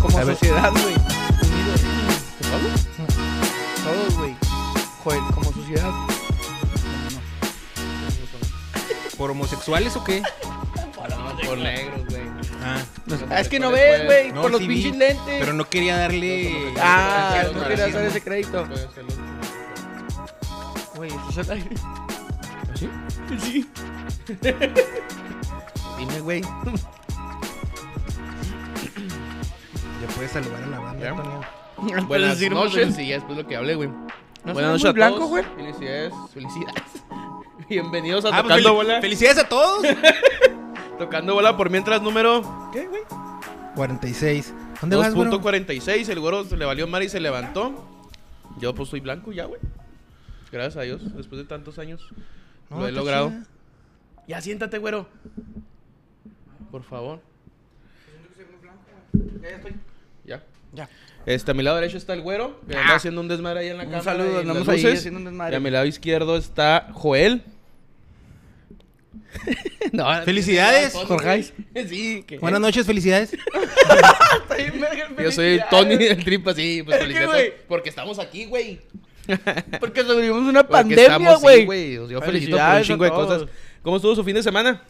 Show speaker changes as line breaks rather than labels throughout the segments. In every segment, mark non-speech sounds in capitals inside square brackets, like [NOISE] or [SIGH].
como
¿Sabes?
sociedad, güey. Unidos. Todos, güey. Joder, como sociedad.
¿Por homosexuales o qué?
Por negros, güey.
Ah,
Ah, es que no ves, güey.
No,
por los
sí vi,
pinches lentes.
pero no quería darle.
Ah,
Pero
no
para
quería
sí,
dar
¿no?
ese crédito.
Puede ser los-
Güey, esto [LAUGHS] es al aire.
¿Sí?
Sí. Dime, güey.
Ya Ah, puedes saludar a la banda.
Ya.
Antonio.
Buenas noches y ya después lo que hablé, güey.
¿No soy
Buenas
muy
noches a
blanco,
todos.
güey?
Felicidades, [LAUGHS] felicidades. Bienvenidos a
Ah, pues,
Tocando
fel-
Bola.
Felicidades a todos.
Tocando Bola por mientras número
46. ¿Dónde vas, bro?
2.46. El güero se le valió mar y se levantó. Yo pues soy blanco ya, güey. Gracias a Dios, después de tantos años.
No,
lo he
está
logrado.
chida.
Ya siéntate, güero. Por favor. Ya.
Ya. Ah.
Este, a mi lado derecho está el güero, que anda haciendo un desmadre ahí en la
Un
cámara.
saludo,
y las
andamos ahí
luces.
haciendo un desmadre.
Y a mi lado izquierdo está
[LAUGHS]
Joel. no,
Felicidades.
Jorge.
[LAUGHS] Sí, que-
Buenas noches, felicidades.
Yo soy el Tony del tripa, sí, pues
Es que,
felicidades.
güey.
Porque estamos aquí, güey.
Porque sobrevivimos una
Porque
pandemia,
estamos, sí,
güey.
Yo felicito por un
Felicidades a
chingo de
todos.
cosas. ¿Cómo estuvo su fin de semana?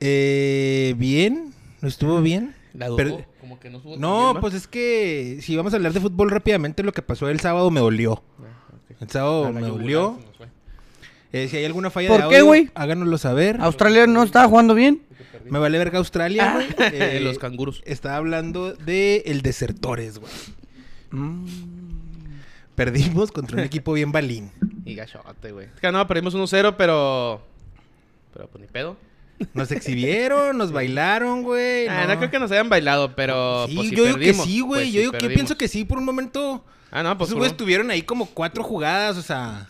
Eh, bien, estuvo bien. Pero-
como que no estuvo tan bien,
no,
¿va?
pues es que si vamos a hablar de fútbol rápidamente, lo que pasó el sábado me dolió. El sábado me dolió.
[LAUGHS]
Eh, si hay alguna falla
¿Por
de
qué,
audio,
güey? Ah,
háganoslo saber.
Australia no estaba jugando bien.
Me vale verga Australia, güey. Eh,
los canguros.
Estaba hablando de el Desertores, güey.
Mm.
Perdimos contra un equipo bien balín.
Y gachote, güey. Es que no, perdimos 1-0, pero. Pero pues ni pedo.
Nos exhibieron, nos bailaron, güey.
Ah, no. creo que nos hayan bailado, pero.
Sí,
pues, sí
yo digo que
perdimos.
sí, güey.
Pues,
yo
sí
digo que yo
perdimos.
pienso que sí por un momento.
Ah, no, pues.
Esos
por
güeyes
un-
tuvieron ahí como cuatro jugadas, o sea.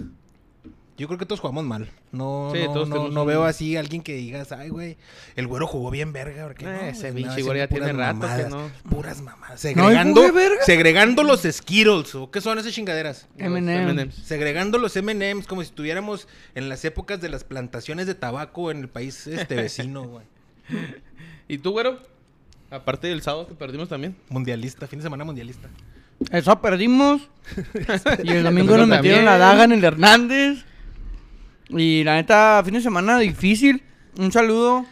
Yo creo que todos jugamos mal. No,
Sí,
no,
todos
no,
tenemos
no
un-
veo así a alguien que digas, ay, güey, el güero jugó bien verga. Porque
Eh,
no,
ese
güey,
pinche
andaba
güero ya
haciendo
tiene
puras
rato que
mamadas,
no.
Puras mamás.
¿No hay
Segregando,
jugué verga?
segregando los Skittles. ¿o ¿Qué son esas chingaderas?
los
M&M.
M&Ms.
Segregando los MMs como si estuviéramos en las épocas de las plantaciones de tabaco en el país
[LAUGHS]
este vecino, güey.
¿Y tú, güero? Aparte del sábado que perdimos también.
Mundialista, fin de semana mundialista.
Eso [LAUGHS] perdimos. Y el domingo
Nosotros
nos metieron
también.
la daga en el Hernández. Y la neta, fin de semana difícil. Un saludo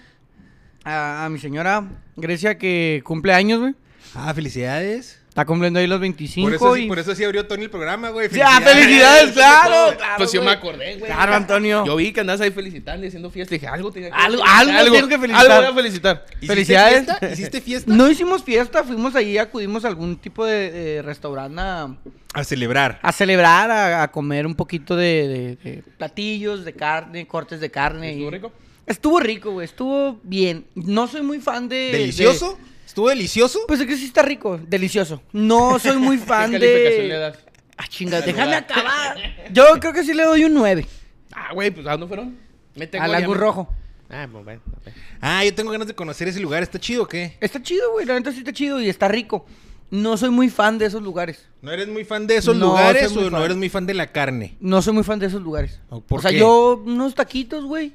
a, a mi señora Grecia que cumple años, güey.
Ah, felicidades.
Está cumpliendo ahí los 25 y...
eso sí abrió Tony el programa, güey.
¡Ya, felicidades, claro! claro,
pues yo me
güey.
acordé, güey.
Claro, Antonio.
Yo vi que andabas ahí felicitando y haciendo fiesta. Dije, algo tenía que
Algo-
felicitar,
algo tengo que felicitar.
Algo voy a felicitar.
¿Hiciste
Felicidades.
fiesta? ¿Hiciste fiesta?
No hicimos fiesta, fuimos ahí, acudimos a algún tipo de, de restaurante [LAUGHS] a,
A celebrar.
a celebrar, a, a comer un poquito de, de- de platillos, de carne, cortes de carne.
¿Estuvo
y-
rico?
Estuvo rico, güey, estuvo bien. No soy muy fan de... de-
¿Delicioso? ¿Estuvo delicioso?
Pues es que sí está rico, delicioso. No soy
[LAUGHS]
muy fan
¿Qué
de...
calificación le das?
Ah, chinga,
Al
déjame
lugar?
acabar.
[LAUGHS]
Yo creo que sí le doy un 9
Ah, güey, pues ¿a dónde fueron? Mete
al
gol, ya
Angus
me-
Rojo.
Ah, pues bueno. ok.
Ah, yo tengo ganas de conocer ese lugar. ¿Está chido o qué?
Está chido, güey, la neta sí está chido y está rico. No soy muy fan de esos lugares.
¿No eres muy fan de esos
No,
lugares
soy muy
o no
fan.
eres muy fan de la carne?
No soy muy fan de esos lugares.
Oh, ¿por
o sea,
qué?
yo unos taquitos, güey.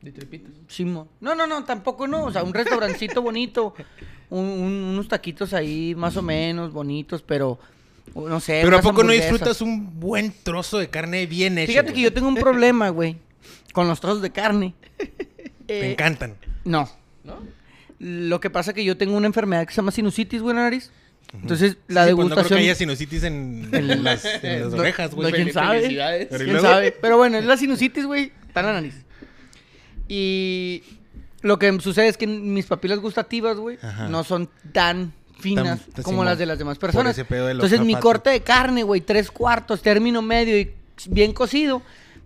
De tripitas.
Simón. No, no, no, tampoco no. O sea, un
[LAUGHS]
restaurancito bonito. un- un- unos taquitos ahí más o menos bonitos, pero o no sé. Eh,
Pero ¿a
unas
poco no
hamburguesas.
disfrutas un buen trozo de carne bien hecho?
Fíjate que
güey?
yo tengo un problema, güey, con los trozos de carne.
Te
Eh,
encantan.
No.
¿No?
Lo que pasa es que yo tengo una enfermedad que se llama sinusitis, güey, en la nariz. Entonces, la
Sí, pues no
degustación...
creo que haya sinusitis en, en las, en las
No-
orejas, güey.
no, ¿Quién
Fel-
sabe?
felicidades.
Pero ¿y
¿Quién
luego?
sabe? Pero bueno, es la sinusitis, güey. Está en la nariz. Y lo que sucede es que mis papilas gustativas, güey,
Ajá.
no son tan finas
Tan- tan
como
simón.
las de las demás
Por
personas.
ese pedo de los
Entonces, mi
zapatos.
corte de carne, güey, tres cuartos, término medio y bien cocido,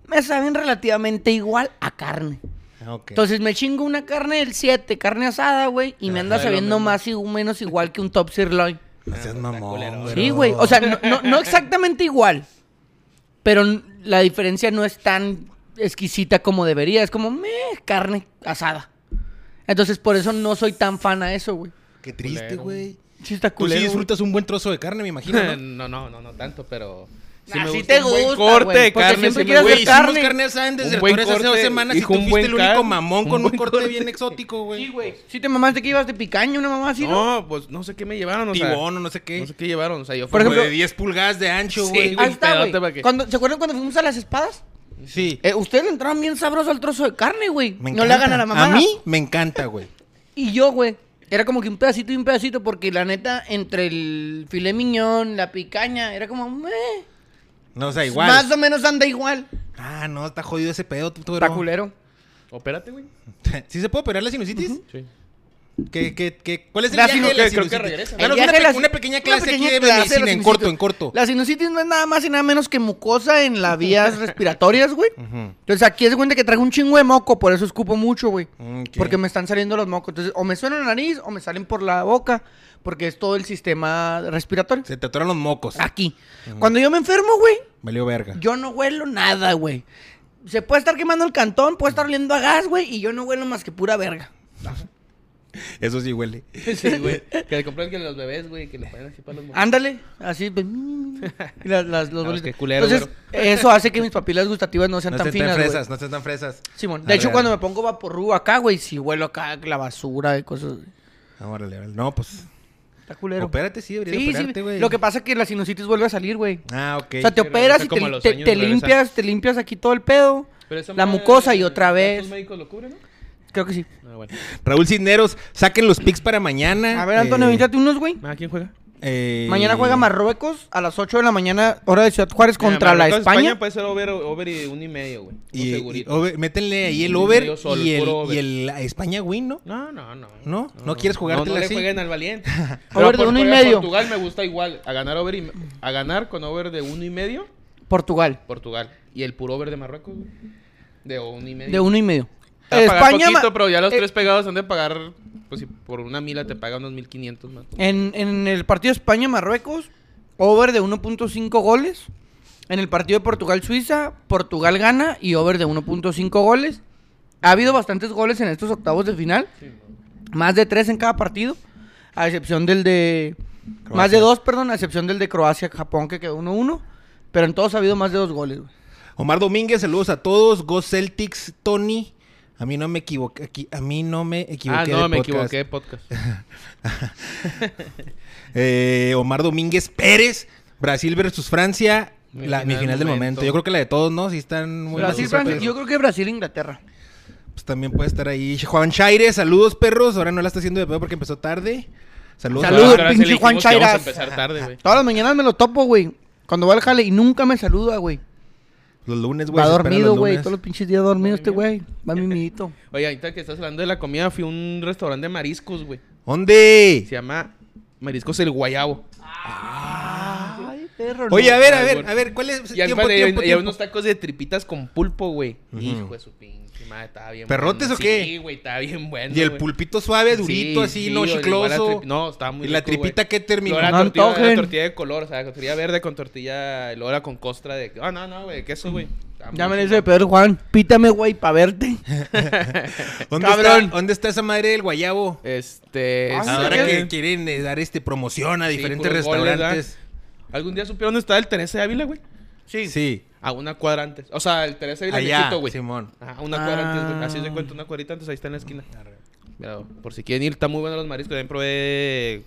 me saben relativamente igual a carne.
Ah, ok.
Entonces me chingo una carne del 7, carne asada, güey, y me anda
Ajá, es lo
sabiendo
mismo.
más y menos igual que un top sirloin.
no seas
culero,
mamón,
güey.
Sí, güey. O sea, no, no- no exactamente igual. Pero n- la diferencia no es tan exquisita como debería. Es como meh, carne asada. Entonces, por eso no soy tan fan a eso, güey.
Qué triste,
Culero.
güey.
Sí, está
Tú sí
culero. güey. [LAUGHS]
disfrutas un buen trozo de carne, me imagino, ¿no?
No, no, no, no tanto, pero Sí me
Así
gusta
te
un buen
gusta,
corte
güey,
de
porque
carne,
siempre
sí me
quieres
gusta.
Güey,
hacer
hicimos
carne.
carne asada en
Un
Desertores
buen
hace dos
corte,
semanas y
hijo,
tú
un
fuiste
buen
el único
car-
mamón
un
con un
buen
corte
corte.
bien exótico,
Sí,
güey.
güey. Sí te mamaste que ibas de picaño, una mamá así, ¿no?
No, pues no sé qué me llevaron, o sea.
Tibón o no sé qué.
No sé qué llevaron, o sea, yo
Por
fui
Como
ejemplo-
de 10 pulgadas de ancho,
Sí,
güey.
Ahí
güey,
está,
pedote
güey.
para que-
Cuando- ¿Se acuerdan cuando fuimos a las espadas?
Sí.
Eh, ustedes le entraron bien sabroso al trozo de carne, güey.
Me
No le hagan
encanta.
a la mamá.
A mí me encanta, güey.
Y yo, güey, era como que un pedacito y un pedacito, porque la neta, entre el filé miñón, la picaña, era como, meh,
No, o sea, igual.
más o menos anda igual.
Ah, no, está jodido ese pedo, tú, tú,
Está
bro.
culero.
Opérate, güey.
[LAUGHS] ¿Sí se puede operar la sinusitis?
Sí.
¿Qué, qué, qué? ¿Cuál es el
La
viaje
sinu-
de la
que- creo que
sinusitis?
regresa.
El
Danos una,
viaje de
pe-
la-
una pequeña
una
clase
pequeña
aquí de
clase de
medicina,
la
en corto,
sinusitis.
en corto.
La sinusitis no es nada más y nada menos que mucosa en las
[LAUGHS]
vías respiratorias, güey. Entonces aquí es cuenta que traigo un chingo de moco, por eso escupo mucho, güey.
Mm, ok.
Porque me están saliendo los mocos. Entonces, o me suena la nariz o me salen por la boca, porque es todo el sistema respiratorio.
Se te atoran los mocos.
Aquí. Cuando yo me enfermo, güey,
Valió verga.
Ah. yo no huelo nada, güey. Se puede estar quemando el cantón, puede estar oliendo a gas, güey, y yo no huelo más que pura verga.
Eso sí huele.
[LAUGHS] Sí, güey. Que le compran que los bebés, güey, que le ponen así para los mocos.
Ándale, así. pues, [LAUGHS] mm, y las, las- los
Ah,
bolitas.
qué culero,
Entonces, [LAUGHS] eso hace que mis papilas gustativas no sean
No
tan
estén
finas,
tan
güey.
fresas, no estén tan fresas.
Simón.
A
De hecho,
ver.
cuando me pongo vaporru acá, güey, si huelo acá la basura y cosas.
Ah, órale, órale. No, pues.
Está culero.
Opérate, sí, debería
Sí,
de operarte,
sí.
güey.
Lo que pasa es que la sinusitis vuelve a salir, güey.
Ah, ok.
O sea, te
Sí,
operas
regresa
y
como a
te,
los
te-
años,
te
regresa.
limpias, te limpias aquí todo el pedo.
Pero esa
La
madre,
mucosa y otra
¿Los
vez.
médicos lo cubren, no?
Creo que sí.
Ah, bueno.
Raúl Cisneros, saquen los picks para mañana.
A ver, Antonio,
Eh,
invítate unos, güey.
Ah, ¿quién juega?
eh,
Mañana juega Marruecos a las 8 de la mañana, hora de Ciudad
Eh,
Juárez, contra
Mira,
la
Marruecos,
España.
pues.
puede ser over, over y un y medio, güey.
Y,
Un
y
segurito.
over- métele ahí el
Yo
over,
solo,
y,
el
el,
puro over.
y el España win, ¿no?
No, no, no.
¿No? ¿No quieres jugártela
no, no
así?
le jueguen
[LAUGHS]
al valiente.
Over de
por-
uno y
por-
medio.
Portugal me gusta igual. A ganar, over y- a ganar con over de uno y medio,
Portugal,
Portugal. Y el puro over de Marruecos, güey. De uno y medio.
de uno y medio.
Te va a pagar
España.
poquito,
ma-
pero ya los
eh,
tres pegados han de pagar, pues si por una mila te pagan unos 1500 más.
En, en el partido España-Marruecos, over de 1.5 goles. En el partido de Portugal-Suiza, Portugal gana y over de 1.5 goles. Ha habido bastantes goles en estos octavos de final. Más de tres en cada partido. A excepción del de. Más de
Croacia.
dos, perdón, a excepción del de Croacia-Japón, que quedó 1-1. Pero en todos ha habido más de dos goles, güey.
Omar Domínguez, saludos a todos. Go Celtics, Tony. A mí no me equivoqué. Aquí, a mí no me equivoqué.
ah, no,
de
me
podcast.
equivoqué
[LAUGHS]
de podcast.
Eh, Omar Domínguez Pérez, Brasil versus Francia.
Mi
la, mi
final
final del momento.
momento.
Yo creo que la de todos, ¿no? Si están muy
Brasil,
malos,
Francia,
pero-
yo creo que Brasil-Inglaterra.
Pues también puede estar ahí. Juan Chaire, saludos, perros. Ahora no la está haciendo de pedo porque empezó tarde. Saludos.
Saludos,
Ahora sí le
pinche
dijimos
Juan
que vamos a
Chairas.
empezar tarde, güey.
Todas las mañanas me lo topo, güey. Cuando va al jale y nunca me saluda, güey.
Los lunes, güey.
Va
se espera
dormido,
los
güey.
lunes.
Todos los pinches días dormido este güey. Va mimidito.
Oye, ahorita que estás hablando de la comida, fui a un restaurante de mariscos, güey.
¿Dónde?
Se llama Mariscos El Guayabo.
Ay, perro.
Oye, a ver, a ver,
Albur.
a ver, ¿cuál es?
Y
Tiempo,
tiempo, y,
tiempo,
y
tiempo.
unos tacos de tripitas con pulpo, güey.
Ujú.
Hijo de su pinche madre, estaba bien
¿Perrotes
bueno.
o qué?
Sí, güey, estaba bien bueno,
Y el
güey.
pulpito suave,
Sí,
durito, así,
sí,
no
o igual la
chicloso.
tripi- No, estaba muy
Y la
rico, güey.
tripita que terminó.
Luego la
No
tortilla, la
antojen.
tortilla de color, o sea, tortilla verde con tortilla, y luego era con costra de... Ah, no, no, güey, queso, güey. Estaba
Ya
muy
me dice
chingón.
Pedro Juan. Pítame, güey, para
[LAUGHS]
verte.
¿Dónde,
Cabrón.
Está, ¿Dónde está esa madre del guayabo?
Este...
Ah,
sí,
¿dónde
Ahora
queda?
güey.
que quieren eh, dar este promoción a
Sí,
diferentes
puros goles, ¿ah?
restaurantes.
¿verdad? ¿Algún día supieron dónde estaba el Teresa de Ávila, güey?
Sí.
A una cuadra antes. O sea, el Teresa de Ávila
Allá,
Lechito, güey.
Simón. Ah,
Ajá, una cuadra antes, güey.
Ah.
Así se cuenta, una cuadrita antes, ahí está en la esquina. Mira, por si quieren ir, está muy bueno los mariscos. También probé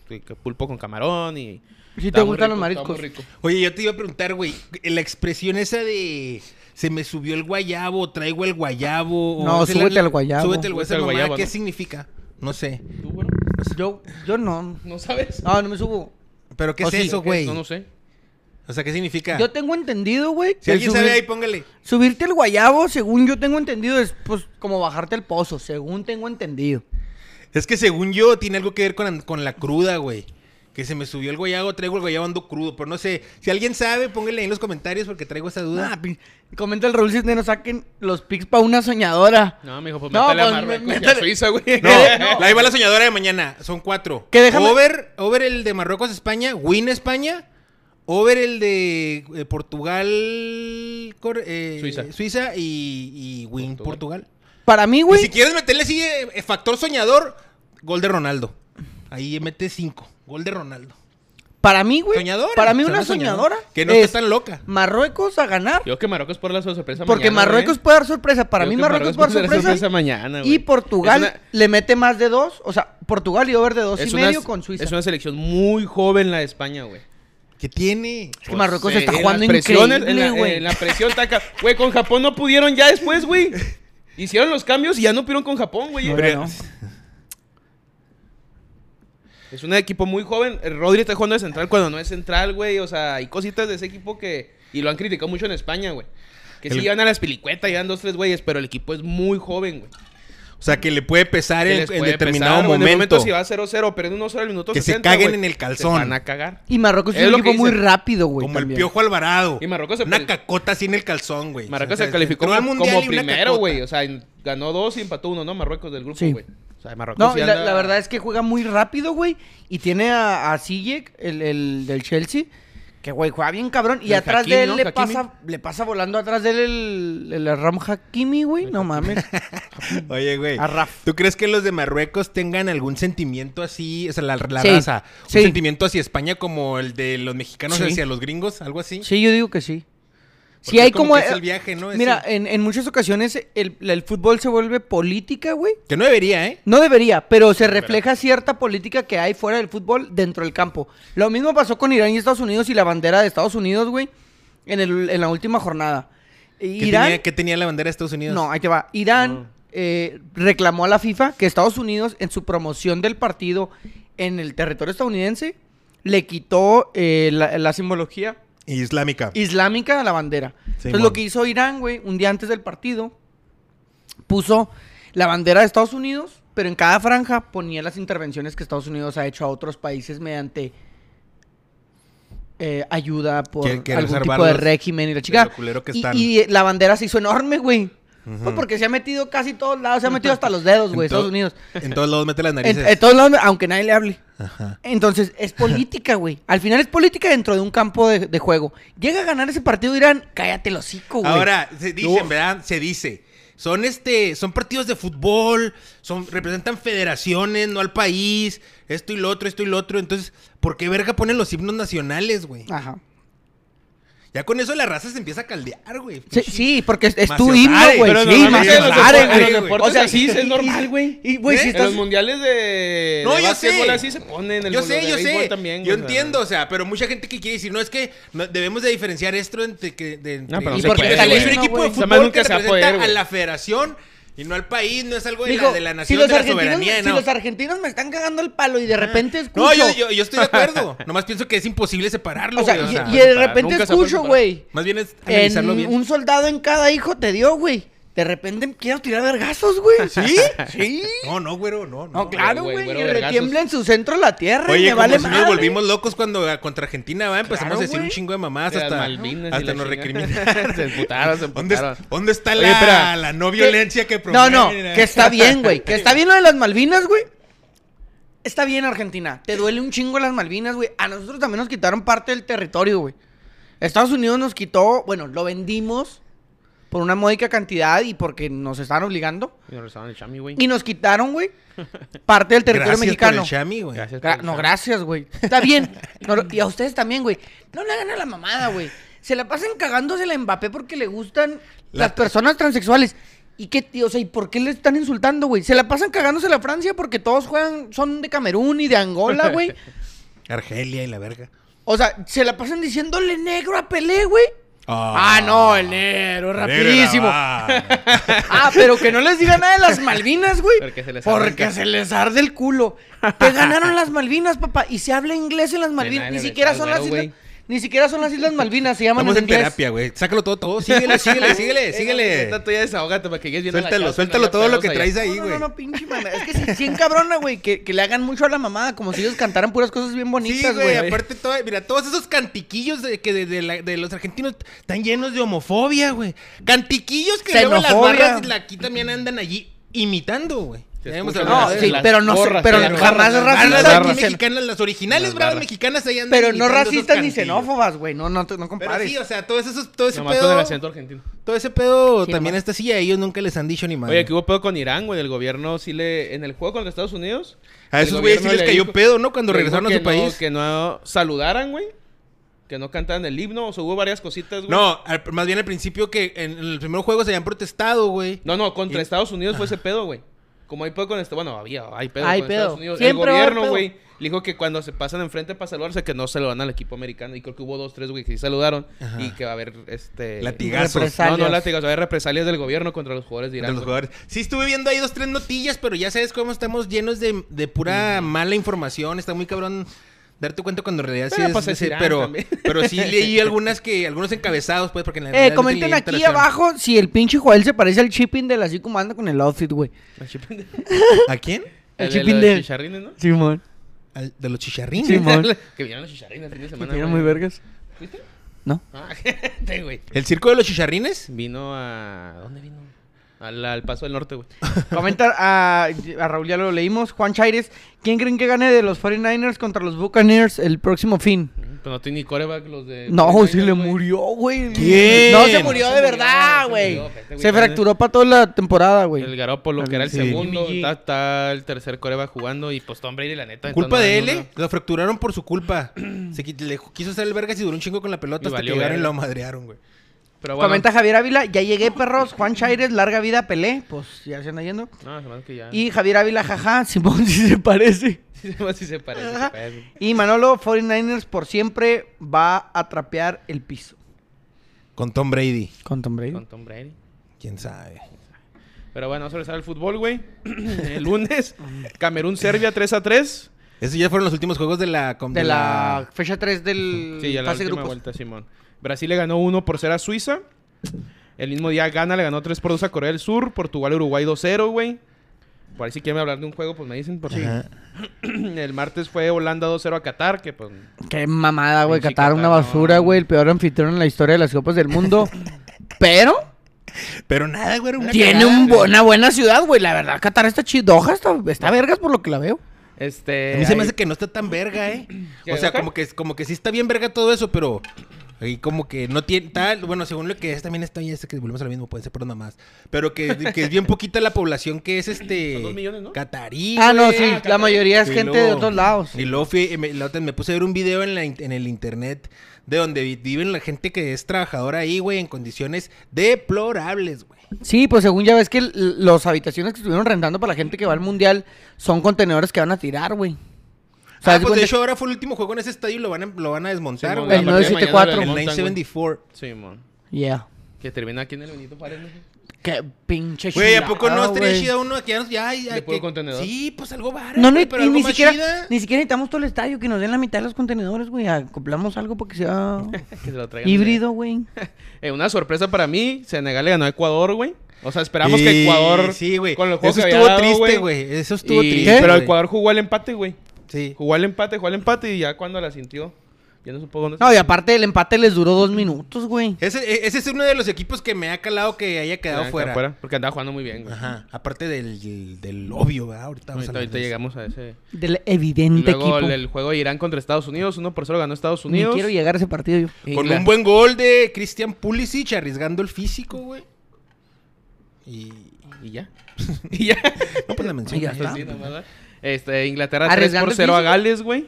eh, que pulpo con camarón y...
Si
está
te
muy
gustan los
rico, está
mariscos.
muy rico.
Oye, yo te iba a preguntar, güey, la expresión esa de se me subió el guayabo, traigo el guayabo. o
No,
esa la-
súbete al guayabo.
Súbete al guayabo.
Súbete
esa
al
mamada,
guayabo,
¿Qué
¿no?
significa? No sé.
¿Tú, bueno?
Yo, yo no.
¿No sabes?
No, no me subo.
¿Pero qué
O
es
sí,
eso,
¿qué?
güey?
Oh, No, no sé.
O sea, ¿qué significa?
Yo tengo entendido, güey.
Si
que
alguien
subir-
sabe ahí, pues. póngale.
Subirte el guayabo, según yo tengo entendido, es pues como bajarte el pozo, según tengo entendido.
Es que según yo tiene algo que ver con, con la cruda, güey. Que se me subió el guayabo, traigo el guayabo ando crudo. Pero no sé, si alguien sabe, póngale ahí en los comentarios porque traigo esa duda.
Ah, pin- comenta el Raúl Cisneros, saquen los pics para una soñadora.
No, mijo, pues
No,
métale
pues,
a Marruecos y a
métale.
Suiza, güey.
[LAUGHS]
No, la- ahí va la soñadora de mañana. Son cuatro.
Que déjame-
Over, over el de Marruecos, España. Win, España. Over el de eh, Portugal. Cor- eh,
Suiza.
y, y Win, Portugal.
Para mí,
Y
güey.
si quieres meterle así eh, eh, factor soñador, gol de Ronaldo. Ahí mete cinco. Gol de Ronaldo.
Para mí, güey.
Soñadora.
Para mí,
se
una
llama
soñadora.
Que no está
es
tan loca.
Marruecos a ganar.
Yo que Marruecos por la sorpresa
Porque
mañana, güey.
Marruecos puede dar sorpresa. Para
Yo
mí,
que
Marruecos puede dar
puede dar
sorpresa.
mañana, güey.
y Portugal
Es una-
le mete más de dos. O sea, Portugal y over de dos
es
y
una-
medio con Suiza.
Es una selección muy joven la de España, güey.
¿Qué tiene?
Es que Marruecos
eh,
está
en
jugando
las presiones, en la-
increíble, güey.
En la presión taca. Güey, con Japón no pudieron ya después, güey. Hicieron los cambios y ya no pudieron con Japón, güey.
No,
Pero-
no, no.
Es un equipo muy joven. El Rodri está jugando de central cuando no es central, güey. O sea, hay cositas de ese equipo que. Y lo han criticado mucho en España, güey. Que
El-
sí llevan a las pilicuetas, llevan dos, tres güeyes, pero el equipo es muy joven, güey.
O sea, que le puede pesar
Que
en,
les
en
puede
determinado
pesar, güey.
momento.
En el momento si va 0-0, pero en unos horas, el minuto
Que se
60,
caguen
güey,
en el calzón.
Se van a cagar.
Y Marruecos es,
Es
un
lo que
equipo muy
dicen.
rápido, güey.
como
también.
el Piojo Alvarado.
Y Marruecos se
Una
pone-
cacota así en el calzón, güey.
Marruecos
O sea,
se calificó
entró al
como
Mundial y una
primero,
cacota.
güey. O sea, en- ganó dos y empató uno, ¿no? Marruecos del grupo,
Sí.
güey. O sea, Marruecos
No,
sí
y la,
anda-
la verdad es que juega muy rápido, güey. Y tiene a, a Sijek, el, el del Chelsea, que, güey, juega bien cabrón. Y
El
atrás
Hakimi,
de él
¿no?
le,
Hakimi.
pasa, le pasa volando atrás de él el, el Ram Hakimi, güey. No mames.
[LAUGHS] Oye, güey.
A Raf.
¿Tú crees que los de Marruecos tengan algún sentimiento así? O sea, la, la
Sí,
raza. Un
sí.
sentimiento hacia España como el de los mexicanos
Sí.
hacia los gringos, algo así.
Sí, yo digo que
[LAUGHS]
sí. Sí,
Porque
hay
es como
como... eh,
que es el viaje, ¿no? Es
Mira,
el-
en, en muchas ocasiones el, el fútbol se vuelve política, güey.
Que no debería, ¿eh?
No debería, pero se refleja cierta política que hay fuera del fútbol dentro del campo. Lo mismo pasó con Irán y Estados Unidos y la bandera de Estados Unidos, güey, en, el- en la última jornada.
¿Qué,
Irán,
Tenía, qué tenía la bandera de Estados Unidos?
no, ahí te va. Irán
No.
eh, reclamó a la FIFA que Estados Unidos en su promoción del partido en el territorio estadounidense le quitó eh, la, la simbología
Islámica.
islámica a la bandera. Entonces
Simón.
lo que hizo Irán, güey, un día antes del partido, puso la bandera de Estados Unidos, pero en cada franja ponía las intervenciones que Estados Unidos ha hecho a otros países mediante eh, ayuda por
Que- que
algún tipo de
reservarlos
régimen y la chica.
lo culero que
Y-
están.
Y, la bandera se hizo enorme, güey. Pues
Ujú.
porque se ha metido casi todos lados, se ha metido hasta los dedos, güey,
En to-
Estados Unidos.
En todos lados mete las
[LAUGHS] En,
narices.
en todos lados, aunque nadie le hable.
Ajá.
Entonces, es política,
[LAUGHS]
güey. Al final es política dentro de un campo de, de juego. Llega a ganar ese partido Irán, cállate el hocico, güey.
Ahora, se dicen,
No.
¿verdad? Se dice. Son este, son partidos de fútbol, son, representan federaciones, no al país, esto y lo otro, esto y lo otro. Entonces, ¿por qué verga ponen los himnos nacionales, güey?
Ajá.
Ya con eso la raza se empieza a caldear, güey.
Sí, sí, porque es, es tu
Macio
himno,
Sare,
güey.
pero
Sí,
normalmente
Macio
en los
Sare,
deportes-
güey.
en los deportes así
y-
es
y-
normal, güey.
Y, güey,
¿Eh?
si
En los
estás...
mundiales de.
No,
de
yo
básquetbol
sé.
así se ponen. en
yo
los
sé,
de
yo sé.
béisbol también,
yo
güey, o sea.
entiendo, o sea, pero mucha gente que quiere decir, no, es que no- debemos de diferenciar esto entre que... De, entre-
No, pero no
y
se
porque
puede,
tal vez
güey.
un equipo de
Esa
madre
fútbol
nunca
que
se va a
representa
poder,
a,
güey.
la federación y no al país, no es algo de,
Digo,
la, de la
si
nación,
los,
de la
argentinos,
soberanía,
si
no.
los argentinos me están cagando el palo y de repente escucho...
No, yo, yo, yo estoy
[LAUGHS]
de acuerdo. Nomás pienso que es imposible separarlo,
o sea,
güey, o
y-
sea.
y, de repente
nunca se puede
escucho,
separar.
güey.
Más bien es analizarlo
En
bien. [LAUGHS]
un soldado en cada hijo te dio, güey. De repente quiero tirar vergazos, güey. ¿Sí? Sí.
No, no, güero, no.
No,
no.
claro,
güey,
güey.
güero
Que
vergazos.
retiembla en su centro la tierra y
Oye,
me
como
vale
si
madre.
nos volvimos locos cuando a- contra Argentina, ¿va? Empezamos
Claro,
a decir
güey.
un chingo de mamadas
De las
hasta,
Malvinas y
hasta
la
nos [LAUGHS]
chingada.
recriminan.
[LAUGHS] Se emputaron,
[LAUGHS]
se
¿Dónde, es-
emputaron.
dónde está
Oye,
la,
espera.
la no violencia que
No,
promueven?
no,
eh?
que está bien, güey. Que está bien lo de las Malvinas, güey. Está bien, Argentina. Te duele un chingo las Malvinas, güey. A nosotros también nos quitaron parte del territorio, güey. Estados Unidos nos quitó, bueno, lo vendimos por una módica cantidad y porque nos estaban obligando.
Y nos rezaban el chami, güey.
Y nos quitaron, güey, parte del territorio
Gracias
mexicano.
Por el chami, güey.
Gracias.
Gra- no, gracias, güey. Está bien. No lo- y a ustedes también, güey. No le hagan a la mamada, güey. Se la pasan cagándose la Mbappé porque le gustan
La-
las personas transexuales. ¿Y qué, tío? O sea, ¿y por qué le están insultando, güey? Se la pasan cagándose la Francia porque todos juegan, son de Camerún y de Angola, [LAUGHS] güey.
Argelia y la verga.
O sea, se la pasan diciéndole negro a Pelé, güey.
Ah.
Ah, no, el negro, rapidísimo.
Verga, va.
[LAUGHS] Ah, pero que no les diga nada de las Malvinas, güey.
Porque se les
Porque
arranca.
se les arde el culo. Te ganaron las Malvinas, papá. Y se habla inglés en las Malvinas.
nada,
Ni
le
siquiera
metas,
son las
güey,
islas.
güey.
Ni siquiera son las Islas Malvinas, se llaman
Estamos
en
en
inglés.
terapia, güey. Sácalo todo, todo. Síguele, síguele, [LAUGHS] síguele,
Eh,
síguele.
Tanto ya desahógate para que llegues bien a la
Suéltalo,
casa,
suéltalo
no haya
todo lo
pedos
que
allá.
traes
No,
ahí,
no,
güey.
no, no, pinche mamá. Es que si, si encabrona, güey, que, que le hagan mucho a la mamada, como si ellos cantaran puras cosas bien
Sí,
bonitas,
güey,
güey.
aparte, todo, mira, todos esos cantiquillos de, que de, de la- de los argentinos están llenos de homofobia, güey. Cantiquillos que luego las
Xenofobia.
barras de la- aquí también andan allí imitando, güey.
Sí, Te
Ya hemos
escuchan
hablado
No,
las-
sí,
las
pero no sé-
gorras,
pero
sí,
no-
las
jamás
gorras.
racistas
Barras
ni
aquí
xen-
mexicanas, las originales
Las
bravas
barras.
mexicanas ahí andan
Pero no
imitando esos
racistas ni
cantillos.
xenófobas, güey. No, no, te- no
Pero
compares.
sí, o sea, todo, eso, todo ese
Nomás con el
pedo,
acento argentino.
todo ese pedo
Sí,
también
nomás.
está así, a ellos nunca les han dicho ni madre.
Oye, que hubo pedo con Irán, güey. El gobierno sí le. En el juego contra Estados Unidos.
a
el
esos güeyes sí
gobierno
les
le
cayó
dijo-
pedo, ¿no? Cuando
le
regresaron a
dijo
su
que no-
país.
que no saludaran, güey. Que no cantaran el himno. O sea, hubo varias cositas, Pues, güey.
No, al- más bien al principio que en el primer juego se habían protestado, güey.
No, no, contra
Y-
Estados Unidos fue ese pedo, güey. Como hay pedo con este, bueno, había, hay pedo
Hay
con
pedo.
Estados Unidos.
Siempre
el
va a haber
gobierno,
pedo.
güey, le dijo que cuando se pasan enfrente para saludarse, que no saludan al equipo americano. Y creo que hubo dos, tres, güey, que sí saludaron.
Ajá.
Y que va a haber, este...
Latigazos.
No, no
Represalias.
latigazos, va a haber represalias del gobierno contra los jugadores
de
de Irán.
los
güey.
jugadores. Sí, estuve viendo ahí dos, tres notillas, pero ya sabes cómo estamos llenos de, de pura mala información. Está muy cabrón darte cuenta cuando en realidad sí
Pero,
es.
pues, es
sí,
Irán
pero,
también.
pero sí
[LAUGHS]
leí algunas que, algunos encabezados, pues, porque en la
Eh,
realidad
comenten
leí
aquí
alteración.
abajo si el pinche Joel se parece al Chipping del así como anda con el outfit, güey.
El Chipindel.
¿A quién?
El
El
Chipindel.
de los chicharrines, ¿no?
Simón.
Al- de los chicharrines.
Sí, mo- Simón.
[LAUGHS] que vinieron los chicharrines el fin de semana,
Tiene
güey.
muy vergas.
¿Fuiste?
No.
Ah, [LAUGHS] gente, güey.
¿El circo de los chicharrines?
Vino a... ¿Dónde vino? Al, al Paso del Norte, güey.
Comenta a, a Raúl, ya lo leímos. Juan Chaires, ¿quién creen que gane de los 49ers contra los Buccaneers el próximo fin?
Pero no tiene ni coreback los de...
No,
Niners,
se le
güey.
murió, güey.
¿Quién?
No se
No
murió
se
de
murió,
verdad,
se
güey.
murió, vete, güey,
Se
dale.
fracturó para toda la temporada,
El
güey.
Garópolo, que era el
Sí.
segundo,
Jimmy G.
está, está el tercer coreba jugando y pues Tom Brady, la neta.
¿Culpa de
entonces,
él?
no,
eh? Lo fracturaron por su
[CLEARS THROAT]
culpa. Se qui- le quiso hacer el vergas y duró un chingo con la pelota
Y
hasta que
valió
llegaron y
verga.
lo madrearon, güey.
no. Pero bueno.
Comenta Javier Ávila, ya llegué, perros. Juan Chaires, larga vida, Pelé. Pues ya se anda yendo.
No, se me hace que ya.
Y Javier Ávila, jaja, [LAUGHS] Simón, si se parece.
[LAUGHS] Sí, se me hace que se parece, se
Ajá.
parece.
Y Manolo, 49ers por siempre va a trapear el piso.
Con Tom Brady.
Con Tom Brady.
Con Tom Brady.
¿Quién sabe?
Pero bueno, vamos a regresar al fútbol, güey. [CLEARS THROAT] el lunes, Camerún-Serbia 3 a 3.
Esos ya fueron los últimos juegos de la... com-
De la fecha 3 del
Sí, ya la
fase
última
grupos.
vuelta, Simón. Brasil le ganó 1 por 0 a Suiza. El mismo día Ghana le ganó 3 por 2 a Corea del Sur. Portugal-Uruguay 2-0, güey. Por ahí si quieren hablar de un juego, pues me dicen. Porque
Ajá.
[CLEARS THROAT] el martes fue Holanda 2-0 a Qatar, que pues
Qué mamada, güey.
Pinche
Qatar, una
Qatar, no.
basura, güey. El peor anfitrión en la historia de las copas del mundo. Pero
Pero nada, güey. era una
tiene
cagada.
un bu- una buena ciudad, güey. La verdad, Qatar está chidoja. Está, está vergas por lo que la veo.
Este.
A mí se me
ahí-
hace que no está tan verga, ¿eh?
¿Qué,
O sea,
Oscar?
como que, como que sí está bien verga todo eso, pero... Y como que no tiene tal, bueno, según lo que es también está, ya sé que volvemos a lo mismo, pueden ser por nomás, pero que, que es bien poquita la población que es este...
Son dos millones, ¿no?
Catarí,
Ah, no,
güey.
sí. La mayoría es
Y
gente
luego-
de otros lados.
Y luego fui- me, la otra- me puse a ver un video en, la in- en el internet de donde vi- viven la gente que es trabajadora ahí, güey, en condiciones deplorables, güey.
Sí, pues según ya ves que las habitaciones que estuvieron rentando para la gente que va al mundial son contenedores que van a tirar, güey. O sea,
Ah,
haz de
pues,
cuenta-
de hecho ahora fue el último juego en ese estadio y lo van a, lo van a desmontar,
Simón,
güey.
El
a partir
974.
de mañana
El
lo desmontan,
974.
güey. Simón.
Yeah.
Que termina aquí en el Benito Juárez. ¿no? [LAUGHS]
Qué pinche
Güey, ¿a poco no
chulada,
estaría
güey.
chida uno que ya nos... Ya, ya,
¿De puro
que-
contenedor?
Sí, pues algo barato,
No, no,
güey,
y,
pero
y
algo
ni
más
siquiera,
chida.
ni siquiera necesitamos todo el estadio, que nos den la mitad de los contenedores, güey. Ah, Acoplamos algo para que sea
Que se lo traigan.
híbrido, güey.
Eh, una sorpresa para mí. Senegal le ganó a Ecuador, güey. O sea, esperamos que
Y-
Ecuador.
Sí, güey.
Con el juego
Eso
que había
estuvo
dado,
triste, güey. Eso estuvo
Y-
triste,
Pero
güey.
Ecuador jugó al empate, güey.
Sí.
Jugó al empate, jugó al empate y ya cuando la sintió. Ya no supo dónde.
No, y aparte el empate les duró dos minutos, güey.
Ese, e- ese es uno de los equipos que me ha calado que haya
Ya,
quedado
acá
fuera.
Porque andaba jugando muy bien, güey.
Ajá. Aparte del, del obvio, ¿verdad? Ahorita vamos a
Ahorita,
hablar
ahorita
de eso.
llegamos a ese.
Del evidente
Luego
equipo.
el, el juego de Irán contra Estados Unidos. Uno por 0 ganó Estados
Ni
Unidos.
quiero llegar a ese partido yo.
Y
Con
la-
un buen gol de Christian Pulisic arriesgando el físico, güey. Y.
Y ya. [LAUGHS] y ya.
No, pues la mención.
Y ya está.
Sí, nomás, ¿verdad? Este, Inglaterra 3
Arriesgando
por
el
0 a
físico.
Gales, güey.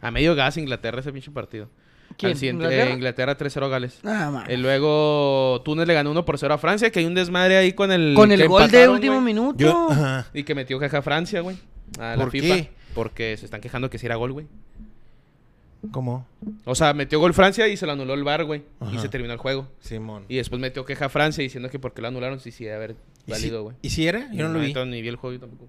A medio gas Inglaterra ese pinche partido.
¿Quién?
Al siguiente,
¿Inglaterra?
eh, Inglaterra 3-0 a Gales.
Nada más.
Eh, luego Túnez le ganó 1 por 0 a Francia, que hay un desmadre ahí con el
Con el
que
gol de
empataron,
último
güey,
minuto.
Yo. Ajá.
Y que metió jaja a Francia, güey. A la
¿Por
FIFA.
qué?
Porque se están quejando que si era gol, güey.
¿Cómo?
O sea, metió gol Francia y se lo anuló el VAR, güey. Y
Ajá.
se terminó el juego.
Simón.
Y después metió queja a Francia diciendo que porque lo anularon sí sí debe haber
¿Y si,
válido, güey.
¿Y si era? Yo no lo vi.
entonces, Ni vi el juego yo tampoco.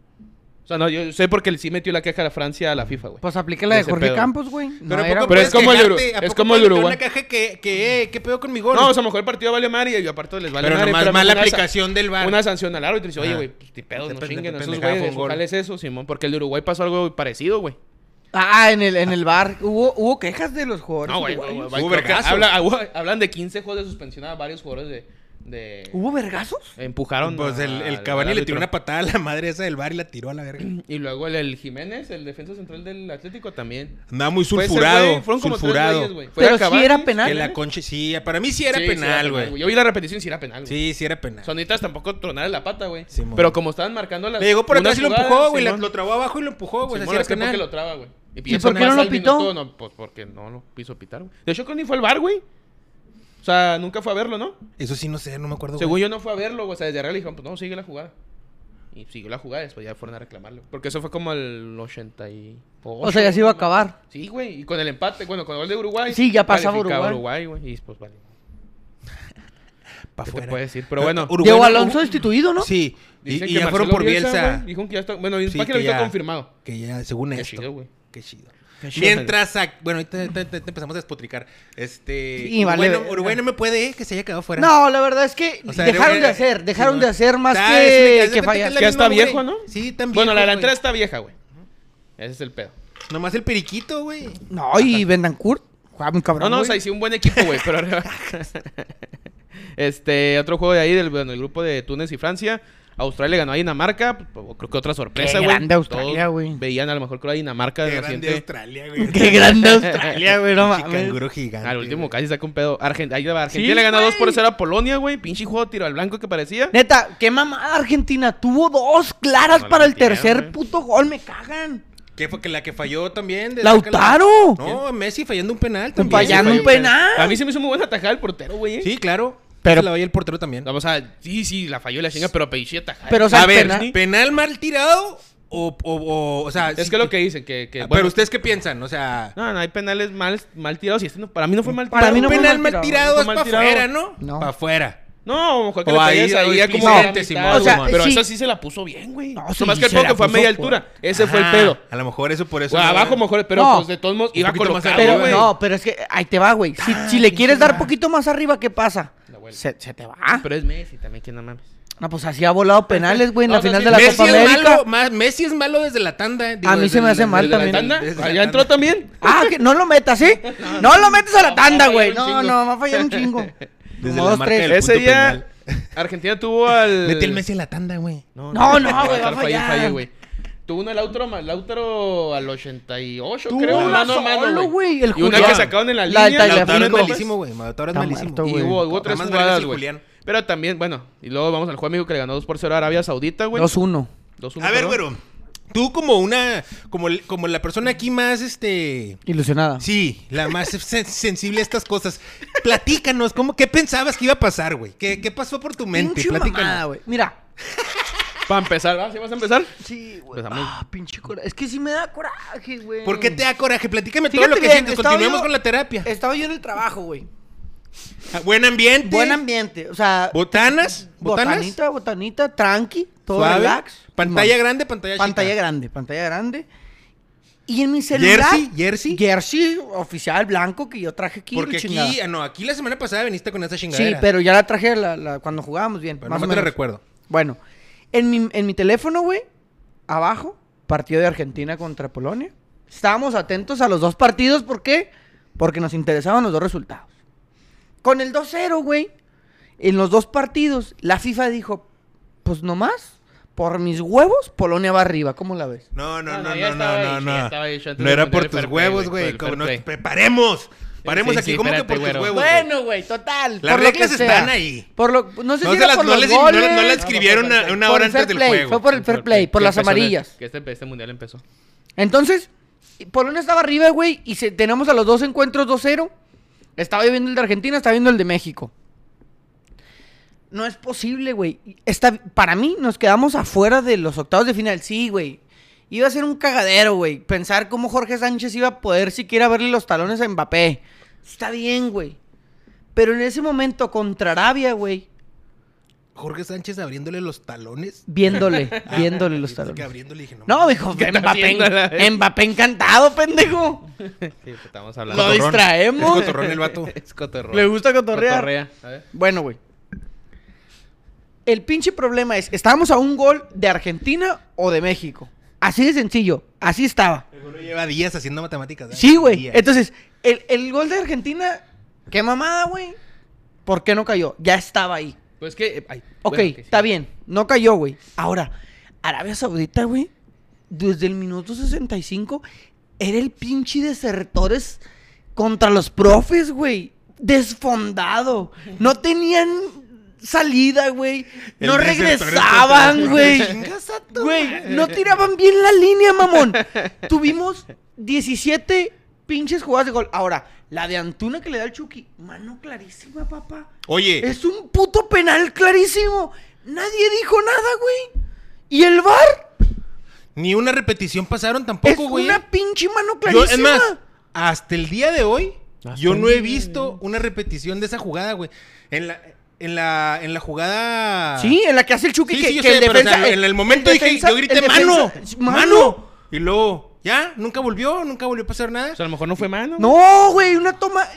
O sea, no, yo sé porque él sí metió la queja a la Francia a la FIFA, güey.
Pues aplica la de
Ese
Jorge
pedo.
Campos, güey. No
¿a
era- pues-
poco
Pero
puedes
es como el
quejarte?
Uruguay.
¿A
Es
poco
como
puedes
el
meter
Uruguay.
una caja que, que, eh, ¿qué pedo con mi gol?
No, o sea, a lo mejor el partido vale madre y yo aparte les vale
pero
madre.
nomás
pero
mala
una sa-
aplicación del bar.
Una sanción al árbitro y dice, oye,
Ah.
güey, pues, ti pedos, no
Depende-
chinguen. Esos
pendejada fue
güeyes,
un gol.
ojalá es eso, Simón. Porque el de Uruguay pasó algo parecido, güey.
Ah, en el, en el bar. Hubo, hubo quejas de los jugadores.
No, güey.
uruguayos.
güey,
Hubo
creo que
vergazos.
habla- ah, güey, Hablan de 15 juegos de suspensión a varios jugadores de, de-
¿Hubo vergazos?
Empujaron.
Pues el,
a-
el
al-
Cavani
al
le tiró una
árbitro.
patada a la madre esa del bar y la tiró a la verga.
Y luego el, el Jiménez, el defensa central del Atlético también.
Andaba muy
Fue ese
sulfurado.
Pues güey, fueron como tres
sulfurado.
güeyes, güey. Fue
Pero
a
sí
Cavani,
era penal. ¿eh?
Que la concha. Sí, para mí sí era
Sí, sí
penal, güey.
Yo vi la repetición, sí era penal, güey.
Sí, sí era penal.
Sonitas tampoco tronaron la pata, güey.
Simón.
Pero como estaban marcando las.
Le llegó por
unas
atrás y lo
jugadas,
empujó, güey. la-
Simón.
Lo trabó abajo y lo empujó, güey.
Simón,
Así era
es que porque
penal.
lo traba, güey.
¿Y
eso
por qué no
pasa
lo
al
pitó?
minuto, no, pues porque no lo quiso pitar, güey. De hecho, creo que ni fue al bar, güey. O sea, nunca fue a verlo, ¿no?
Eso sí, no sé, no me acuerdo. güey.
Según yo no fue a verlo, güey. O sea, desde arriba le dijeron, pues no, sigue la jugada. Y siguió la jugada, después ya fueron a reclamarlo. Porque eso fue como el 80 y...
O sea, ya se iba a acabar.
Sí, güey. Y con el empate, bueno, con el gol de Uruguay.
Sí, ya pasaba
calificaba
Uruguay.
güey. Y pues vale.
Pa'
¿Qué te
fuera.
puedo decir? Pero bueno.
Uruguay
Diego
no-
Alonso destituido, ¿no?
Sí. Y,
dicen
y
que
ya fueron
Marcelo
por Bielsa.
güey, Dijo que ya está... Bueno,
Sí,
en página
que
está
ya-
confirmado.
Que ya, según
Qué
esto.
chido, güey.
Qué chido.
Qué chido.
Mientras, ac- bueno, ahorita ahorita- ahorita empezamos a despotricar. Este,
Sí, vale,
Uruguay, no,
verga.
Uruguay no me puede eh, que se haya quedado fuera.
No, la verdad es que
O sea,
dejaron
era-
de hacer, dejaron
sí,
de
no.
hacer más que,
Ah, es una- haz de
que
cuenta que
fallar.
la-
Ya está
misma, güey.
viejo, ¿no?
Sí, tan
Bueno, la
viejo,
delantera
güey.
está vieja, güey. Ese es el pedo.
Nomás el periquito, güey.
No, y Bendancourt jugaba muy
No,
cabrón.
no, o
güey.
sea, sí, un buen equipo, güey, pero arriba. [LAUGHS] Este, otro juego de ahí, del, bueno, el grupo de Túnez y Francia. Australia le ganó a Dinamarca. pues, Creo que otra sorpresa,
Qué
güey.
grande Australia,
Todos
güey.
Veían a lo mejor creo a Dinamarca
Qué
de
grande
reciente.
Australia, güey. [LAUGHS]
Qué grande Australia, güey, no
Pinche
mames.
Canguro gigante.
Al último
güey.
casi saca un pedo. Argen- ahí va, Argentina
Sí,
le ganó 2 por
güey.
0 a Polonia, güey. Pinche juego tiro al blanco que parecía.
Neta, qué mamada Argentina. Tuvo dos claras
No la
para el
metieron,
tercer
güey.
puto gol, me cagan.
¿Qué fue que la que falló también? de-
¡Lautaro!
No, Messi fallando un penal
Un
también.
fallando
falló
un penal.
A mí se me hizo muy buena atajada el portero, güey. eh.
Sí, claro.
Pero-
Pero la falló el portero también.
No, o sea, sí, sí, la falló la chinga, pero Peichi atajada.
Pero, o sea,
a ver,
penal-
penal mal tirado o, o, o, o sea,
es
sí-
que lo que dicen, que. que,
Ah, Pero
bueno,
ustedes qué piensan, o sea,
No, no, hay penales mal, mal tirados. Y este no, para mí no fue mal
Para
tirado.
mí no
un
fue
penal
mal
mal
tirado,
tirado es
fue
para
mal
afuera,
tirado.
¿no?
No.
Para afuera.
No, mejor que
O
la
ahí,
pegues
o
Pues ahí, ya como
explicente,
a la mitad,
Simón.
güey.
O sea,
pero
sí.
esa sí se la puso bien, güey.
No,
No,
sí,
más que el
se la
poco fue a
puso
media
por- Pues
altura. Ese fue el
Ajá,
pedo.
A lo mejor eso por eso.
O
no-
abajo mejor, pero
No.
pues de todos modos iba
poquito más
colocado,
arriba,
Pero,
Ah, güey.
no, pero es que ahí te va, güey. Si,
Ah,
si le quieres dar poquito más arriba, ¿qué pasa?
La vuelta.
Se, se te va.
Pero es Messi también, que no mames.
No, pues así ha volado penales, güey, en
No,
la
o sea,
final
sí,
de la
Messi
Copa
es
América.
malo, ma- Messi es malo desde la tanda. eh, digo,
A mí
desde
se me
la-
hace mal
¿El de la
también.
tanda?
Desde la
¿Allá entró
tanda.
también?
Ah, que no lo metas,
[LAUGHS]
¿eh? No lo metes a la
No,
tanda,
va a
güey.
fallar un
No,
chingo.
no, me ha fallado un chingo.
[LAUGHS] Desde
Como
la
dos,
marca
tres.
del- El
Ese
punto
día
penal.
Argentina tuvo al...
Mete el Messi a la tanda, güey.
No,
[LAUGHS]
no, güey, va a
Lautaro falló,
fallar.
falló, güey. Tuvo uno el Lautaro, ma- Lautaro al 88,
Tuvo
creo.
una
mano a mano,
solo, güey. El
Y una que
Julián.
sacaron en la
La del
línea.
Tagliafico.
Lautaro es
Tagliafico.
malísimo, güey. Lautaro es
Está
malísimo.
muerto,
Y
güey.
hubo, hubo tres
Nada más vergas
jugadas,
el
güey.
Julián.
Pero también, bueno, y luego vamos al juego amigo que le ganó 2 por 0 a Arabia Saudita, güey.
2-1.
2-1,
A ver,
perdón.
güero. Tú como una como el- como la persona aquí más este
Ilusionada.
Sí, la más sen- sensible a estas cosas. Platícanos, ¿cómo, ¿qué pensabas que iba a pasar, güey? ¿Qué, qué pasó por tu mente?
Pinche
Platícanos.
mamada, güey. Mira.
Para empezar, ¿va? ¿Sí vas a empezar?
Sí, güey.
Empezamos.
Ah, pinche coraje. Es que sí me da coraje, güey.
¿Por qué te da coraje? Platícame
Fíjate
todo lo que
bien,
sientes.
estaba
Continuemos
yo-
con la terapia.
Estaba yo en el trabajo, güey.
Ah, Buen ambiente.
Buen ambiente. O sea,
Botanas. Botanas.
botanita, botanita, tranqui, todo
suave,
relax.
Pantalla
Simón.
grande, pantalla chica.
Pantalla grande, pantalla grande. Y en mi celular.
Jersey, jersey.
Jersey oficial blanco que yo traje aquí.
Porque
la chingada.
aquí, ah, no, aquí la semana pasada viniste con esa
Sí,
chingadera.
pero ya la traje la- la- cuando jugábamos bien.
Pero
más
no
o
me te la
menos.
recuerdo.
Bueno, en mi, en mi teléfono, güey, abajo, partido de Argentina contra Polonia. Estábamos atentos a los dos partidos, ¿por qué? Porque nos interesaban los dos resultados. Con el 2-0, güey, en los dos partidos, la FIFA dijo, pues nomás, por mis huevos, Polonia va arriba, ¿cómo la ves?
No, no,
No,
no,
no, ya
no,
estaba
no, no.
dicho, ya estaba dicho
No,
antes
no
de
era
poner
por
el
tus
fair play,
huevos,
güey, por
güey.
el
como
fair
nos
play.
preparemos. Paremos
sí,
aquí
sí,
como que
espérate,
por tus
güero.
huevos. güey.
Bueno, güey, total.
Las
por lo que
reglas
sea.
están ahí.
Por lo, no sé
No
si
se
era
las-
por
no
los
les- no le- no
goles,
la
por
escribieron
fair
a-
play.
una
Por
hora
el fair
antes del
play,
juego.
fue por el fair play, por
Que
las
empezó en el-
amarillas.
Que este, este mundial empezó.
Entonces, Polonia estaba arriba, güey, y se- tenemos a los dos encuentros 2-0. Estaba yo viendo el de Argentina, estaba viendo el de México. No es posible, güey. Está- Para mí, nos quedamos afuera de los octavos de final. Sí, güey. Iba a ser un cagadero, güey. Pensar cómo Jorge Sánchez iba a poder siquiera verle los talones a Mbappé. Está bien, güey. Pero en ese momento, contra Arabia, güey,
Jorge Sánchez abriéndole los talones.
[LAUGHS]
viéndole, viéndole los
Dice que
talones.
abriéndole, dije, no,
No, dijo,
¿Qué está haciendo a la
Mbappé,
vez?
Mbappé encantado, pendejo.
Sí, pues, estamos hablando.
Lo
cotorrón.
distraemos.
Es cotorrón el vato.
[LAUGHS] Es cotorreo.
Le gusta cotorrear.
Cotorrea. A ver.
Bueno, güey. El pinche problema es, ¿estábamos a un gol de Argentina o de México? Así de sencillo, así estaba.
Seguro lleva días haciendo matemáticas. ¿verdad?
Sí, güey.
Días.
Entonces, el, el gol de Argentina, qué mamada, güey. ¿Por qué no cayó? Ya estaba ahí.
Pues es que. eh, ay,
Ok,
bueno, sí.
está bien. No cayó, güey. Ahora, Arabia Saudita, güey, desde el minuto 65, era el pinche desertores contra los profes, güey. Desfondado. No tenían salida, güey.
El
No
desertores contra
regresaban,
los
güey.
profes. Chingas a tu
Güey, no tiraban bien la línea, mamón. Tuvimos 17 pinches jugadas de gol. Ahora, la de Antuna que le da el Chucky. Mano clarísima, papá.
Oye,
Es un puto penal clarísimo. Nadie dijo nada, güey. ¿Y el bar?
ni una repetición pasaron
Es
tampoco, güey.
una pinche mano
Yo,
clarísima.
es más, hasta el día de hoy,
Hasta
yo
el
no he
día
visto una repetición de esa jugada, güey. En la, en la, en la jugada.
Sí, en la que hace el Chucky
Sí,
que,
sí, yo
que
sé,
el
pero, o sea,
defensa...
en el momento dije,
defensa-
yo grité,
el defensa-
mano,
¡Mano!
mano. Y luego, ya, nunca volvió, nunca volvió a pasar nada.
O sea, Pues a lo mejor no fue mano. güey.
No, güey, una toma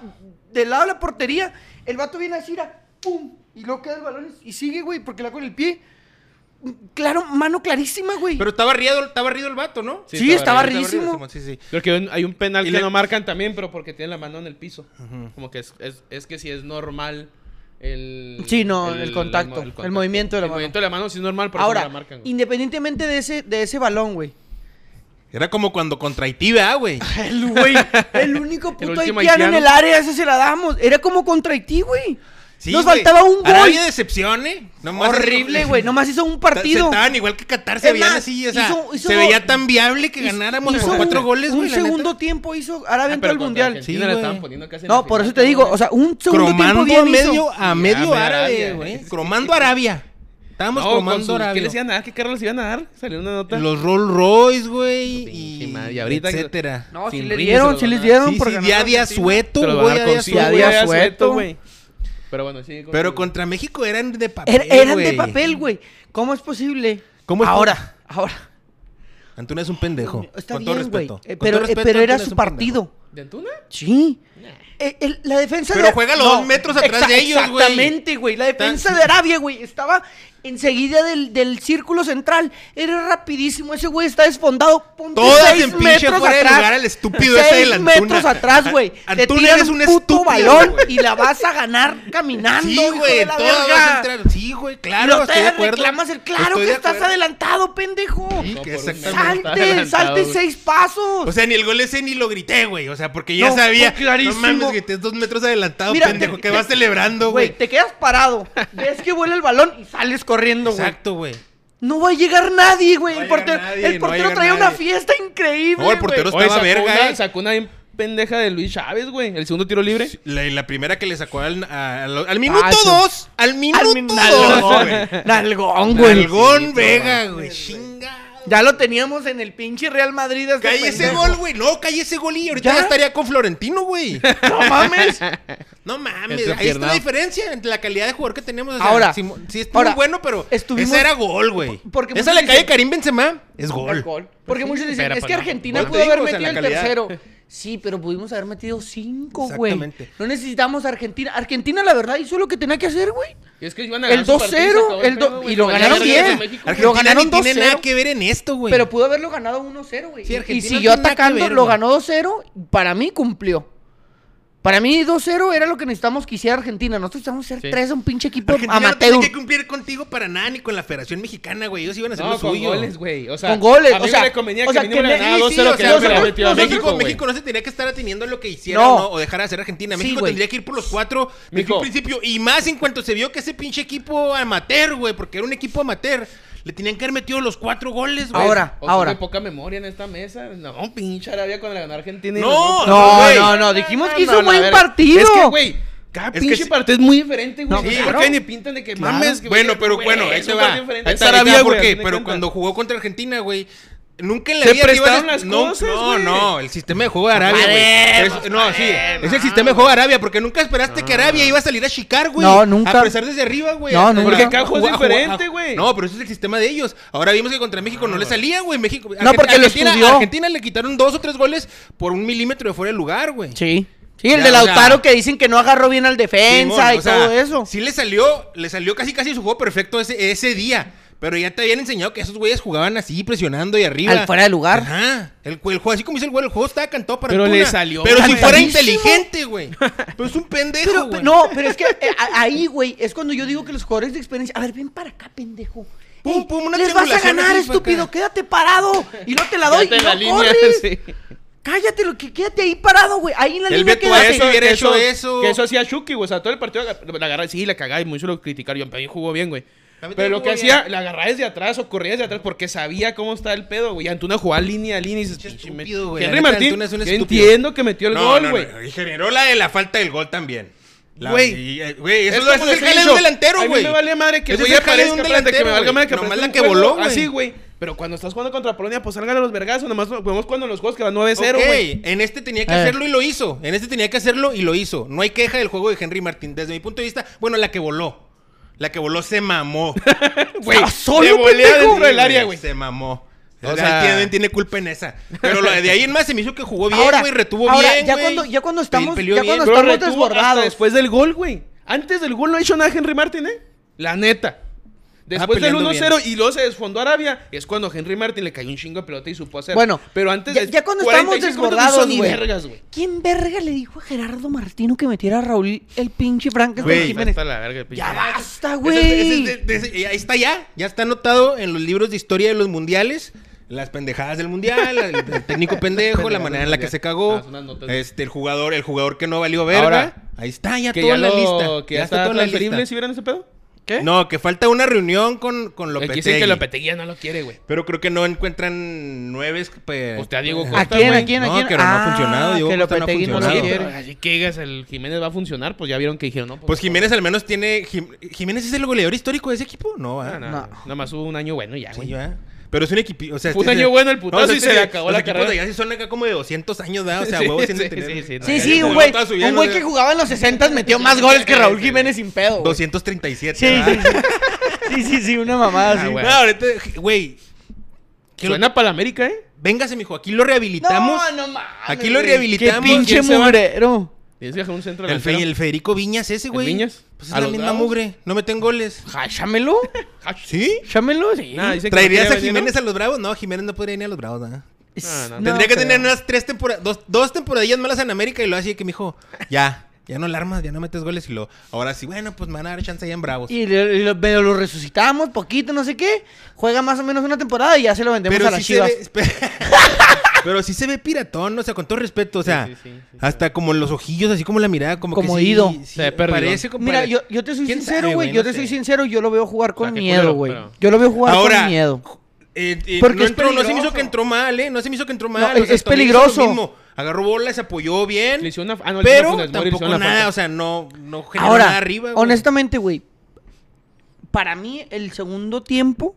del lado de la portería. El vato viene así, era, pum, y luego queda el balón y sigue, güey, porque la con el pie. Claro, mano clarísima, güey.
Pero está barrido, está barrido el vato, ¿no?
sí,
sí,
estaba
estaba
Está barrido,
rarísimo.
Simón, sí, sí.
Creo que hay un- hay un penal
Y
que
le-
no marcan también, pero porque tienen la mano en el piso. Como que es, es, es que si es normal el...
Sí, no, el contacto, el movimiento de la
El
mano.
movimiento de la mano sí es normal, por eso no
Ahora,
la marcan. güey.
independientemente de ese, de ese balón, güey.
Era como cuando contra Haití, ¿verdad, güey?
El
[LAUGHS]
güey, el único puto
último
haitiano, en
haitiano.
el área, ese se la damos. Era como contra Haití, güey.
Sí,
Nos
güey.
faltaba un gol.
Arabia decepción, ¿eh? Nomás-
Horrible, güey. Nomás hizo un
Se
partido.
estaban igual que Qatar, se
Es
veían
más,
así, o sea,
hizo- hizo
se
do-
veía tan viable que
Hizo-
ganáramos
hizo
por cuatro
un-
goles, güey.
Un
la neta.
segundo tiempo hizo Arabia
Ah,
entró
pero
al
contra
mundial.
Argentina
Sí,
la
güey.
estaban poniendo casi en la
No, por
final,
eso te digo,
güey.
o sea, un segundo
cromando
tiempo bien
a medio,
hizo.
a medio
Arabia,
árabe,
Arabia.
güey. Cromando a Arabia. Estábamos
No, con
cromando
sus-
a Arabia.
¿Qué les iban a dar? ¿Qué carros les iban a dar? Salió una nota.
Los Rolls Royce, güey,
Pinche
y,
madre, y ahorita que-
etcétera.
No, sí
Sin
le
rines
dieron,
se
sí
lo
les
van a dar.
dieron
Sí,
por
sí,
ganar
día a
la
día
Argentina.
sueto,
Se lo
güey,
van a
día sueto.
dar con
sueto,
sueldo,
día
güey, a
suelto.
güey. Pero bueno, sí.
Pero
con
contra México eran de papel,
Er- eran de
güey.
papel, güey. ¿Cómo es posible?
¿Cómo es
ahora, ahora.
Antuna es un pendejo.
Está
con todo
bien, güey.
respeto.
Eh,
Con
Pero,
todo
eh,
respeto,
pero era
Antuna es
su
un pendejo.
partido.
¿De Antuna?
Sí. Eh, el- la defensa
Pero juega los dos metros atrás de ellos, güey.
Exactamente, güey. La defensa de Arabia, güey, estaba enseguida del, del círculo central. Era rapidísimo. Ese güey está desfondado. Ponte
Todas
seis
en pinche fuera de lugar al estúpido ese
Seis
del Antuna.
metros atrás, güey.
A-
Te
Antuna
tiran
eres un
un puto
estúpido,
balón
güey.
y la vas a ganar caminando,
Sí,
hijo
güey,
de la
todo
verga.
vas a entrar. Sí, güey, claro,
No te
estoy de acuerdo.
reclamas el claro
Estoy
que
de
estás
acuerdo.
adelantado, pendejo.
Sí, que
por un
exactamente.
metro.
Salte, salte seis pasos.
O sea, ni el gol ese ni lo grité, güey. O sea, porque ya
No,
sabía.
fue clarísimo.
No mames, que estés dos metros adelantado,
Mira,
pendejo,
te-
que vas celebrando,
Güey,
güey.
te quedas
[LAUGHS]
parado, ves que vuela el balón y sales corriendo, güey.
Exacto, güey.
No va a llegar nadie, güey.
No va
el
a
portero,
llegar nadie,
el
no va a
portero
llegar
traía una
nadie.
fiesta increíble.
No, el
güey.
portero
Oye,
estaba
sacó
verga,
una,
eh.
sacó una bien pendeja de Luis Chávez, güey. El segundo tiro libre.
La, la primera que le sacó al, a- a lo- al minuto
Pacho.
dos. Al minuto
Ah, Al min- [LAUGHS]
dos,
Nalgón, güey. Nalgón,
güey.
güey.
Nalgón Vega, güey. Chinga.
Ya lo teníamos en el pinche Real Madrid. ese
Calle ese
pendejo.
gol, güey. No, calle ese gol y ahorita
¿Ya?
ya, estaría con
[LAUGHS]
Florentino, güey.
No
[LAUGHS]
mames.
No mames. Ahí
Ese
está la
piernao.
diferencia entre la calidad de jugador que tenemos. o
Ahora,
sí, sí estuvo
ahora,
bueno, pero
estuvimos-
esa era gol, güey.
porque
Esa
muchos
le cae
dicen-
Karim Benzema. Es
El
gol.
gol. Porque muchos dicen,
pero
es
pues
que
no.
Argentina
Bueno, te
pudo haber
digo, o sea,
metido
la
el
calidad.
tercero. Sí, pero pudimos haber metido cinco, güey.
Exactamente.
No necesitamos a Argentina. Argentina, la verdad, hizo lo que tenía que hacer, güey.
Y es que iban a
El
ganar su partido, se acabó
2-0, el
pedo,
do-
güey.
y lo
Valía
ganaron
verga
bien.
en México.
Argen- Lo
Argentina
ganaron
ni tiene
2-0.
nada que ver en esto, güey.
Pero pudo haberlo ganado 1-0, güey.
Sí,
y
Argentina
siguió
no tiene nada que
atacando,
ver,
lo
güey.
ganó 2-0. y Para mí cumplió. Para mí 2-0 era lo que necesitamos que hiciera Argentina. Nosotros necesitamos ser
Sí.
3 a un pinche equipo
Argentina
amateur.
no tiene que cumplir contigo para nada ni con la Federación Mexicana, güey. Ellos iban a hacer
No,
lo
con
suyo.
goles, güey. O sea,
Con goles,
a mí
o sea,
me le convenía
o sea,
que mínimo
que
le
me-
ganara
sí,
2-0
sí,
que
o
le
sea,
hubiera
nosotros-
metido a
nosotros-
México,
México,
güey.
México no se tenía que estar ateniendo lo que hiciera
No.
o no, o dejar hacer Argentina.
Sí,
México
güey.
tendría que ir por los cuatro desde
Mijo.
un principio. Y más en cuanto se vio que ese pinche equipo amateur, güey, porque era un equipo amateur, le tenían que haber metido los cuatro goles, güey.
Ahora,
O
ahora.
tiene poca memoria en esta mesa. No, pinche Arabia cuando la ganó Argentina. y
No,
la ganó.
No,
Güey.
no, no. Dijimos que hizo
no,
un
la
buen
verga.
partido.
Es que, güey, cada
Es que
pinche
sí.
partido es muy diferente,
No,
güey. Sí,
claro.
porque ni pintan de que
Claro.
mames. que,
Bueno,
güey,
pero
güey,
bueno, ahí
es
se
un
va.
partido diferente.
Ahí está
Ahí
Arabia,
está,
¿por
güey,
qué?
haz de
Pero
cuenta.
cuando jugó contra Argentina, güey, nunca en la
Se
vida te ibas a-
prestaron las
no,
cosas,
no,
güey.
no, el sistema de juego de Arabia,
Paremos,
güey. Es- No, sí, es el sistema de juego de Arabia porque nunca esperaste que Arabia iba a salir a chicar, güey.
No, nunca.
A pesar desde arriba, güey.
No,
A-
nunca.
Porque cada
a-
juego es
a- a-
diferente, güey. Ah.
No, pero ese es el sistema de ellos. Ahora vimos que contra México no, le salía, güey. México
No, porque lo
Argentina,
estudió.
Argentina le quitaron dos o tres goles por un milímetro de fuera de lugar, güey.
Sí. Sí, el
Ya,
de
o sea,
Lautaro que dicen que no agarró bien al defensa
Simón,
y
o sea,
todo eso.
Sí le salió, le salió casi casi su juego perfecto ese, ese día. Pero ya te habían enseñado que esos güeyes jugaban así, presionando y arriba.
Al fuera de lugar.
Ajá. El, jue- el juego, así como dice el güey, el juego estaba cantado para
Pero le
Antuna.
salió
Pero si fuera
cantadísimo.
inteligente, güey. Pero es un pendejo,
Pero,
güey.
no, pero es que eh, a- ahí, güey, es cuando yo digo que los jugadores de experiencia. A ver, ven para acá, pendejo.
Pum,
Ey,
pum, una
les vas a
triangulación
ganar,
así para
estúpido.
acá.
Quédate parado. Y no te la doy.
Quédate
y
en
no
la línea,
corres.
sí.
Cállate, lo que quédate ahí parado, güey. Ahí en la
El
línea
Beto
quédate.
eso, hubiera hecho eso.
Que eso hacía Chucky, güey. O sea, todo el partido aga- la agarraba, sí, la cagaba y muchos lo criticaron. Yo, pero ahí jugó bien, güey.
También
Pero lo
jugó
que
bien.
hacía, la agarraba desde atrás o corría desde atrás porque sabía cómo estaba el pedo, güey. Y Antuna jugaba línea a línea y dices,
Pinche
"Pinche me-
estúpido, güey.
Henry
La neta,
Martín,
Antuna es un
yo
estúpido".
entiendo que metió el gol, güey.
Y generó la de la falta del gol también. La-
Güey.
y, eh, Güey, eso
Es
es, lo-
como
ese es el
lo que
jale de
hizo.
un delantero,
A mí
güey.
me vale madre que
Ese
güey
es el jale de
aparezca,
un
espérate, que me
delantero,
valga madre que
güey. Nomás
aparezca
la
un
que
juego
voló, güey.
Así, güey. Pero cuando estás jugando contra Polonia, pues salgan a los vergazos. Nomás lo vemos cuando en los juegos que van 9-0,
Ok,
güey.
en este tenía que
Eh.
hacerlo y lo hizo. En este tenía que hacerlo y lo hizo. No hay queja del juego de Henry Martín. Desde mi punto de vista, bueno, la que voló. La que voló
[LAUGHS]
se mamó.
Güey,
Estaba solo,
le volea
pendejo.
dentro del área, güey.
Se mamó.
O
O
sea-
sea, tiene, tiene culpa en esa. Pero lo de ahí en más se me hizo que jugó bien,
Ahora-
güey, retuvo
ahora,
bien.
ya
güey.
cuando- ya cuando
Pe-
estamos-
peleó
ya
bien.
cuando
Pero
estamos
retuvo
desbordados.
hasta después del gol, güey. Antes del gol no ha hecho nada Henry Martin, ¿eh? La
Ah,
neta.
pues
Después del
peleando
1-0 y luego se desfondó Arabia, es cuando Henry Martin le cayó un chingo de pelota y supo hacer.
Bueno,
pero antes
ya,
de
ya cuando
45
estamos
minutos no hizo
desbordados,
ni
güey.
vergas, güey.
¿Quién verga le dijo a Gerardo Martino que metiera a Raúl el pinche Frankenstein
Güey,
Jiménez?
Hasta la verga, el pinche-
Ya basta,
Ese- ese-
güey.
de- de- ese- y ahí está ya. Ya está anotado en los libros de historia de los mundiales. Las pendejadas del mundial, el, el técnico pendejo, la
[LAUGHS] Pendejadas
manera
del
en la que
mundial.
se cagó,
Ah, son unas notas.
este el jugador, el jugador que no valió verga.
Ahora,
ahí está ya
Que
toda
ya,
la
lo-
lista.
que ya, está,
toda la
transferible
lista.
si vieran ese pedo.
¿Qué?
No, que falta una reunión con con
Aquí
Lopetegui.
dicen que Lopetegui ya no lo quiere, güey.
Pero creo que no encuentran nueve pues,
Usted a Diego
eh,
¿A
Costa,
quién,
güey.
a quién, a
No,
quién? Ah,
que no ha funcionado, Diego
que
Costa no ha
Lopetegui no lo
Sí,
funcionado.
quiere.
pero así que digas, el Jiménez va a funcionar, pues ya vieron que dijeron, no.
Pues Jiménez al menos tiene Jim- Jiménez es el goleador histórico de ese equipo, no, ¿verdad?
Ah, no,
No.
no. Nada más hubo un año bueno y ya,
Ah,
Sí,
güey.
¿eh?
¿verdad? Pero es un equipo, o sea,
Fue un año bueno el putazo
o sea,
y se le acabó
los
la
equipos
carrera.
de allá sí son acá como de 200 años, ¿verdad? O sea,
[LAUGHS] Sí,
huevos tienen
sí,
tener-
sí, sí, no,
Sí,
ya
sí,
se
un
le
güey.
Toda su vida,
Un
¿no?
güey que jugaba en los 60 metió más goles que Raúl Jiménez sin pedo. güey.
237.
Sí,
¿verdad?
sí, sí. Sí, sí, sí, una mamada
Ah,
así.
güey.
No, ahorita, güey, que lo-
Suena para la América, ¿eh?
véngase, mijo, aquí lo rehabilitamos.
no mames.
Aquí lo
güey.
rehabilitamos.
Qué pinche
¿Quién se va?
mugrero.
Tienes que dejar un centro
El,
delantero.
Fe- el Federico Viñas ese, güey.
Viñas?
Pues es
¿A
la
los
misma
Bravos? Ah,
mugre, no meten goles.
Ja, Chámelo.
¿Sí?
Chámelo, sí.
Nah, dice que
¿Traerías
no
a
quiere venir,
Jiménez a los Bravos? No, Jiménez no podría ir a los Bravos, ¿verdad?
Es-
no, no.
no,
Tendría que
creo.
tener unas tres temporadas, dos, dos temporadillas malas en América y lo así que mijo, ya, ya no alarmas, ya no metes goles y lo. Ahora sí, bueno, pues me van a dar chance allá en Bravos.
Y lo, y lo- medio lo resucitamos poquito, no sé qué. Juega más o menos una temporada y ya se lo vendemos a las
sí se
chivas.
ve- [LAUGHS] pero sí se ve piratón, o sea, con todo respeto, o sea,
Sí, sí, sí, sí,
hasta como los ojillos, así como la mirada, como,
Como
que sí-
ido.
sí,
Se ve perdido.
parece como-
Mira, yo, yo te soy
¿Quién
sincero,
sabe,
güey. Yo
No
te
sé.
soy sincero, yo lo veo jugar con
sea, qué
miedo,
culero,
güey.
pero-
Yo lo veo jugar
Ahora,
con miedo.
eh, eh,
Porque
no,
es
entró- no se me hizo
peligroso.
que entró mal, ¿eh? No se me hizo que entró mal.
No, es-
o sea,
es
también hizo lo
peligroso.
mismo. Agarró bola, se apoyó bien.
Le hizo una- ah, no, le hizo una
pero
Funes Mori, le hizo
tampoco
una
nada,
falta.
o sea, no, no generó
Ahora,
nada arriba. güey.
honestamente, güey. Para mí, el segundo tiempo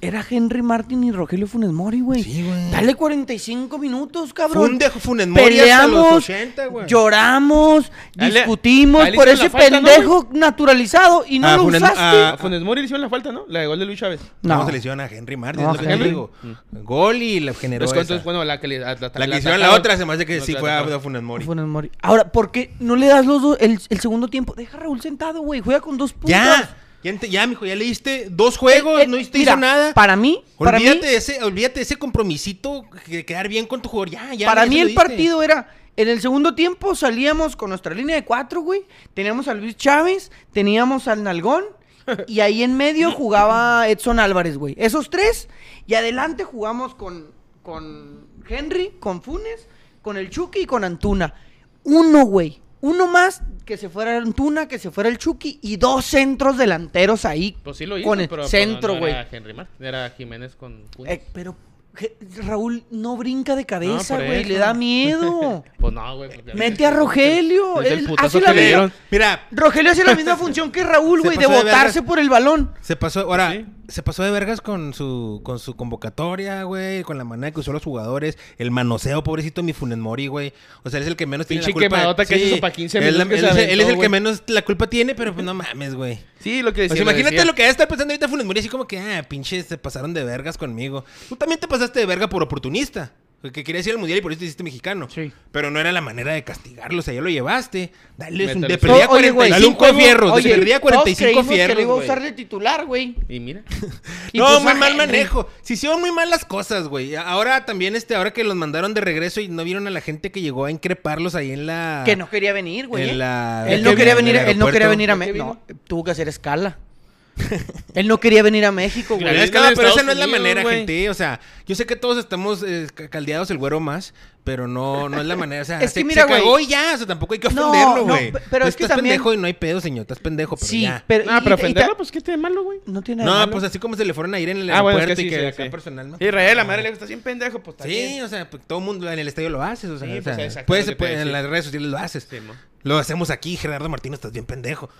era Henry Martin y Rogelio Funes Mori, güey.
Sí, güey.
Dale 45 minutos, cabrón.
Funde Funes Mori hasta
Peleamos,
los 80, güey.
lloramos,
Dale-
discutimos
dale
por
hizo la
ese
falta, ¿no,
pendejo naturalizado y no
Ah,
lo
Funes-
usaste.
ah,
A Funes Mori le hicieron la falta, ¿no? La de gol de Luis Chávez.
No.
no.
se lesiona a Henry Martin,
No,
es lo que
Henry.
te digo. Gol y la generó
Mm. Los
esa.
cuantos, Pues, bueno, la que le a-
La que
le
hicieron la
atacaron.
otra se me hace que
No,
sí
la
fue a
atacaron.
Funes Mori.
Funes Mori. Ahora, ¿por qué no le das los dos el, el segundo tiempo? Deja a Raúl sentado, güey. Juega con dos puntos.
Ya, ya, ente- ya, mijo, ya leíste dos juegos, no hiciste hizo nada.
Eh, Para mí, para mí,
olvídate, de ese, olvídate de ese compromisito de quedar bien con tu jugador. Ya, ya.
para
ya
mí
se lo
el
diste.
partido era. En el segundo tiempo salíamos con nuestra línea de cuatro, güey. Teníamos a Luis Chávez, teníamos al Nalgón. Y ahí en medio jugaba Edson Álvarez, güey. Esos tres. Y adelante jugamos con, con Henry, con Funes, con el Chucky y con Antuna. Uno, güey. Uno más que se fuera Antuna, que se fuera el Chucky. Y dos centros delanteros ahí.
Pues sí lo hizo,
Con el
pero- pero
centro,
no
güey.
era Henry Martin, era Jiménez con Funes.
Eh, pero Je- Raúl no brinca de cabeza,
por
güey.
eso.
le da
[LAUGHS]
miedo.
Pues no, güey. porque-
Mete a Rogelio.
Es el
él-
putazo
así
que
la
le
veo.
dieron.
Mira,
Rogelio hace la misma función que Raúl,
Se
güey, de
pasó de
botarse
verga.
por el balón.
se pasó, ahora,
Sí.
se pasó de vergas con su, con su convocatoria, güey, con la manera que usó los jugadores, el manoseo, pobrecito de mi Funes Mori, güey. O sea, él es el que menos tiene
Pinche
la culpa.
quemadota que hizo pa' 15
Él-
minutos que
él
se
es- él es
aventó,
el que
güey.
menos la culpa tiene, pero pues no mames, güey.
Sí, lo que
O
decía.
sea, Pues imagínate
decía.
lo que debe estar pensando ahorita Funes Mori, así como que, ah, pinches, se pasaron de vergas conmigo. Tú también te pasaste de verga por oportunista. Que querías ir al mundial y por eso te hiciste mexicano.
Sí.
Pero no era la manera de castigarlo. O sea, ya lo llevaste. Dale un.
Métele
De
su-
perdía
O- oye, güey,
45
cinco-
fierros.
oye,
de
todos
perdía 45
creímos que lo iba a
fierros.
usar
güey.
de titular, güey.
Y mira.
Y
no,
puso
muy
a
mal
Henry.
manejo. Se hicieron muy mal las cosas, güey. Ahora también, este, ahora que los mandaron de regreso y no vieron a la gente que llegó a increparlos ahí en la.
Que no quería venir, güey.
En
¿eh?
la-
Él no
¿De qué
quería
vino?
venir,
¿En el
él no quería
aeropuerto?
venir a
¿De qué
México. No, tuvo que hacer
[LAUGHS]
escala. él no quería venir a México,
Pero
güey.
Claro.
es que no,
Estados
pero esa no es la
Unidos,
manera,
güey.
gente. O sea, yo sé que todos estamos eh, ca- caldeados el güero más, pero no, no es la manera. O sea,
[LAUGHS] Es que
se,
mira,
se cagó
güey.
y ya. O sea, tampoco hay que
No,
ofenderlo,
no,
güey.
pe- pero
Tú
es que
estás
también-
pendejo y no hay pedo, señor. Estás pendejo, pero
sí,
ya.
pero.
Ah,
y-
pero
y ta-
ofenderlo, pues qué tiene de malo, güey.
No tiene
No,
nada. de malo.
pues así como se le fueron a ir en el
Ah, bueno, es
aeropuerto
que
y
sí,
que
sí,
acá
sí.
personal, ¿no?
Israel, la madre le gusta bien pendejo, pues está
Sí,
bien.
o sea, pues, todo el mundo en el estadio lo haces, o sea,
Sí,
o sea,
pues, exacto,
puedes-
lo que te
puedes- en
decía.
las redes sociales lo haces.
Sí, mo.
Lo hacemos aquí, Gerardo Martino, estás bien pendejo.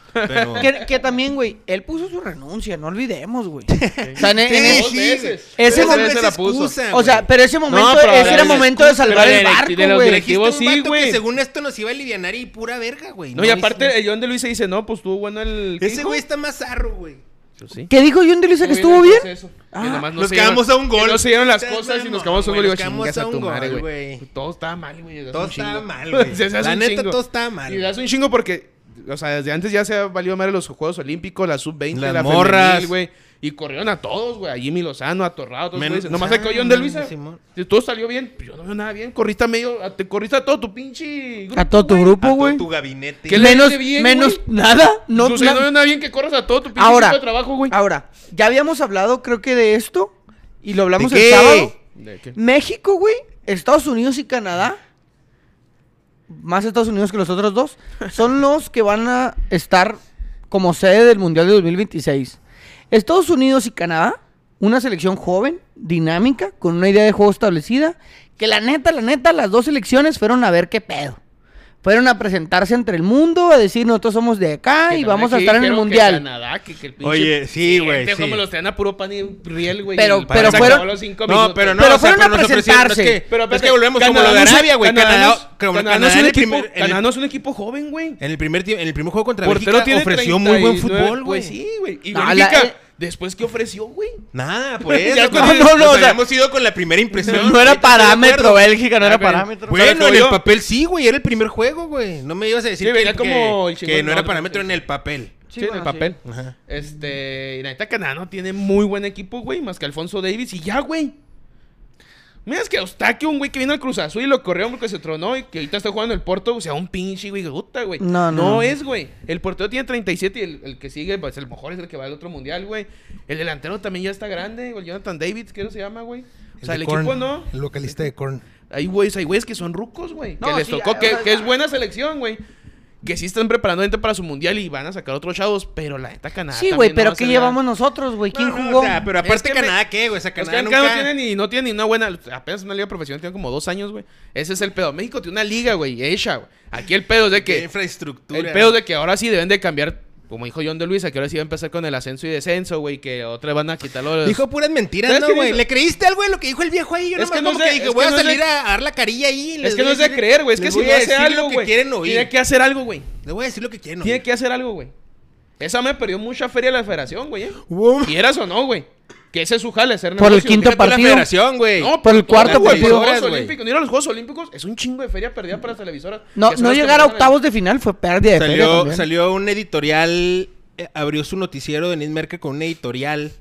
Pero...
[LAUGHS]
Que, que también, güey, él puso su renuncia, no olvidemos, güey. O sea, en- en-
Sí,
Dos
sí,
veces.
Ese
Dos
momento
veces
la puso.
excusa,
o sea,
güey.
pero ese momento,
pero
ese
a
era
veces
momento de
excusa,
salvar
pero
el
de-
barco,
de los
güey.
direct-
Dijiste un
directivo, sí,
vato que
güey.
según esto nos iba a alivianar y pura verga, güey.
No, y
es-
aparte, el John de Luis se dice, no, pues estuvo bueno el. ¿qué
Ese
dijo?
güey está más zarro, güey.
Pues, sí.
¿Qué dijo John de Luisa que estuvo
el
bien?
proceso. Que
Ah.
nomás no
Nos
se
quedamos
dieron-
a un gol.
que No se dieron las
Ustedes,
cosas y nos
mamón,
quedamos a un
güey,
gol. y digo,
nos quedamos
chingas
a
a tu
un
madre,
gol,
güey.
güey.
Todo estaba mal, güey. das un
Todo estaba
chingo. [LAUGHS]
mal, güey.
Se hace
La
un
neta,
chingo.
todo estaba mal,
Y
güey.
das un chingo porque, o sea, desde antes ya se ha valido madre los Juegos Olímpicos, la sub-20,
Las
la
morras.
femenil, güey. Y corrieron a todos, güey. A Jimmy Lozano, a Torrado, a todos
Men-
güeyes. Nomás
Ah,
sacó John de Luisa.
Simón.
Si todo salió bien, pues yo no veo nada bien. Corriste a medio, a- te corriste a todo tu pinche.
A todo tu
güey.
A
grupo,
todo
güey.
tu gabinete.
¿Qué le-
Menos,
dice bien,
menos nada. No,
O sea,
na-
no veo nada bien que corras a todo tu pinche
Ahora,
equipo de trabajo, güey.
ahora, ya habíamos hablado, creo que de esto, y lo hablamos
¿De
el
qué?
sábado.
¿De qué?
México, güey, Estados Unidos y Canadá, más Estados Unidos que los otros dos, son los que van a estar como sede del Mundial de 2026. Estados Unidos y Canadá, una selección joven, dinámica, con una idea de juego establecida, que la neta, la neta, las dos selecciones fueron a ver qué pedo. Fueron a presentarse entre el mundo, a decir nosotros somos de acá
Que
Ah, y
también
vamos a
aquí
estar en el
dijeron que
Mundial.
Canadá, que- que el pinche
Oye, sí, güey,
presidente,
sí.
cómo los traen a puro pan y riel, güey.
Pero-
y
pero
se
fueron-
acabó los cinco
No,
minutos.
pero no,
Pero
o sea,
fueron a
nos ofrecieron-
presentarse.
Es que,
Pero
es
espérate,
que volvemos como lo de
Canadá no es-
Arabia, güey.
Canadá no es-
Canadá, como-
Canadá no es un
en el
equipo-
primer- en el-
Canadá no es un equipo joven, güey.
En el primer tie- en el primer juego contra
Portero
Bélgica
tiene
ofreció muy buen
39,
fútbol, güey.
Pues sí, güey. Y
No,
Bélgica,
la- eh.
después, ¿qué ofreció, güey? [LAUGHS]
Nada, por eso.
Ya
güey.
con- no, no,
Nos
o sea-
habíamos ido con la primera impresión.
No era
güey, ¿estás de
parámetro,
acuerdo?
Bélgica, no era
Ah, güey.
parámetro.
O sea,
eh. Bueno,
como
en el
yo.
papel sí, güey, era el primer juego, güey. No me ibas a decir
Sí,
que,
venía como
que-
el
que
chingón,
no era
no,
parámetro
sí.
en el papel.
Sí,
Sí, en el
bueno,
papel.
sí. Ajá.
Este, y la neta Canadá no tiene muy buen equipo, güey, más que Alfonso Davis y ya, güey. Mira, es que Eustaquio, un güey que vino al Cruz Azul y lo corrió porque se tronó y que ahorita está jugando en el Porto, o sea, un pinche, güey, puta, güey.
No, no.
No es, güey. El portero tiene 37 y el, el que sigue, pues, a lo mejor es el que va al otro mundial, güey. El delantero también ya está grande, güey, Jonathan David, creo que se llama, güey. O sea, el, equipo no.
El vocalista de Korn.
Hay güeyes, hay güeyes que son rucos, güey.
No,
que les
sí,
tocó,
hay-
que,
o sea,
que es buena selección, güey. Que sí están preparando gente para su mundial y van a sacar otros chavos, pero la neta Canadá.
Sí, güey,
también no
pero
va a
¿qué
ser
llevamos nosotros, güey? ¿Quién
No, no,
jugó?
o sea, pero
Es
aparte
que me-
Canadá, ¿qué, güey? O sea,
nada. Los
Canadá
que
nunca...
no tienen ni, no tienen ni una buena. Apenas una liga profesional, tiene como dos años, güey. Ese es el pedo. México tiene una liga, güey, hecha, güey. Aquí el pedo es de
¿Qué
que.
infraestructura.
El pedo de que ahora sí deben de cambiar. Como dijo John de Luisa, que ahora sí va a empezar con el ascenso y descenso, güey. Que otra van a quitarlo. los-
Dijo puras mentiras,
Pues, ¿Sabes
¿no,
qué
güey?
dice?
¿Le creíste algo de lo que dijo el viejo ahí? Yo
Es
nomás
que no
como
sé,
que
es
dije,
que
voy a
no sé-
salir a a dar la carilla ahí.
Es que no es de creer, güey. Es que si no hace algo,
lo que
güey.
quieren
Tiene
oír.
que hacer algo, güey.
Le voy a decir lo que quieren
Tiene
oír.
que hacer algo, güey. Esa me perdió mucha feria la federación, güey. eh.
Hubo un-
Quieras o no, güey. Que ese es su jale, hacer
Por el
negocio.
quinto
Fíjate
Fíjate,
la
partido.
federación, güey.
No,
Por el cuarto
por
partido.
Los Juegos
güey.
Olímpicos. No ir a los Juegos Olímpicos es un chingo de feria perdida para las televisoras.
No,
que son
no
las que
llegar a
manejan el-
octavos de final fue pérdida de feria
Salió,
también.
salió un editorial, eh, abrió su noticiero de Denise Merkel con un editorial.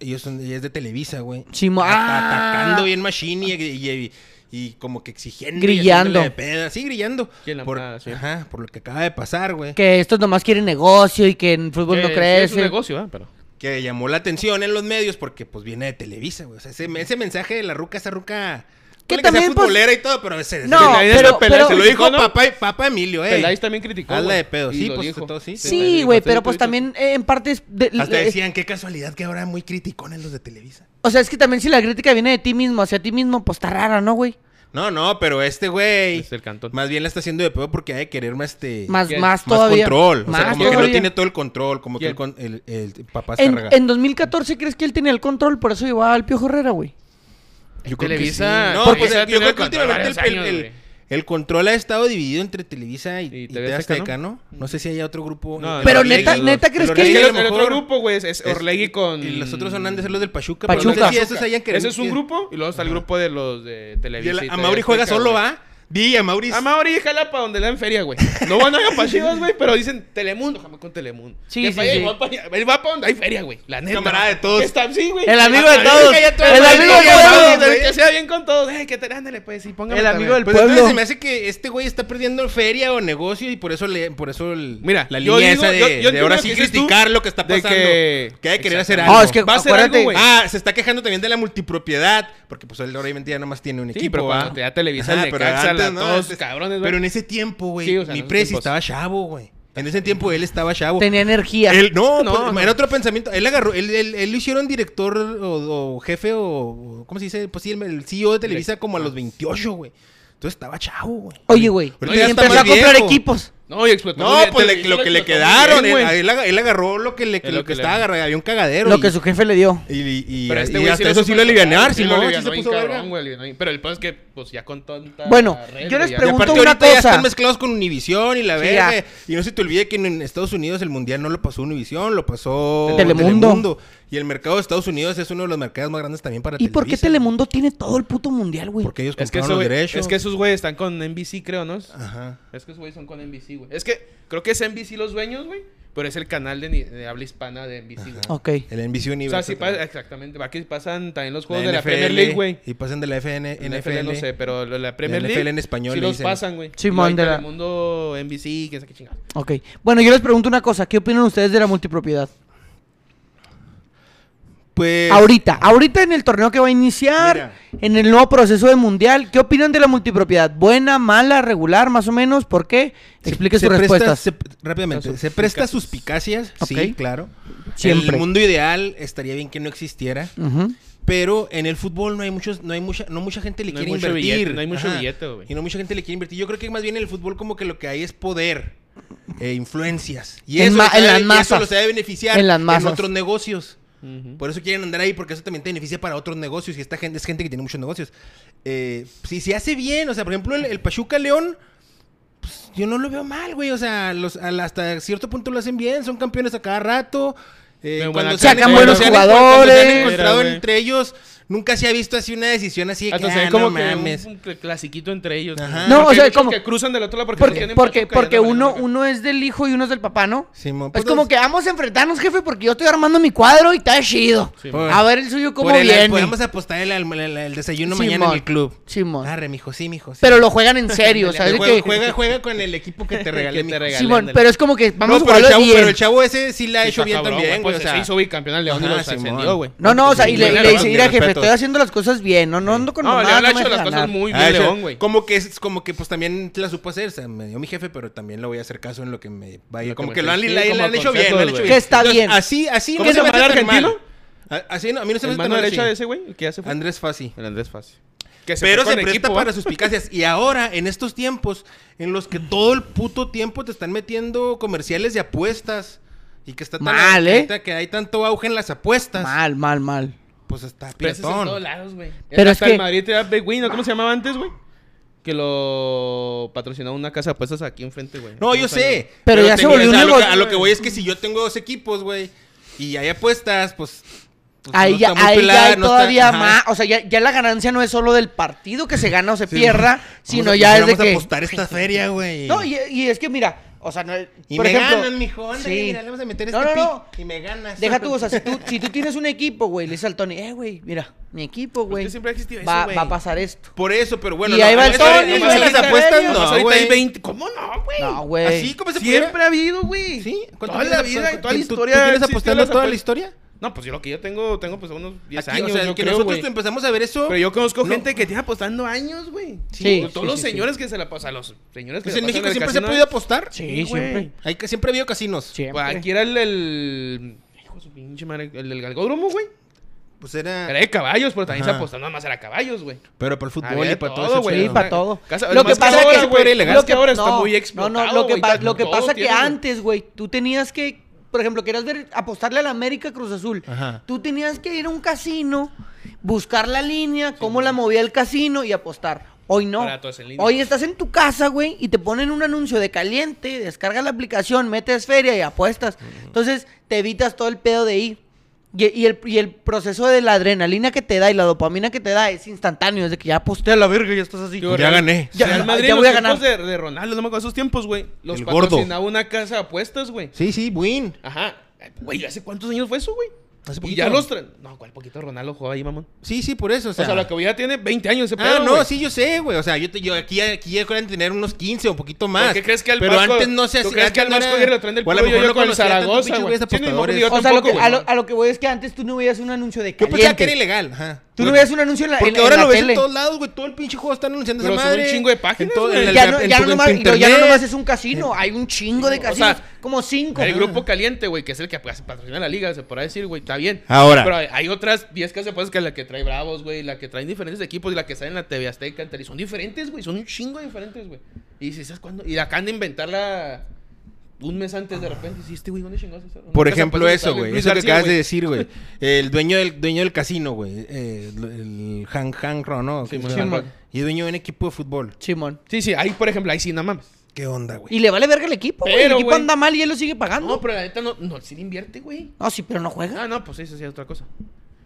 Ellos son, ella es de Televisa, güey.
Sí, mo-
Ata-
ah.
Atacando bien Machine y, y- y- y como que exigiendo. y
Grillando.
haciéndole de pedo. Sí, grillando.
¿Quién la
por,
manda, sí?
ajá, por lo que acaba de pasar, güey.
Que estos nomás quieren negocio y que en fútbol no
Que sí Es un
crece.
negocio, ¿eh? Pero.
Que llamó la atención en los medios porque pues viene de Televisa, güey. O sea, ese, ese mensaje de la ruca, esa ruca...
Que
ponle
también,
sea
pues,
futbolera y todo, pero ese...
No,
Que Peláez-
pero-
Peláez
pero-
se lo dijo
¿no?
papá, papá Emilio, eh.
Peláez también criticó.
Hazla
güey.
de pedo,
Y
sí,
lo
pues,
dijo.
todo sí.
Sí, güey, pero pues también eh, en parte es de-
Hasta
le-
decían, qué casualidad que ahora muy criticones los de Televisa.
O sea, es que también si la crítica viene de ti mismo hacia ti mismo, pues está rara, ¿no, güey?
No, no, pero este güey.
Es el cantón.
Más bien la está haciendo de pedo porque ha de querer más este.
Más,
¿Qué?
más
más
todavía.
control. O
Más
sea, como que no
todavía.
tiene todo el control. Como que el,
¿Quién?
con- el, el papá se
En,
regaña.
en 2014 crees que él tenía el control, por eso llevaba al Piojo Herrera, güey.
Yo
Televisa.
No,
Televisa
pues
ha
yo
tenido
creo que
control
últimamente
varios
el, el-
años,
el-
güey.
El control ha estado dividido entre Televisa y,
Y
y
TV
TV
Azteca,
Azteca, ¿no? No sé si haya otro grupo.
No,
El
Pero
Orlegui,
neta-
los-
neta, ¿crees
el
que-
Es
Orlegui
que
a
el,
lo
el otro
mejor-
grupo, güey, es, es
es-
Orlegui con...
Y los otros son antes de los del Pachuca. pero
Pachuca.
No sé si esos hayan querido-
Ese es un grupo y luego está el grupo de los de
Y
Televisa.
el- a Mauri juega solo,
¿ah?
¿va? Vi a Mauri.
A Mauri jala para donde le dan feria, güey. No van a ir para Chivas, güey, pero dicen Telemundo, jamás con Telemundo.
Sí,
Que
sí,
vaya,
sí.
Él va pa' allá, él va para donde hay feria, güey. La neta.
Camarada de todos.
Está, sí, güey.
El amigo
Hasta
de
la
todos.
verga ya
El
van,
amigo de
güey, ya
todos,
van,
güey.
Que sea bien con todos. Eh, que te ándale, pues, sí, póngame
El amigo
también.
del
Pues entonces
pueblo.
se me hace que este güey está perdiendo feria o negocio y por eso le, por eso el-
Mira,
la
yo
línea
digo-
esa de,
yo- yo
de
entiendo
ahora
lo
sí
que dices tú,
criticar lo que está
de
pasando.
que-
Que hay que querer hacer
Exacto.
algo.
No, Ah, es que
Va a ser
acuérdate.
algo, güey.
Ah, se está quejando también de la multipropiedad, porque pues él obviamente ya nomás tiene un
Sí,
equipo.
pero
¿va?
cuando te da Televisa,
Ajá,
el
pero
Necaxa,
antes,
la-
¿no?
todos
Antes-
cabrones, güey.
Pero en ese tiempo, güey,
Sí, o sea,
mi
en esos
presi
tiempos.
estaba chavo, güey. En ese tiempo él estaba chavo.
Tenía energía.
Él- no,
No,
pues,
no.
era otro pensamiento. Él agarró, él, él- él lo hicieron director o, o jefe o, o- ¿cómo se dice? Pues sí, el, el CEO de Televisa como a los 28, güey. Entonces estaba chavo, güey.
Oye, güey.
Ahorita
y
ya está
empezó a
más
comprar
viejo.
equipos.
No, y explotó. muy
No,
bien,
pues le-
Televisa
lo que le
explotó muy
quedaron,
bien,
él,
güey.
él aga- él agarró lo que le
Es
lo
lo
que
que le-
estaba agarrado, había un cagadero.
Lo
y-
que su jefe le dio.
y, y-
Pero
y
este güey
hasta eso sí lo alivianaron, Simón, sí se puso verga.
Pero el peor es que, pues, ya con tanta...
Bueno,
red,
yo les
güey, ya-
Y aparte
pregunto una
ahorita ya
cosa.
están mezclados con Univision y la
Sí,
verga.
ya.
Y no se te olvide que en- en Estados Unidos el mundial no lo pasó Univision, lo pasó
Telemundo.
Y el mercado de Estados Unidos es uno de los mercados más grandes también para
¿Y por qué
Televisa,
Telemundo tiene todo el puto mundial, güey?
Porque ellos
Es que,
Pues compraron
eso,
los
güey,
derechos.
es que esos güeyes están con NBC, creo, ¿no?
Ajá.
Es que esos güeyes son con NBC, güey. Es que creo que es NBC los dueños, güey. Pero es el canal de, ni- de habla hispana de NBC, güey.
Ok.
El NBC
O
Universe.
sea, sí pasa, exactamente. Aquí pasan también los
La
juegos de la
NFL,
Premier League, güey.
Y pasan de la FN,
NFL,
NFL.
no sé, pero lo- la Premier
La
League.
NFL en español
Sí
le
los
dicen.
pasan, güey.
Simón, de la-
El mundo NBC, que sé qué chingada.
Ok. Bueno, yo les pregunto una cosa. ¿Qué opinan ustedes de la multipropiedad?
Pues.
Ahorita, ahorita en el torneo que va a iniciar,
Mira.
en el nuevo proceso de mundial, ¿qué opinan de la multipropiedad? ¿Buena, mala, regular, más o menos? ¿Por qué? Explique
se
sus
presta-
respuestas.
se- rápidamente,
Las
se presta suspicacias, sí,
Ok.
claro.
Siempre.
El mundo ideal estaría bien que no existiera,
Ujú.
pero en el fútbol no hay muchos, no hay mucha, no mucha gente le
No hay
quiere
mucho
invertir.
billete, no hay mucho billete, güey.
Y no mucha gente le quiere invertir. Yo creo que más bien en el fútbol como que lo que hay es poder, e influencias. Y
En
eso,
ma-
los ha
en
de-
las
y eso
masas.
los ha de beneficiar
En las masas.
otros negocios. Por eso quieren andar ahí, porque eso también te beneficia para otros negocios. Y esta gente es gente que tiene muchos negocios. Eh, si se hace bien, o sea, por ejemplo, el, el Pachuca León, pues, yo no lo veo mal, güey. O sea, los, al- hasta cierto punto lo hacen bien, son campeones a cada rato. Eh, cuando
Ven, buena
se han-
Sacan
cuando
buenos
se han- cuando se han
jugadores.
encontrado
Mira, güey.
entre ellos, nunca se ha visto así una decisión así de que,
Hasta se
ah,
ve como
no
que un-
mames.
un, cl- clasiquito entre ellos.
Ajá.
güey.
No,
Porque
o sea,
hay muchos
como-
que cruzan de la otra porque
Porque,
tienen
porque,
Pachuca y
porque
andan
uno,
valiendo
uno es del hijo y uno es del papá, ¿no?
Simón,
es
pues,
como que vamos a enfrentarnos, jefe, porque yo estoy armando mi cuadro y está chido.
Simón.
a ver el suyo cómo
por el-
viene.
Podemos apostar el, alm- el- el desayuno mañana en
Simón.
el club.
Simón.
Arre, mijo, Ah, sí, mijo. sí.
Pero lo juegan en serio,
Pero
¿sabes?
juega,
Que-
juega, juega con el equipo que te regalé.
te
mijo.
regalé.
Simón,
ándale.
pero es como que vamos
no,
a
pero el,
jugarlo
chavo, pero
bien.
el chavo ese sí la ha
Sí,
hecho
está
bien
cabrón,
también, güey.
pues,
O
se
sea,
hizo bicampeón al León y
Ajá,
los
Simón.
ascendió, güey.
No, no, o sea, y le,
Sí,
y le
claro,
dice, mira,
mis
jefe,
respetos.
estoy haciendo las cosas bien, no, no ando con
No, le
mamadas, no
han
me
hecho las
dejes
cosas
ganar".
muy
Ah,
bien
o sea,
León, güey.
Como que es como que pues también la supo hacer, o sea, me dio mi jefe, pero también le voy a hacer caso en lo que me vaya.
Lo
como
que
que
me
lo han,
sí,
la-
como
la han hecho bien,
consejos,
lo han hecho
güey.
bien.
Que está bien.
Así, así
¿Cómo
me
se llama
hace
el
tan
argentino?
mal. A- Así no, a mí no se me
El
hace
mano
tan mal,
derecha
sí.
de ese güey, que hace fue.
Andrés Fassi.
El Andrés Fácil.
Pero se presta para suspicacias. Y ahora, en estos tiempos, en los que todo el puto tiempo te están metiendo comerciales de apuestas. Y que está tan
Mal, ¿eh?
ahorita que hay tanto auge en las apuestas.
Mal, mal, mal.
Pues está
Presas en todos
piratón.
lados, güey.
Pero
Hasta
es
el
que-
Madrid te da Big Win, ¿no? ¿Cómo se llamaba antes, güey? Que lo patrocinaba una casa de apuestas aquí enfrente, güey.
No, yo sé.
Pero ya se
tengo-
volvió
o sea,
un
a lo que-
negocio,
A lo que voy
güey.
es que si yo tengo dos equipos, güey, y hay apuestas, pues. pues,
Ahí
no
ya,
está muy
ahí
pelada,
ya hay
no está-
todavía
ajá.
más, o sea, ya, ya la ganancia no es solo del partido que se gana o se
Sí.
pierda,
Vamos
sino
a-
ya es de
Vamos a
que...
apostar esta feria, güey.
No, y, y es que mira, o sea, no,
Y
por
me
ejemplo,
ganan, mijo. Ándale,
sí.
mira, le vamos a meter
No,
este
no, no.
pick Y me ganas.
Deja tú, o sea, si tú, si tú tienes un equipo, güey, le dices al Tony, eh, güey, mira, mi equipo,
Pues
güey,
que siempre ha existido eso,
va,
güey.
va a pasar esto.
Por eso, pero bueno.
Y ahí va el
eso-
Tony,
eso
güey,
de las
la
apuestas,
feria.
no,
Ahorita hay
güey.
20. ¿Cómo no, güey?
No, güey.
Así como se
Siempre
pudiera.
ha habido, güey.
Sí, ¿cuánto
Toda
tienes
la
apu-
vida y toda la
¿tú- tú
historia.
tienes
existido
apostando
las
toda la
apuestas?
historia?
No, pues yo lo que yo tengo, tengo pues unos 10
Aquí,
años.
o sea,
yo
que
creo,
nosotros
güey.
empezamos a ver eso.
Pero yo conozco
No.
gente que tiene apostando años, güey.
Sí,
Todos
sí,
los
sí, sí.
señores que se la pasan, los señores que
Pues
se
en
la pasan
México siempre
el
se ha
casino.
podido apostar.
Sí,
Sí, güey.
siempre.
Hay que siempre ha habido casinos.
Siempre.
Pues aquí era el, el... Hijo de su pinche madre, el del galgódromo, güey.
Pues era.
Era de caballos, pero también
Ajá.
se apostaba nada más era caballos, güey.
Pero para el fútbol
Había
y para
todo,
todo eso.
güey.
Sí,
chido.
no,
para
no.
todo.
Casa- lo más que ahora,
es
güey, ilegal,
lo
es que ahora está muy explotado,
No, no, lo que,
güey,
pa-
ta-
lo que
todo
pasa que
tiene, güey.
antes, güey, tú tenías que, por ejemplo, querías ver, apostarle a la América Cruz Azul.
Ajá.
Tú tenías que ir a un casino, buscar la línea, cómo la movía el casino y apostar. Hoy no.
Ahora todo es en línea.
Hoy estás en tu casa, güey, y te ponen un anuncio de caliente, descarga la aplicación, metes feria y apuestas. Entonces te evitas todo el pedo de ir. Y, y el, y el proceso de la adrenalina que te da y la dopamina que te da es instantáneo. Es de que ya aposté a la verga y ya estás así.
Ya gané.
Ya-
Ya, Real Madrid,
ya
en
voy a
los tiempos
ganar.
De, de Ronaldo, no me acuerdo esos tiempos, güey. Los
El gordo.
patrocinaba una casa de apuestas, güey.
Sí, sí, win.
Ajá. Güey, ¿hace cuántos años fue eso, güey?
Hace
Y
poquito.
ya los traen. No, ¿cuál poquito Ronaldo jugaba ahí, mamón?
Sí, sí, por eso. O
O sea,
sea,
la que ya tiene 20 años ese
Ah,
pedo,
no,
güey.
sí, yo sé, güey. O sea, yo, te- yo aquí, aquí ya pueden tener unos 15 o un poquito más.
¿Por qué crees que al
Pero
Vasco-
antes no se
tú
hacía.
crees que al
antes no
Vasco
era-
Aguirre lo traen del
o a lo
Pueblo, yo-
mejor
yo
no
con el
conocía tantos
Zaragoza,
pinches
güey.
güeyes
Sí, no,
apostadores.
yo
O sea, lo
tampoco,
que- a,
güey.
lo, a lo que voy es que antes tú no veías un anuncio de
Yo
caliente.
pensaba que era ilegal. Ajá.
Tú no veías un anuncio en la, en-
Porque
en
ahora
la
lo ves
tele.
en todos lados, güey. Todo el pinche juego está anunciando
Pero
esa
son un
madre.
chingo de
En
páginas,
todo- en
güey.
el-
ya, no,
en
ya,
tu-
no
en tu
nomás, no, ya no
internet.
nomás es un casino, hay un chingo de casinos, como cinco.
El grupo caliente, güey, que es el que patrocina la liga, se podrá decir, güey, está bien.
Ahora.
Pero hay- hay otras 10 casas de apuestas que la que trae Bravos, güey, la que traen diferentes equipos y la que sale en la TV Azteca, en Tele- Son diferentes, güey, son un chingo de diferentes, güey. Y dices, ¿sabes cuándo? Y la acaban de inventarla un mes antes de repente. Y este güey, ¿dónde chingados es eso?
Por
Una casa de
ejemplo,
apuestas
eso, güey.
que sale
Eso que
Luis García,
acabas de
güey.
decir, güey. El dueño del, dueño del casino, güey. eh, El, el Han Han Ro, ¿no?
Sí,
Que-
mon.
Sí, mon.
y dueño de un equipo de fútbol.
Simón.
Sí, sí, ahí, por ejemplo, ahí sí, no mames.
¿Qué onda, güey?
Y le vale verga el equipo, güey. El
Pero,
equipo
güey.
anda mal y él lo sigue
Ah,
pagando.
No, pero la neta no, no, sí le invierte, güey.
No, sí, pero no juega.
Ah, no, pues eso sí es otra cosa.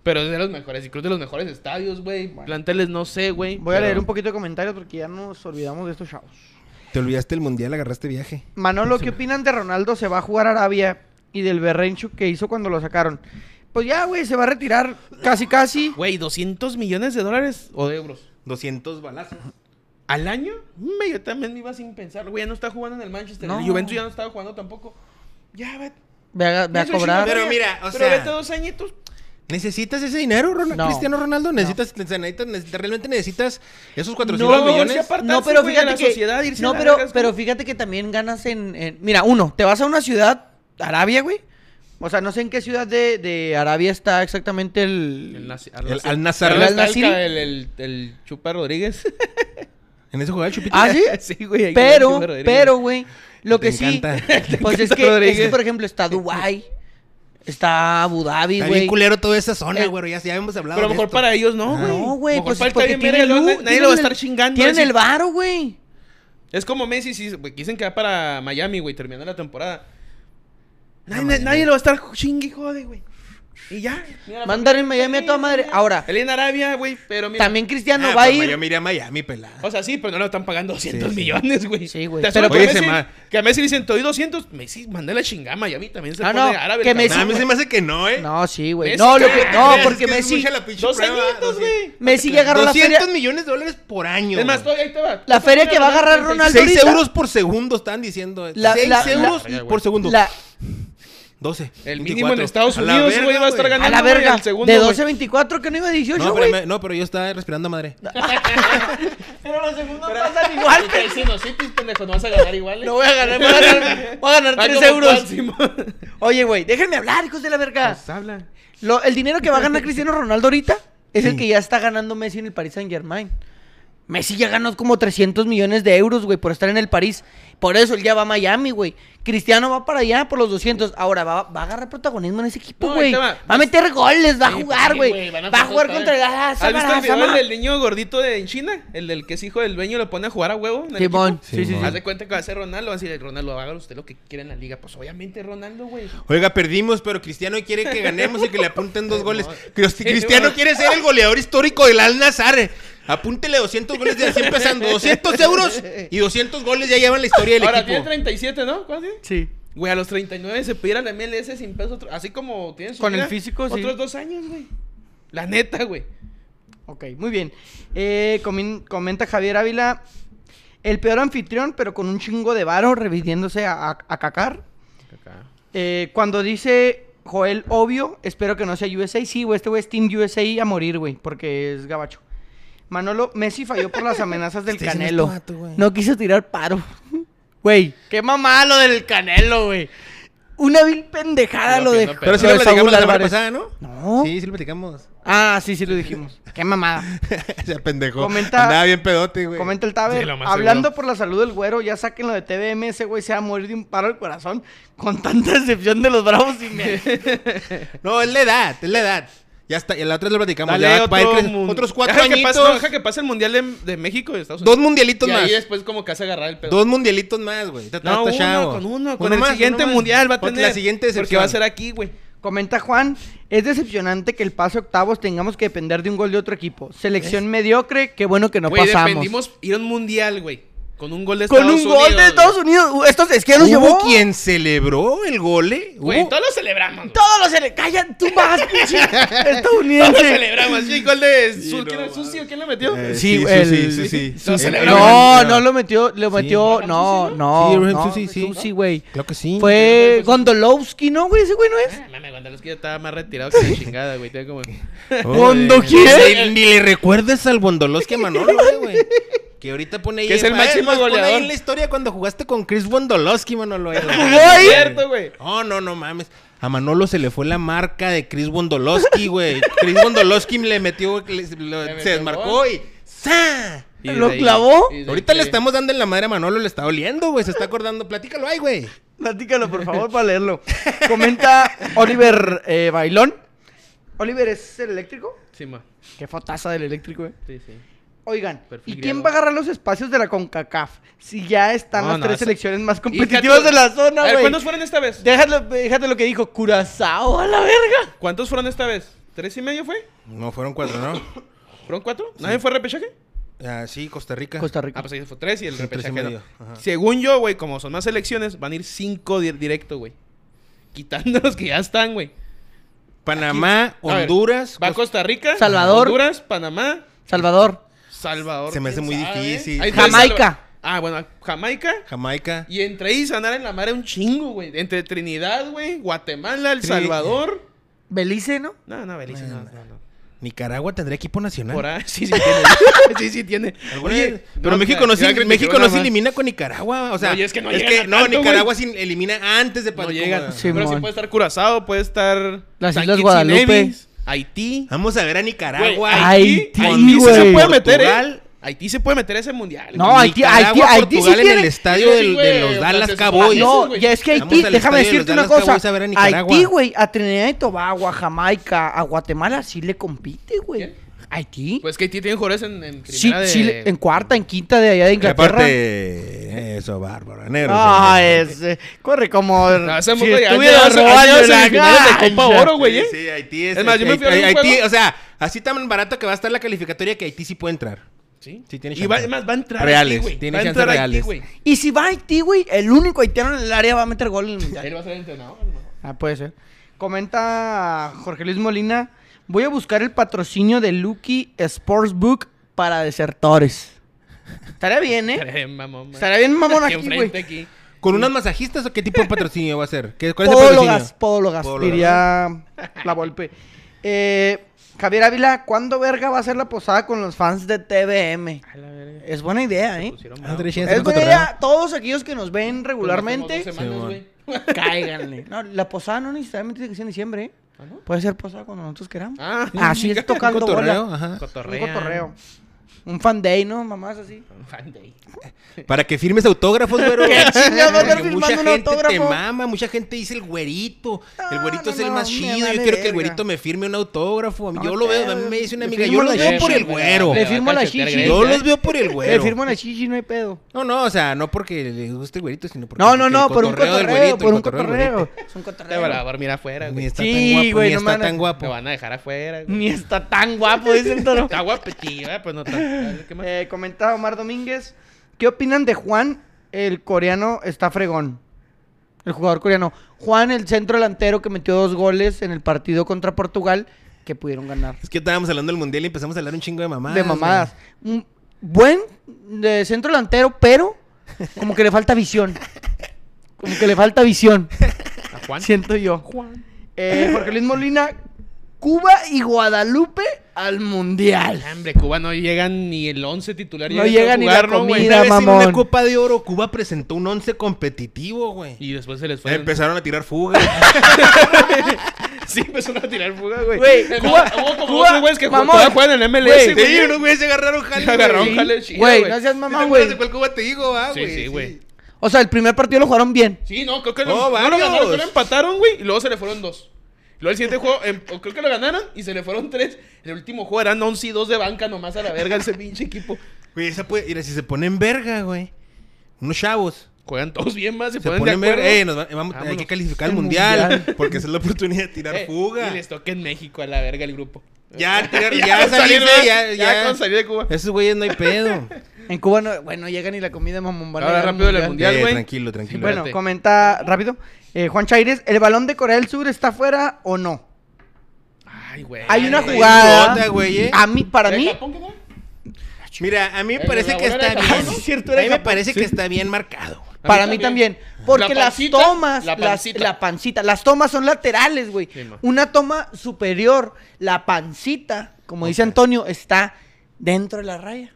Pero es de los mejores, y creo de los mejores estadios, güey. Planteles, no sé, güey.
Voy a
pero-
leer un poquito de comentarios porque ya nos olvidamos de estos chavos.
Te olvidaste el mundial, agarraste viaje.
Manolo, ¿qué opinan de Ronaldo? ¿Se va a jugar a Arabia y del berrencho que hizo cuando lo sacaron? Pues ya, güey, se va a retirar casi, casi.
Güey, 200 millones de dólares o de euros.
200 balazos.
¿Al año? Me, yo también me iba sin pensar. Güey, ya no está jugando en el Manchester.
No.
El Juventus ya no estaba jugando tampoco. Ya, ve.
Ve a, ve a
Eso sí,
cobrar.
Pero mira, o
pero
sea-
vete dos añitos.
¿Necesitas ese dinero, Ronald-
No.
Cristiano Ronaldo? ¿Necesitas, o sea, necesitas- necesitas- ¿Realmente necesitas esos 400
No, sí,
millones?
aparte-
No,
apartarse,
pero
güey, de
fíjate
la
que.
sociedad, irse a
no,
la
pero,
verga, es
pero
como-
fíjate que también ganas en, en- Mira, uno, te vas a una ciudad, Arabia, güey. O sea, no sé en qué ciudad de, de Arabia está exactamente el.
El
Al
Al
Nazar.
Nassr.
El,
¿El Al Nassr?
el, el, el Chupa Rodríguez.
En ese jugador, Chupito.
Ah, sí.
[LAUGHS] Sí, güey, ahí con
Pero,
el Chupa Rodríguez.
pero, güey. Lo
Te
que sí.
encanta.
[LAUGHS]
Pues es
encanta
que, es
Rodríguez.
que, por ejemplo, está Dubai Está Abu Dhabi,
Está bien
güey.
culero toda esa zona,
El-
güey. Ya, ya hemos hablado
Eh, Pero a lo
de
mejor
esto.
para ellos no,
Ajá.
güey.
No, güey,
Mejor
pues
para
es
el
porque
Tabe Mera,
tienen
lo-
lu-
nadie
tienen
lo va a
el-
estar chingando.
Tienen
así.
el varo, güey.
Es como Messi, si güey, dicen que va para Miami, güey, terminando la temporada. Nadie,
A Miami.
nadie lo va a estar chingue, y jode, güey. Y ya.
Mandar en Miami a toda madre. Ahora,
[LAUGHS] Él en Arabia, güey, pero mira.
también Cristiano
Ah,
va a
pues
pero
ir.
Yo me iré a Miami, pelada.
O sea, sí, pero no lo están pagando 200
Sí, sí.
millones, güey.
Sí, güey.
Te aseguro
Pero-
que,
Oye,
Messi,
se ma-
que a Messi le dicen, te doy 200. Messi, mandé la chingada a Miami. También se
Ah,
pone
no,
árabe.
que
el
Messi-
Nah, a
cabrón.
mí se me hace que no, ¿eh?
No, sí, güey.
Messi,
No, lo
cállate,
que, no
güey,
porque
Es que es
Messi.
mucha la pinche
Dos
prueba,
añitos, güey.
Messi ya agarró la
200
feria.
millones de dólares por año.
Es más, todavía ahí te va.
La feria que va a agarrar Ronaldo.
6
ahorita-
euros por segundo están diciendo.
La-
6
la-
euros
la-
por segundo.
La-
12.
El mínimo en Estados Unidos, güey, va a estar ganando.
a la
güey,
verga.
al segundo,
de
güey.
12 a 24, que no iba a 18,
No,
güey.
pero, me- no, pero yo estaba respirando a madre.
Pero los segundos pasan igual.
[LAUGHS] Y te dicen, "No, sí, pues, pendejo, no vas a ganar igual. eh".
Lo voy a ganar, voy a ganar, voy a ganar
Ah,
3
como
euros. [LAUGHS]
Juan Simón.
Oye, güey, déjenme hablar, hijos de la verga.
Pues habla.
Lo- el dinero que va a
[LAUGHS]
ganar Cristiano Ronaldo ahorita es el
Sí.
que ya está ganando Messi en el Paris Saint Germain. Messi ya ganó como 300 millones de euros, güey, por estar en el París. Por eso él ya va a Miami, güey. Cristiano va para allá por los 200. Ahora va, va a agarrar protagonismo en ese equipo,
No,
güey.
ahí te
va.
va.
a meter goles, va a
Sí,
jugar,
sí,
güey.
van
va a jugar
pasar
contra el
todavía.
Gaza,
Ah, ¿Has visto el
Garazama.
video del niño gordito de en China? El del que es hijo del dueño lo pone a jugar a huevo. en el
Simón.
equipo.
Sí, sí,
Simón.
sí.
Haz de cuenta que va a ser Ronaldo. Va a decir, Ronaldo, haga usted lo que quiera en la liga. Pues obviamente Ronaldo, güey.
Oiga, perdimos, pero Cristiano quiere que ganemos y que le apunten
[LAUGHS]
dos goles. Cristi-
Sí,
Cristiano
[LAUGHS] bueno.
quiere ser el goleador histórico del Al-Nazar. Apúntele 200 goles de así empezando. 200 euros y 200 goles ya llevan la historia del
Ahora tiene
equipo.
37, ¿no? ¿Cuánto tiene?
Sí.
Güey, a los 39 se pidieron la MLS sin pesos. otro- así como tienen su
Con el
vida,
físico, sí.
otros dos años, güey. La neta, güey.
Ok, muy bien. Eh, comin- comenta Javier Ávila. El peor anfitrión, pero con un chingo de varo, revidiéndose a, a- a cacar. Eh, cuando dice Joel, obvio, espero que no sea USA. Sí, güey, este güey es Team USA a morir, güey, porque es gabacho. Manolo, Messi falló por las amenazas del
Está diciendo
Canelo.
este vato, güey.
no quiso tirar paro. Güey, qué mamá lo del Canelo, güey. Una vil pendejada
Lo
lo
que
de
no,
Pero sí
lo
lo
de
platicamos
Saúl
la semana
Álvarez.
pasada, ¿no?
No.
Sí, sí lo platicamos. [LAUGHS]
Ah, sí, sí lo dijimos. qué mamada.
Se pendejo.
Comenta-
Andaba bien pedote, güey.
Comenta el Taber.
Sí, lo más
Hablando
seguro.
por la salud del güero, ya sáquenlo de TVM. Ese güey se va a morir de un paro al [LAUGHS]
[LAUGHS]
corazón con tanta excepción de los bravos y me...
No, es la edad, es la edad. Ya está, y la otra lo platicamos.
Dale
ya va-
otro
va a ir creciendo.
mun-
otros cuatro
Deja que
añitos.
pase, no, deja que pase el Mundial de, de México y de Estados
dos
Unidos.
mundialitos
y
más.
ahí después como que hace agarrar el pedo.
Dos mundialitos más, güey. Está- está-
no,
está
uno,
chavo.
con uno, con
Uno
el
más,
siguiente
uno más.
mundial va a
Porque
tener.
La siguiente
Porque va a ser
decepción.
aquí, güey.
Comenta Juan, es decepcionante que el pase a octavos tengamos que depender de un gol de otro equipo. Selección mediocre, qué bueno que no
Güey,
pasamos.
defendimos ir a un mundial, güey. Con un gol de
Con
Estados
un gol de
Unidos,
Estados
güey.
Unidos, uh, estos izquierdos llevó.
¿Hubo quien celebró el gole?
Güey,
¿Hubo?
todos lo celebramos. güey.
Todos los cele- Calla, tú
[LAUGHS]
vas, pinche
Todos lo
estadounidense.
celebramos. Sí, gol de Su-
no,
¿quién era?
mames.
Susi o quién la metió?
Eh,
Sí,
sí,
el-
sí, sí, sí, sí.
Lo
El-
celebramos.
No,
el-
no lo metió, lo metió, no, no.
Sí, Abraham
no,
Susi, sí.
Susi, güey.
Claro que sí.
Fue Gondolowski, ¿no, güey? Ese güey no es.
Ah, Mame, Gondalowski ya estaba más retirado
[LAUGHS]
que la chingada, güey. Tenía como...
¿Gondo quién?
Ni, ni le recuerdes al Bondolowski a Manolo, güey. Que ahorita pone ahí.
Que es el
más,
máximo
más, pone
goleador.
ahí en la historia cuando jugaste con Chris Bondolowski, Manolo. ahí, güey.
Es cierto, güey.
No, no, no mames. A Manolo se le fue la marca de Chris Bondolowski, güey. Chris Bondolowski le metió, le- lo-
metió
se desmarcó
gol.
y ¡sa!
Y
¿Lo
de ahí-
clavó?
y de ahí
Ahorita le
que-
estamos dando en la madre a Manolo, le está oliendo, güey. Se está acordando. Platícalo ahí, güey.
Platícalo, por [LAUGHS] favor, para leerlo. Comenta Oliver eh, Bailón. Oliver es el eléctrico.
Sí, ma.
Qué fotaza del eléctrico, eh.
Sí, sí.
Oigan,
Perfil
¿y quién
griego.
va a agarrar los espacios de la CONCACAF? Si ya están
No,
las
no,
tres
esa-
selecciones más
Hija
competitivas
tú-
de la
A
zona,
ver,
güey.
¿cuántos fueron esta vez?
Déjalo- Déjate lo que dijo, Curazao a la verga.
¿Cuántos fueron esta vez? ¿Tres y medio fue?
No, fueron cuatro, ¿no?
¿Fueron cuatro? ¿Nadie fue a repechaje?
Ah, sí, Costa Rica.
Costa
Ah,
Rica.
pues ahí fue tres y el
Sí, tres y
repechaje no.
medio, ajá.
Según yo, güey, como son más selecciones, van a ir cinco di- directo, güey. Quitando [LAUGHS] los que ya están, güey.
Panamá,
A ver,
Honduras.
Va
Costa-
Costa Rica.
Salvador.
Honduras, Panamá,
Salvador.
Salvador.
Se me hace
quién
muy
sabe.
difícil.
Ahí trae
Jamaica.
Salva- Ah, bueno, Jamaica.
Jamaica.
Y entre ahí sanar en la madre un chingo, güey. Entre Trinidad, güey, Guatemala, El
Tri-
Salvador.
Belice, ¿no?
No, no, Belice, no, no, no.
Nicaragua tendría equipo nacional.
Por ahí, [LAUGHS] sí, sí tiene. sí, sí tiene.
Alguna
Oye,
vez. pero
no, pues,
México no,
ya
se,
critiqué
México
nada
no se
más.
elimina con Nicaragua. O sea,
No, y es que no
es
llegan
que
a
no,
tanto,
Nicaragua se elimina antes de
No
Pan-
llegan.
como-
Sí.
pero sí
Simón.
puede estar Curazao, puede estar.
Las
San
Islas
Kitts y
Guadalupe.
Nevis, Haití.
Vamos a ver a
Ah, Güey,
Nicaragua.
Haití,
Haití sí se
güey.
puede meter, ¿eh?
Portugal.
Haití se puede meter a ese mundial.
No,
güey.
Haití- Haití-
Nicaragua,
Haití sí
Portugal en
tiene-
el estadio del- de
güey,
los
o
Dallas
sea, se supone-
Cowboys.
No,
güey.
ya es que
Vamos
Haití,
al
déjame
estadio de los
decirte una
Dallas
cosa.
Cowboys a ver a Nicaragua.
Haití, güey, a Trinidad y Tobago, a Jamaica, a Guatemala sí le compite, güey.
¿Quién?
Haití.
Pues que Haití tiene jugadores en, en
Sí,
primera de.
sí, en cuarta, en quinta de allá de
Y
Inglaterra.
eso, bárbaro. Negro.
Ah,
eso.
es, eh, corre como
[LAUGHS] No,
si
ese mundo ya-
estuviera
ya- ya- ya- ya-
robando
ya-
la
semifinales de Copa
cancha.
Oro, güey, ¿eh?
Sí, sí, Haití es. este,
Es más, yo me fui a ver un
Haití-
juego.
o sea, así tan barato que va a estar la calificatoria que Haití sí puede entrar.
Sí,
Sí, tiene
Y va,
chance.
además va a entrar.
Reales,
Haití, güey.
tiene
va a
chance
entrar Haití,
reales.
güey.
Y si va Haití, güey, el único haitiano en el área va a meter gol en el mundial.
Él va a ser el entrenador. a lo mejor.
Ah, puede ser. Comenta Jorge Luis Molina, voy a buscar el patrocinio de Lucky Sportsbook para desertores. Estaría bien,
[LAUGHS]
¿eh?
Estaría bien, mamón, man.
Estaría bien
[LAUGHS]
mamón
Aquí
aquí, güey.
enfrente, aquí.
¿Con unas masajistas o qué tipo de patrocinio va a ser? ¿Qué, ¿Cuál es el
Podólogas,
patrocinio?
podólogas,
Podólogas.
diría la golpe. Javier Ávila, ¿cuándo verga va a ser la posada con los fans de TVM?
A la verga.
Es buena idea, ¿eh?
Pusieron bravo.
André Chávez,
Es buena
cotorreo.
idea. Todos aquellos que nos ven
Pues
regularmente,
nos vemos dos semanas,
Sí,
güey. [LAUGHS]
cáiganle. No, la posada no necesariamente tiene que ser en diciembre, ¿eh?
¿Ah, no?
Puede ser posada cuando nosotros queramos.
Ah,
Así
[LAUGHS]
es tocando
Cotorreo,
bola.
ajá.
[LAUGHS]
Un
Cotorreo.
cotorreo. Un fan day, ¿no? Mamás así.
Fan day.
Para que firmes autógrafos,
[LAUGHS]
güero.
¿Qué chingados va a estar
Porque
firmando
mucha
un
gente te
autógrafo?
mama, mucha gente dice el güerito. El
No,
güerito es
no,
el
no,
más
me
chido.
vale
yo quiero que
verga.
el güerito me firme un autógrafo.
No
yo lo veo,
te-
a mí me dice
le
una amiga,
firmo
yo los
la
veo
chichi,
por el
me la-
güero.
Le firmo la
Cachetear
chichi.
gay,
Yo
¿eh?
los veo por el güero.
Le firmo la chichi, no hay pedo.
No, no, o sea, no porque le guste el güerito, sino porque
No, no,
porque
no, por
el
un
del
cotorreo,
güerito,
por
el
un
del
cotorreo.
güerito.
Es un
Te van a
cotorreo.
dormir afuera,
Ni
güey.
está
Sí,
tan guapo,
güey,
ni
no
está
mames.
tan
Te
guapo.
van a dejar afuera, güey.
Ni está tan guapo, dice el toro.
Está guapetillo, eh, pues no está. ¿Qué más?
Eh, comentaba Omar Domínguez. ¿Qué opinan de Juan? El coreano está fregón. El jugador coreano. Juan, el centro delantero que metió dos goles en el partido contra Portugal, que pudieron ganar.
Es que estábamos hablando del mundial y empezamos a hablar un chingo de mamadas.
de mamadas. Un buen de centro delantero, pero como que le falta visión. Como que le falta visión,
¿A Juan?
siento yo. Eh, Jorge Luis Molina, Cuba y Guadalupe al Mundial.
Ah, Hombre, Cuba no llegan ni el 11 titular.
No
a
llega ni la
¿no, güey?
comida. Mira,
Mira, vez En
mamón.
una Copa de Oro, Cuba presentó un once competitivo, güey.
Y después se les fue.
Empezaron a tirar fugas.
[LAUGHS] Sí, empezaron a tirar fuga, güey.
Güey,
Eh,
Cuba-
no, Hubo como
Cuba-
otros güeyes que jug-
mamón.
todavía juegan en el MLS,
Güey,
güey.
Sí, unos güeyes se agarraron jale. güey.
Agarraron
Sí.
jale chido,
Güey,
güey.
no seas
¿Sí te
mamá,
acuerdas
güey.
de cuál Cuba te digo, ah,
Sí,
güey?
sí, güey.
O sea, el primer partido lo jugaron bien.
Sí, no, creo que
Oh,
no, no lo
varios.
ganaron, creo que lo empataron, güey. Y luego se le fueron dos. Luego el siguiente [LAUGHS] juego, em, o creo que lo ganaron y se le fueron tres. El último juego eran 11 y 2 de banca nomás a la verga ese [LAUGHS] pinche equipo.
Güey, esa puede. Mira, si se ponen verga, güey. Unos chavos.
Juegan todos bien más, se,
Se
ponen,
ponen
de acuerdo.
verga. Eh, nos va- vamos, hay
Vámonos.
que calificar
El
al mundial.
mundial.
Porque esa es la oportunidad de tirar
[LAUGHS] Eh,
fuga.
Y les toca en México a la verga el grupo. [LAUGHS]
Ya, tirar, ya,
con salir,
saliste,
¿verdad?
ya,
ya
ya.
con salir de Cuba.
Esos güeyes no hay pedo.
En Cuba, no, bueno, llegan y la comida mamón. van a
Ahora
llegar al
rápido la [LAUGHS] mundial.
Eh,
güey.
tranquilo, tranquilo.
Bueno,
Espérate.
comenta rápido. Eh, Juan Chaires, ¿el balón de Corea del Sur está fuera o no?
Ay, güey.
Hay una
está bien
jugada.
idiota, güey, eh.
A mí, para
¿Era
mí,
Japón que no?
Mira, a mí me
El
parece que
labor
está
era Eh, de Japón,
[LAUGHS] bien.
¿no? Sí, cierto,
a
era
mí me
Japón.
parece que
Sí.
está bien marcado.
para mí también. Porque
La pancita,
las tomas,
la
la
pancita.
pancita.
[LAUGHS]
Las, la pancita, las tomas son laterales, güey.
Sí, ma.
una toma superior, la pancita, como dice Antonio, está dentro de la raya.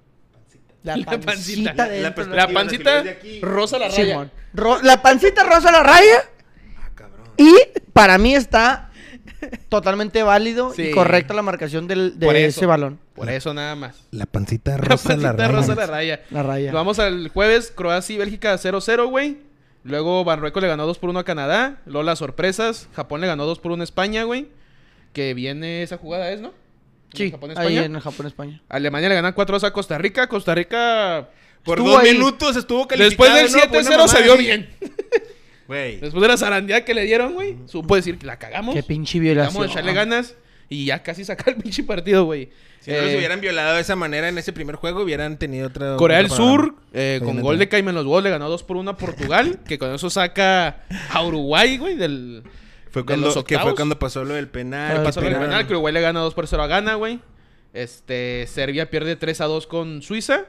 La
[LAUGHS] La pancita.
pancita.
La-
dentro
la
de
La
perspectiva,
pancita
si lo ves de aquí.
rosa la raya.
Simón. Ro- la pancita rosa la raya. Y para mí está totalmente válido
Sí.
y correcta la marcación del,
Por
de
eso.
ese balón.
Por eso nada más.
La pancita
[LAUGHS] La
rosa la,
pancita rosa la
raya.
raya.
La raya.
Vamos al jueves, Croacia y Bélgica 0-0, güey. Luego Marruecos le ganó 2 por 1 a Canadá. Luego las sorpresas. Japón le ganó 2 por 1 a España, güey. Que viene esa jugada, ¿es, no?
Sí, ahí
Japón-España.
en el Japón-España.
Alemania le gana 4 a Costa Rica. Costa Rica.
Por
estuvo
dos
ahí.
minutos estuvo calificado.
Después del
¿no? Fue una
7-0 se
mamada
vio
así.
bien.
Güey.
Después de la zarandeada que le dieron, güey. Supo decir que la cagamos.
Qué pinche
Vamos a
violación.
echarle ganas. Y ya casi sacar el pinche partido, güey.
Si no los
Eh,
hubieran violado de esa manera en ese primer juego, hubieran tenido otra.
Corea del
otro panorama.
Sur, eh,
Sí,
con
neta.
gol de Caiman los Goles, le ganó 2 por 1
[LAUGHS]
a Portugal, que con eso saca a Uruguay, güey, del...
Fue
de
cuando,
los
que
octavos. Ah,
fue cuando pasó lo del penal.
Cuando
que
Pasó lo del
tiraron.
penal, que Uruguay le gana 2 por 0 a Ghana, güey. Este, Serbia pierde 3 a 2 con Suiza.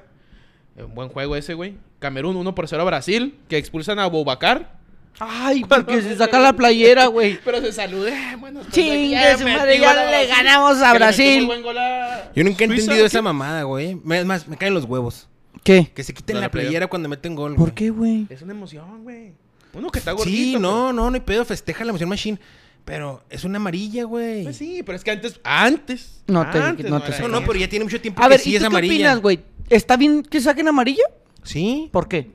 Eh, Un buen juego ese, güey. Camerún 1 por 0 a Brasil, que expulsan a Bobacar. [LAUGHS]
Ay, porque se saca la playera, güey.
Pero se salude. Bueno, pues,
Chingue
ya
su
metí
madre, ya
gol a
le
Brasil.
ganamos a
Que le metió
Brasil.
muy buen gol a
Yo nunca he
Suiza,
entendido esa
¿sí?
mamada, güey. Me- Es más, me caen los huevos.
¿Qué?
Que se quiten
No,
la
la playera.
playera cuando meten gol.
¿Por
güey.
qué, güey?
Es una emoción, güey. Uno que está gordito.
Sí,
pero-
no, no, no hay pedo. Festeja la emoción machine. Pero es una amarilla, güey.
Pues sí, pero es que antes... Antes.
No te-
antes
no te
era
No,
sacan.
eso.
no, pero ya tiene mucho tiempo
A
que
ver,
sí
¿y
es
tú qué
amarilla.
opinas, güey? ¿Está bien que saquen amarillo?
Sí.
¿Por qué?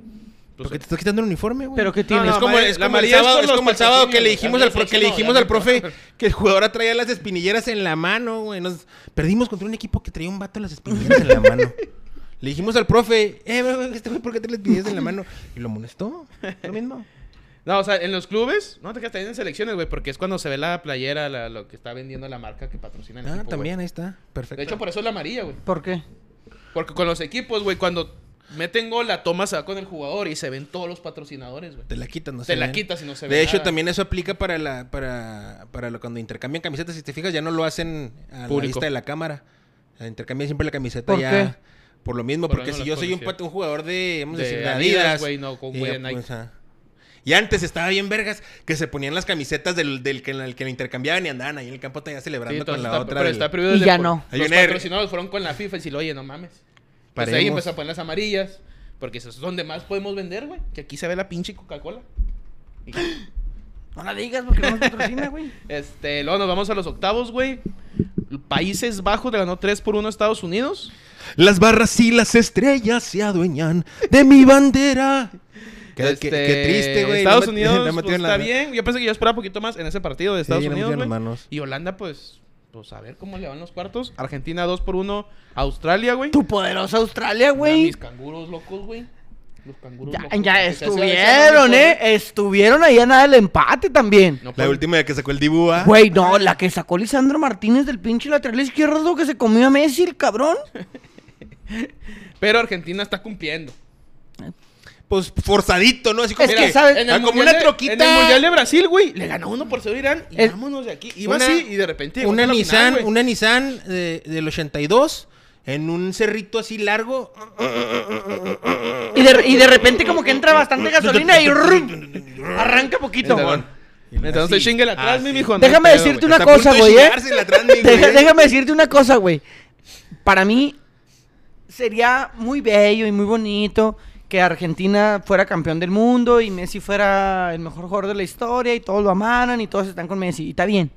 Porque te estás quitando el uniforme, güey.
¿Pero qué tiene?
no,
eh, es como,
amarilla-
es
la
como el
amarilla es
sábado,
por
es
los
como el sábado que le
patrocinios,
dijimos
la
al, pro- que le
selección,
dijimos
la
al profe
[LAUGHS]
que el jugador traía las espinilleras en la mano, güey. Nos perdimos contra un equipo que traía un vato las espinilleras en la mano. Le dijimos al profe, eh, güey, güey, este güey, ¿por qué trae las espinilleras en la mano? Y lo molestó. Lo
[LAUGHS]
mismo.
No, o sea, en los clubes, no te quedas también en selecciones, güey, porque es cuando se ve la playera, la- lo que está vendiendo la marca que patrocina el
Ah,
equipo, güey.
también, ahí está. Perfecto.
De hecho, por eso es la amarilla, güey.
¿Por qué?
Porque con los equipos, güey, cuando meten gol, la toma se va con el jugador y se ven todos los patrocinadores, güey.
Te la quitas, no
Te la
ven.
quitas y no se ve
De hecho,
nada.
también eso aplica para la para, para lo- cuando intercambian camisetas. Si te fijas, ya no lo hacen a la
Público.
vista de la cámara. Eh, Intercambian siempre la camiseta
¿Por
ya.
qué?
Por lo mismo,
Por lo
porque
mismo
si
las
yo soy un,
policías.
pat- un jugador de, vamos a
De
decir, de
Adidas,
Adidas.
güey, no, con
y
güey
ya,
de Nike.
ah. Y antes estaba bien vergas que se ponían las camisetas del, del que, el que le intercambiaban y andaban ahí en el campo todavía
Sí,
celebrando
entonces
con la
está-
otra.
pero
del-
está pues, prohibido
Y
desde
ya
por-
no.
Hay
Los
un R.
patrocinadores fueron con la FIFA y si oye, no mames. Pues ahí
Paremos.
empezó a poner las amarillas, porque eso es donde más podemos vender, güey. Que aquí se ve la pinche Coca-Cola. Y-
No la digas porque no nos patrocina, güey.
Este, luego nos vamos a los octavos, güey. Países Bajos le ganó 3 por 1 a Estados Unidos.
Las barras y las estrellas se adueñan de mi bandera. Qué, qué-
Este,
qué triste, güey. [LAUGHS]
Estados
La met-
Unidos
la
pues,
metieron en la-
está bien. Yo pensé que yo esperaba un poquito más en ese partido de Estados
la metieron
Unidos,
en las
güey.
manos.
Y Holanda, pues, pues a ver cómo le van los cuartos. Argentina 2 por 1 Australia,
[LAUGHS]
güey.
Tu poderosa Australia,
Ya
güey.
Mis canguros locos, güey. Los canguros
Ya,
locos.
ya
Que se hacían- se hacían
estuvieron,
locos,
¿eh?
güey.
Estuvieron ahí a nada del empate también.
No, pues,
La última que sacó el Dibu, ¿ah?
Güey, no, la que sacó Lisandro Martínez del pinche lateral izquierdo que se comió a Messi, el cabrón.
Pero Argentina está cumpliendo.
Pues forzadito, ¿no? Así como
Es
que,
que, ¿sabes?
ah,
En el
como
mundial
una
de-
troquita.
En el Mundial de Brasil, güey. Le ganó 1 por 0 a Irán. Y
Es-
vámonos de aquí. Iba
una-
así y de repente. llegó
una
a la final,
Nissan,
güey.
una Nissan de- del 82 en un cerrito así largo.
Y de, y de repente como que entra bastante gasolina y ¡rum! arranca poquito.
Entonces, Entonces
Así,
chingue atrás, mi
así.
mijo. no hay
Déjame
pedo,
decirte
güey.
una
Está a punto
cosa,
de
güey, ¿eh?
chingársela atrás, mi
Deja-
güey.
déjame decirte una cosa, güey. Para mí sería muy bello y muy bonito que Argentina fuera campeón del mundo y Messi fuera el mejor jugador de la historia y todos lo amaran y todos están con Messi. Y está bien.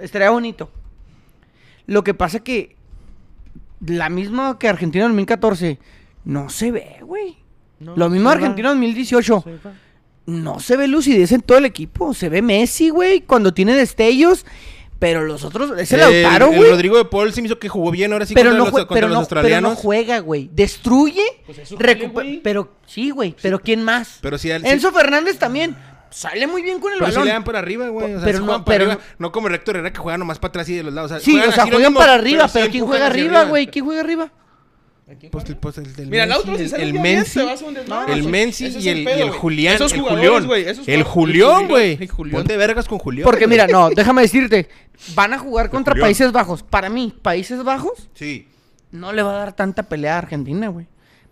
Estaría bonito. Lo que pasa que la misma que Argentina 2014 no se ve, güey.
No,
lo mismo
se va.
Argentina 2018. no se ve lucidez en todo el equipo. Se ve Messi, güey, cuando tiene destellos. Pero los otros, es el Lautaro,
el
güey.
Rodrigo de Paul se me hizo que jugó bien ahora sí
pero,
contra
no
los,
jue-
contra
pero,
los
no, pero no
australianos.
juega, güey. Destruye.
Pues es su jale,
recu-
güey.
pero sí, güey. Pero ¿quién más?
Pero sí, al- sí-
Enzo Fernández también. Sale muy bien con el
Pero sí
balón.
le dan pues, para arriba, güey. O sea,
Pero
pero
no-
no, para
pero
arriba. No como el Héctor Herrera que juega nomás para atrás y de los lados. O sea,
sí, o sea,
así lo
juegan
mismo,
para arriba. Pero,
sí
¿quién
empujan
juega
hacia
arriba, güey? ¿Quién juega arriba?
Pues, el- pues el, el
Mira, el
Messi,
otro si sale
el
bien,
Mensi,
te vas a un desmadre,
el
güey.
Mensi
Ah, Ese es
y el,
pedo,
y el
güey.
Julián,
Esos
el
jugadores,
Julián,
güey, esos
el
jugadores-
Julián, güey.
el Julián.
Ponte vergas con Julián.
Porque
güey.
mira, no, déjame decirte. Van a jugar contra
Julián.
Países Bajos. Para mí, Países Bajos
sí,
no le va a dar tanta pelea a Argentina, güey.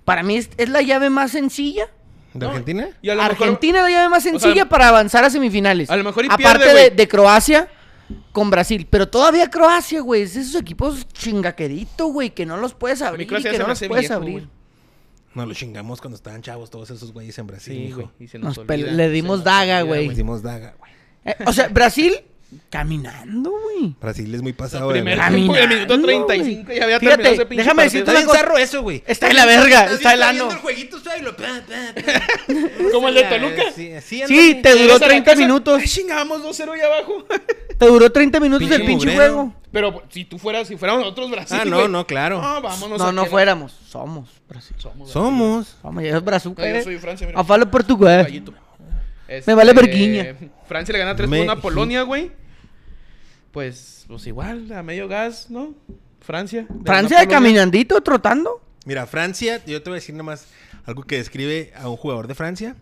Para mí es, es la llave más sencilla.
de
No,
Argentina.
Y a lo mejor-
Argentina es la llave más
sea,
sencilla para avanzar a semifinales.
a lo mejor y
Aparte
pierde,
de,
güey.
de Croacia con Brasil. Pero todavía Croacia, güey. Es de esos equipos chingaqueritos, güey. Que no los puedes
A mí
abrir. y
Croacia
que
se
no
me
los
hace
puedes
viejo,
abrir.
güey.
Nos lo chingamos cuando estaban chavos todos esos güeyes en Brasil,
Sí,
mijo.
güey. y se
Nos
nos
pe-
olvida,
le
se
dimos
nos
daga,
olvida,
güey.
Nos
[LAUGHS]
dimos daga, güey.
Eh, o sea, Brasil caminando, güey.
Brasil es muy pasado de
Primer
verga.
Caminando,
tiempo, el minuto 35 ya
Fíjate,
había terminado ese pinche
déjame
partido.
decirte una
Está bien
cosa.
zarro eso, güey.
Está en la verga,
Así
está el ano.
viendo el jueguito, o sea, y lo- pa,
[LAUGHS]
pa, pa.
Como el de Toluca.
Sí, así
Sí,
ándale.
te duró
Llegas a la
30
casa,
minutos.
ay, chingábamos 2-0 allá abajo. [LAUGHS]
Te duró 30 minutos
Pinche
el pinche
mugrero.
juego.
Pero si tú fueras, si fuéramos nosotros Brasil,
Ah, no,
güey.
no, claro.
No, vámonos.
No,
a
no
que-
fuéramos. Somos Brasil.
Somos.
Somos.
Somos, ya es brazuca.
No, yo
eh.
soy de Francia, mira.
A falo Portugal.
[LAUGHS] Caballito. Este,
vale verguiña.
Francia le gana 3
Me-
1 a Polonia, güey. Pues, pues igual, a medio gas, ¿no? Francia. Le
Francia
ganó
de
a Polonia.
caminandito, trotando.
Mira, Francia, yo te voy a decir nomás algo que describe a un jugador de Francia.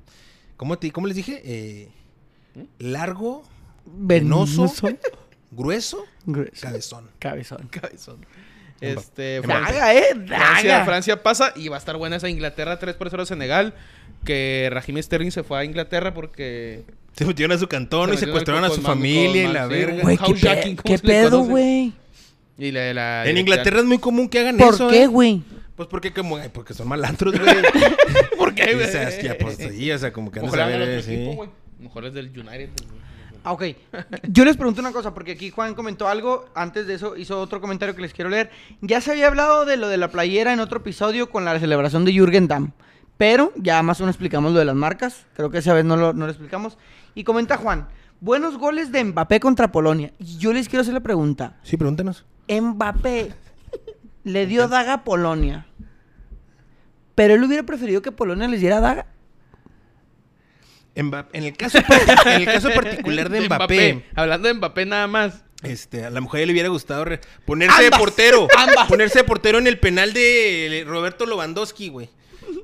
¿Cómo, te, cómo les dije? Eh,
¿Mm?
largo, venoso,
Venoso.
[LAUGHS]
grueso,
Grueso.
cabezón.
Cabezón.
[LAUGHS] Cabezón. Este, Francia,
Daga, eh.
Francia,
Daga.
Francia pasa y va a estar buena esa Inglaterra 3 por 0 a Senegal. Que Raheem Sterling se fue a Inglaterra porque.
Se metieron a su cantón
Se
y
metieron
secuestraron a
con-
su
con-
familia y
con-
la
sí,
verga.
Güey, qué, pe-
Housejacking, ¿cómo
qué
se le
pedo,
conoce?
güey.
Y la, la-
En
la-
Inglaterra es muy común que hagan eso.
¿Por qué,
¿eh?
güey?
Pues porque como, ay, porque son malandros, güey.
[LAUGHS] ¿Por qué,
Y
güey?
esas, ya, pues sí, o sea, como que andas
Ojalá
a
hagan
ver, eh.
otro
sí.
equipo, güey. Mejor es del United. güey.
Ah, ok. Yo les pregunto una cosa, porque aquí Juan comentó algo, antes de eso hizo otro comentario que les quiero leer. Ya se había hablado de lo de la playera en otro episodio con la celebración de Jürgen Damm, pero ya más o menos explicamos lo de las marcas, creo que esa vez no lo, no lo explicamos. Y comenta Juan, buenos goles de Mbappé contra Polonia. Y yo les quiero hacer la pregunta,
Sí, pregúntanos.
Mbappé le dio daga a Polonia, pero él hubiera preferido que Polonia les diera daga.
En, Mba- en el caso, par- en el caso particular de Mbappé,
Hablando de [LAUGHS] Mbappé nada más.
este, a la mujer le hubiera gustado re- ponerse
Ambas.
de portero.
[LAUGHS]
Ambas.
Ponerse de portero en el penal de Roberto Lewandowski, güey.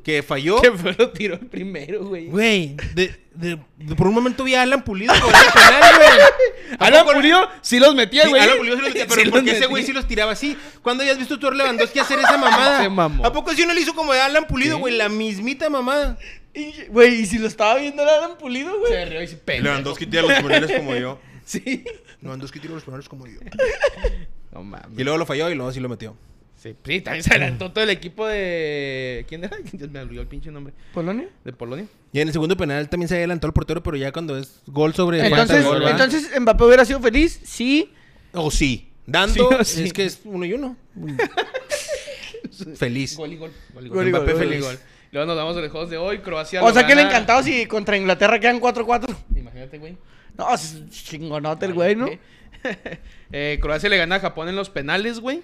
Que
[LAUGHS]
falló.
Que fue lo tiró el primero, güey.
Güey, de- de- de- por un momento vi a Alan Pulido cobrar el penal, güey.
Alan Pulido sí los metía,
Sí,
güey.
Alan Pulido se los metía, pero
Sí
¿por qué
los
ese güey sí
metía.
los tiraba así? ¿Cuándo hayas visto tú a
[LAUGHS]
Lewandowski hacer esa mamada?
Se mamó.
¿A poco si uno le hizo como de Alan Pulido,
Sí.
güey? La mismita mamada.
Y- Güey, y si lo estaba viendo era Alan Pulido, güey.
Se rió y se pendejo.
tira los penales como yo.
Sí.
Lewandowski tira los penales como yo.
No mames.
Y luego lo falló y luego sí lo metió.
Sí, sí, también se adelantó todo el equipo de. ¿Quién era? [LAUGHS] Dios, Me olvidó el pinche nombre.
¿Polonia?
¿De Polonia?
Y en el segundo penal también se adelantó el portero, pero ya cuando es gol sobre
Entonces,
falta, gol, ¿verdad?
entonces Mbappé hubiera sido feliz sí.
o sí, dando
Sí, o sí.
es que es uno y uno. Feliz.
Gol y gol. Gol y
Gol
gol.
y
Mbappé
gol,
feliz.
gol.
gol. Luego nos vamos a los juegos de hoy. Croacia.
O
lo
sea que le
gana-
encantaba si contra Inglaterra quedan 4-4.
Imagínate, güey.
No, es chingonote el güey, ¿no?
[LAUGHS] Eh, Croacia le gana a Japón en los penales, güey.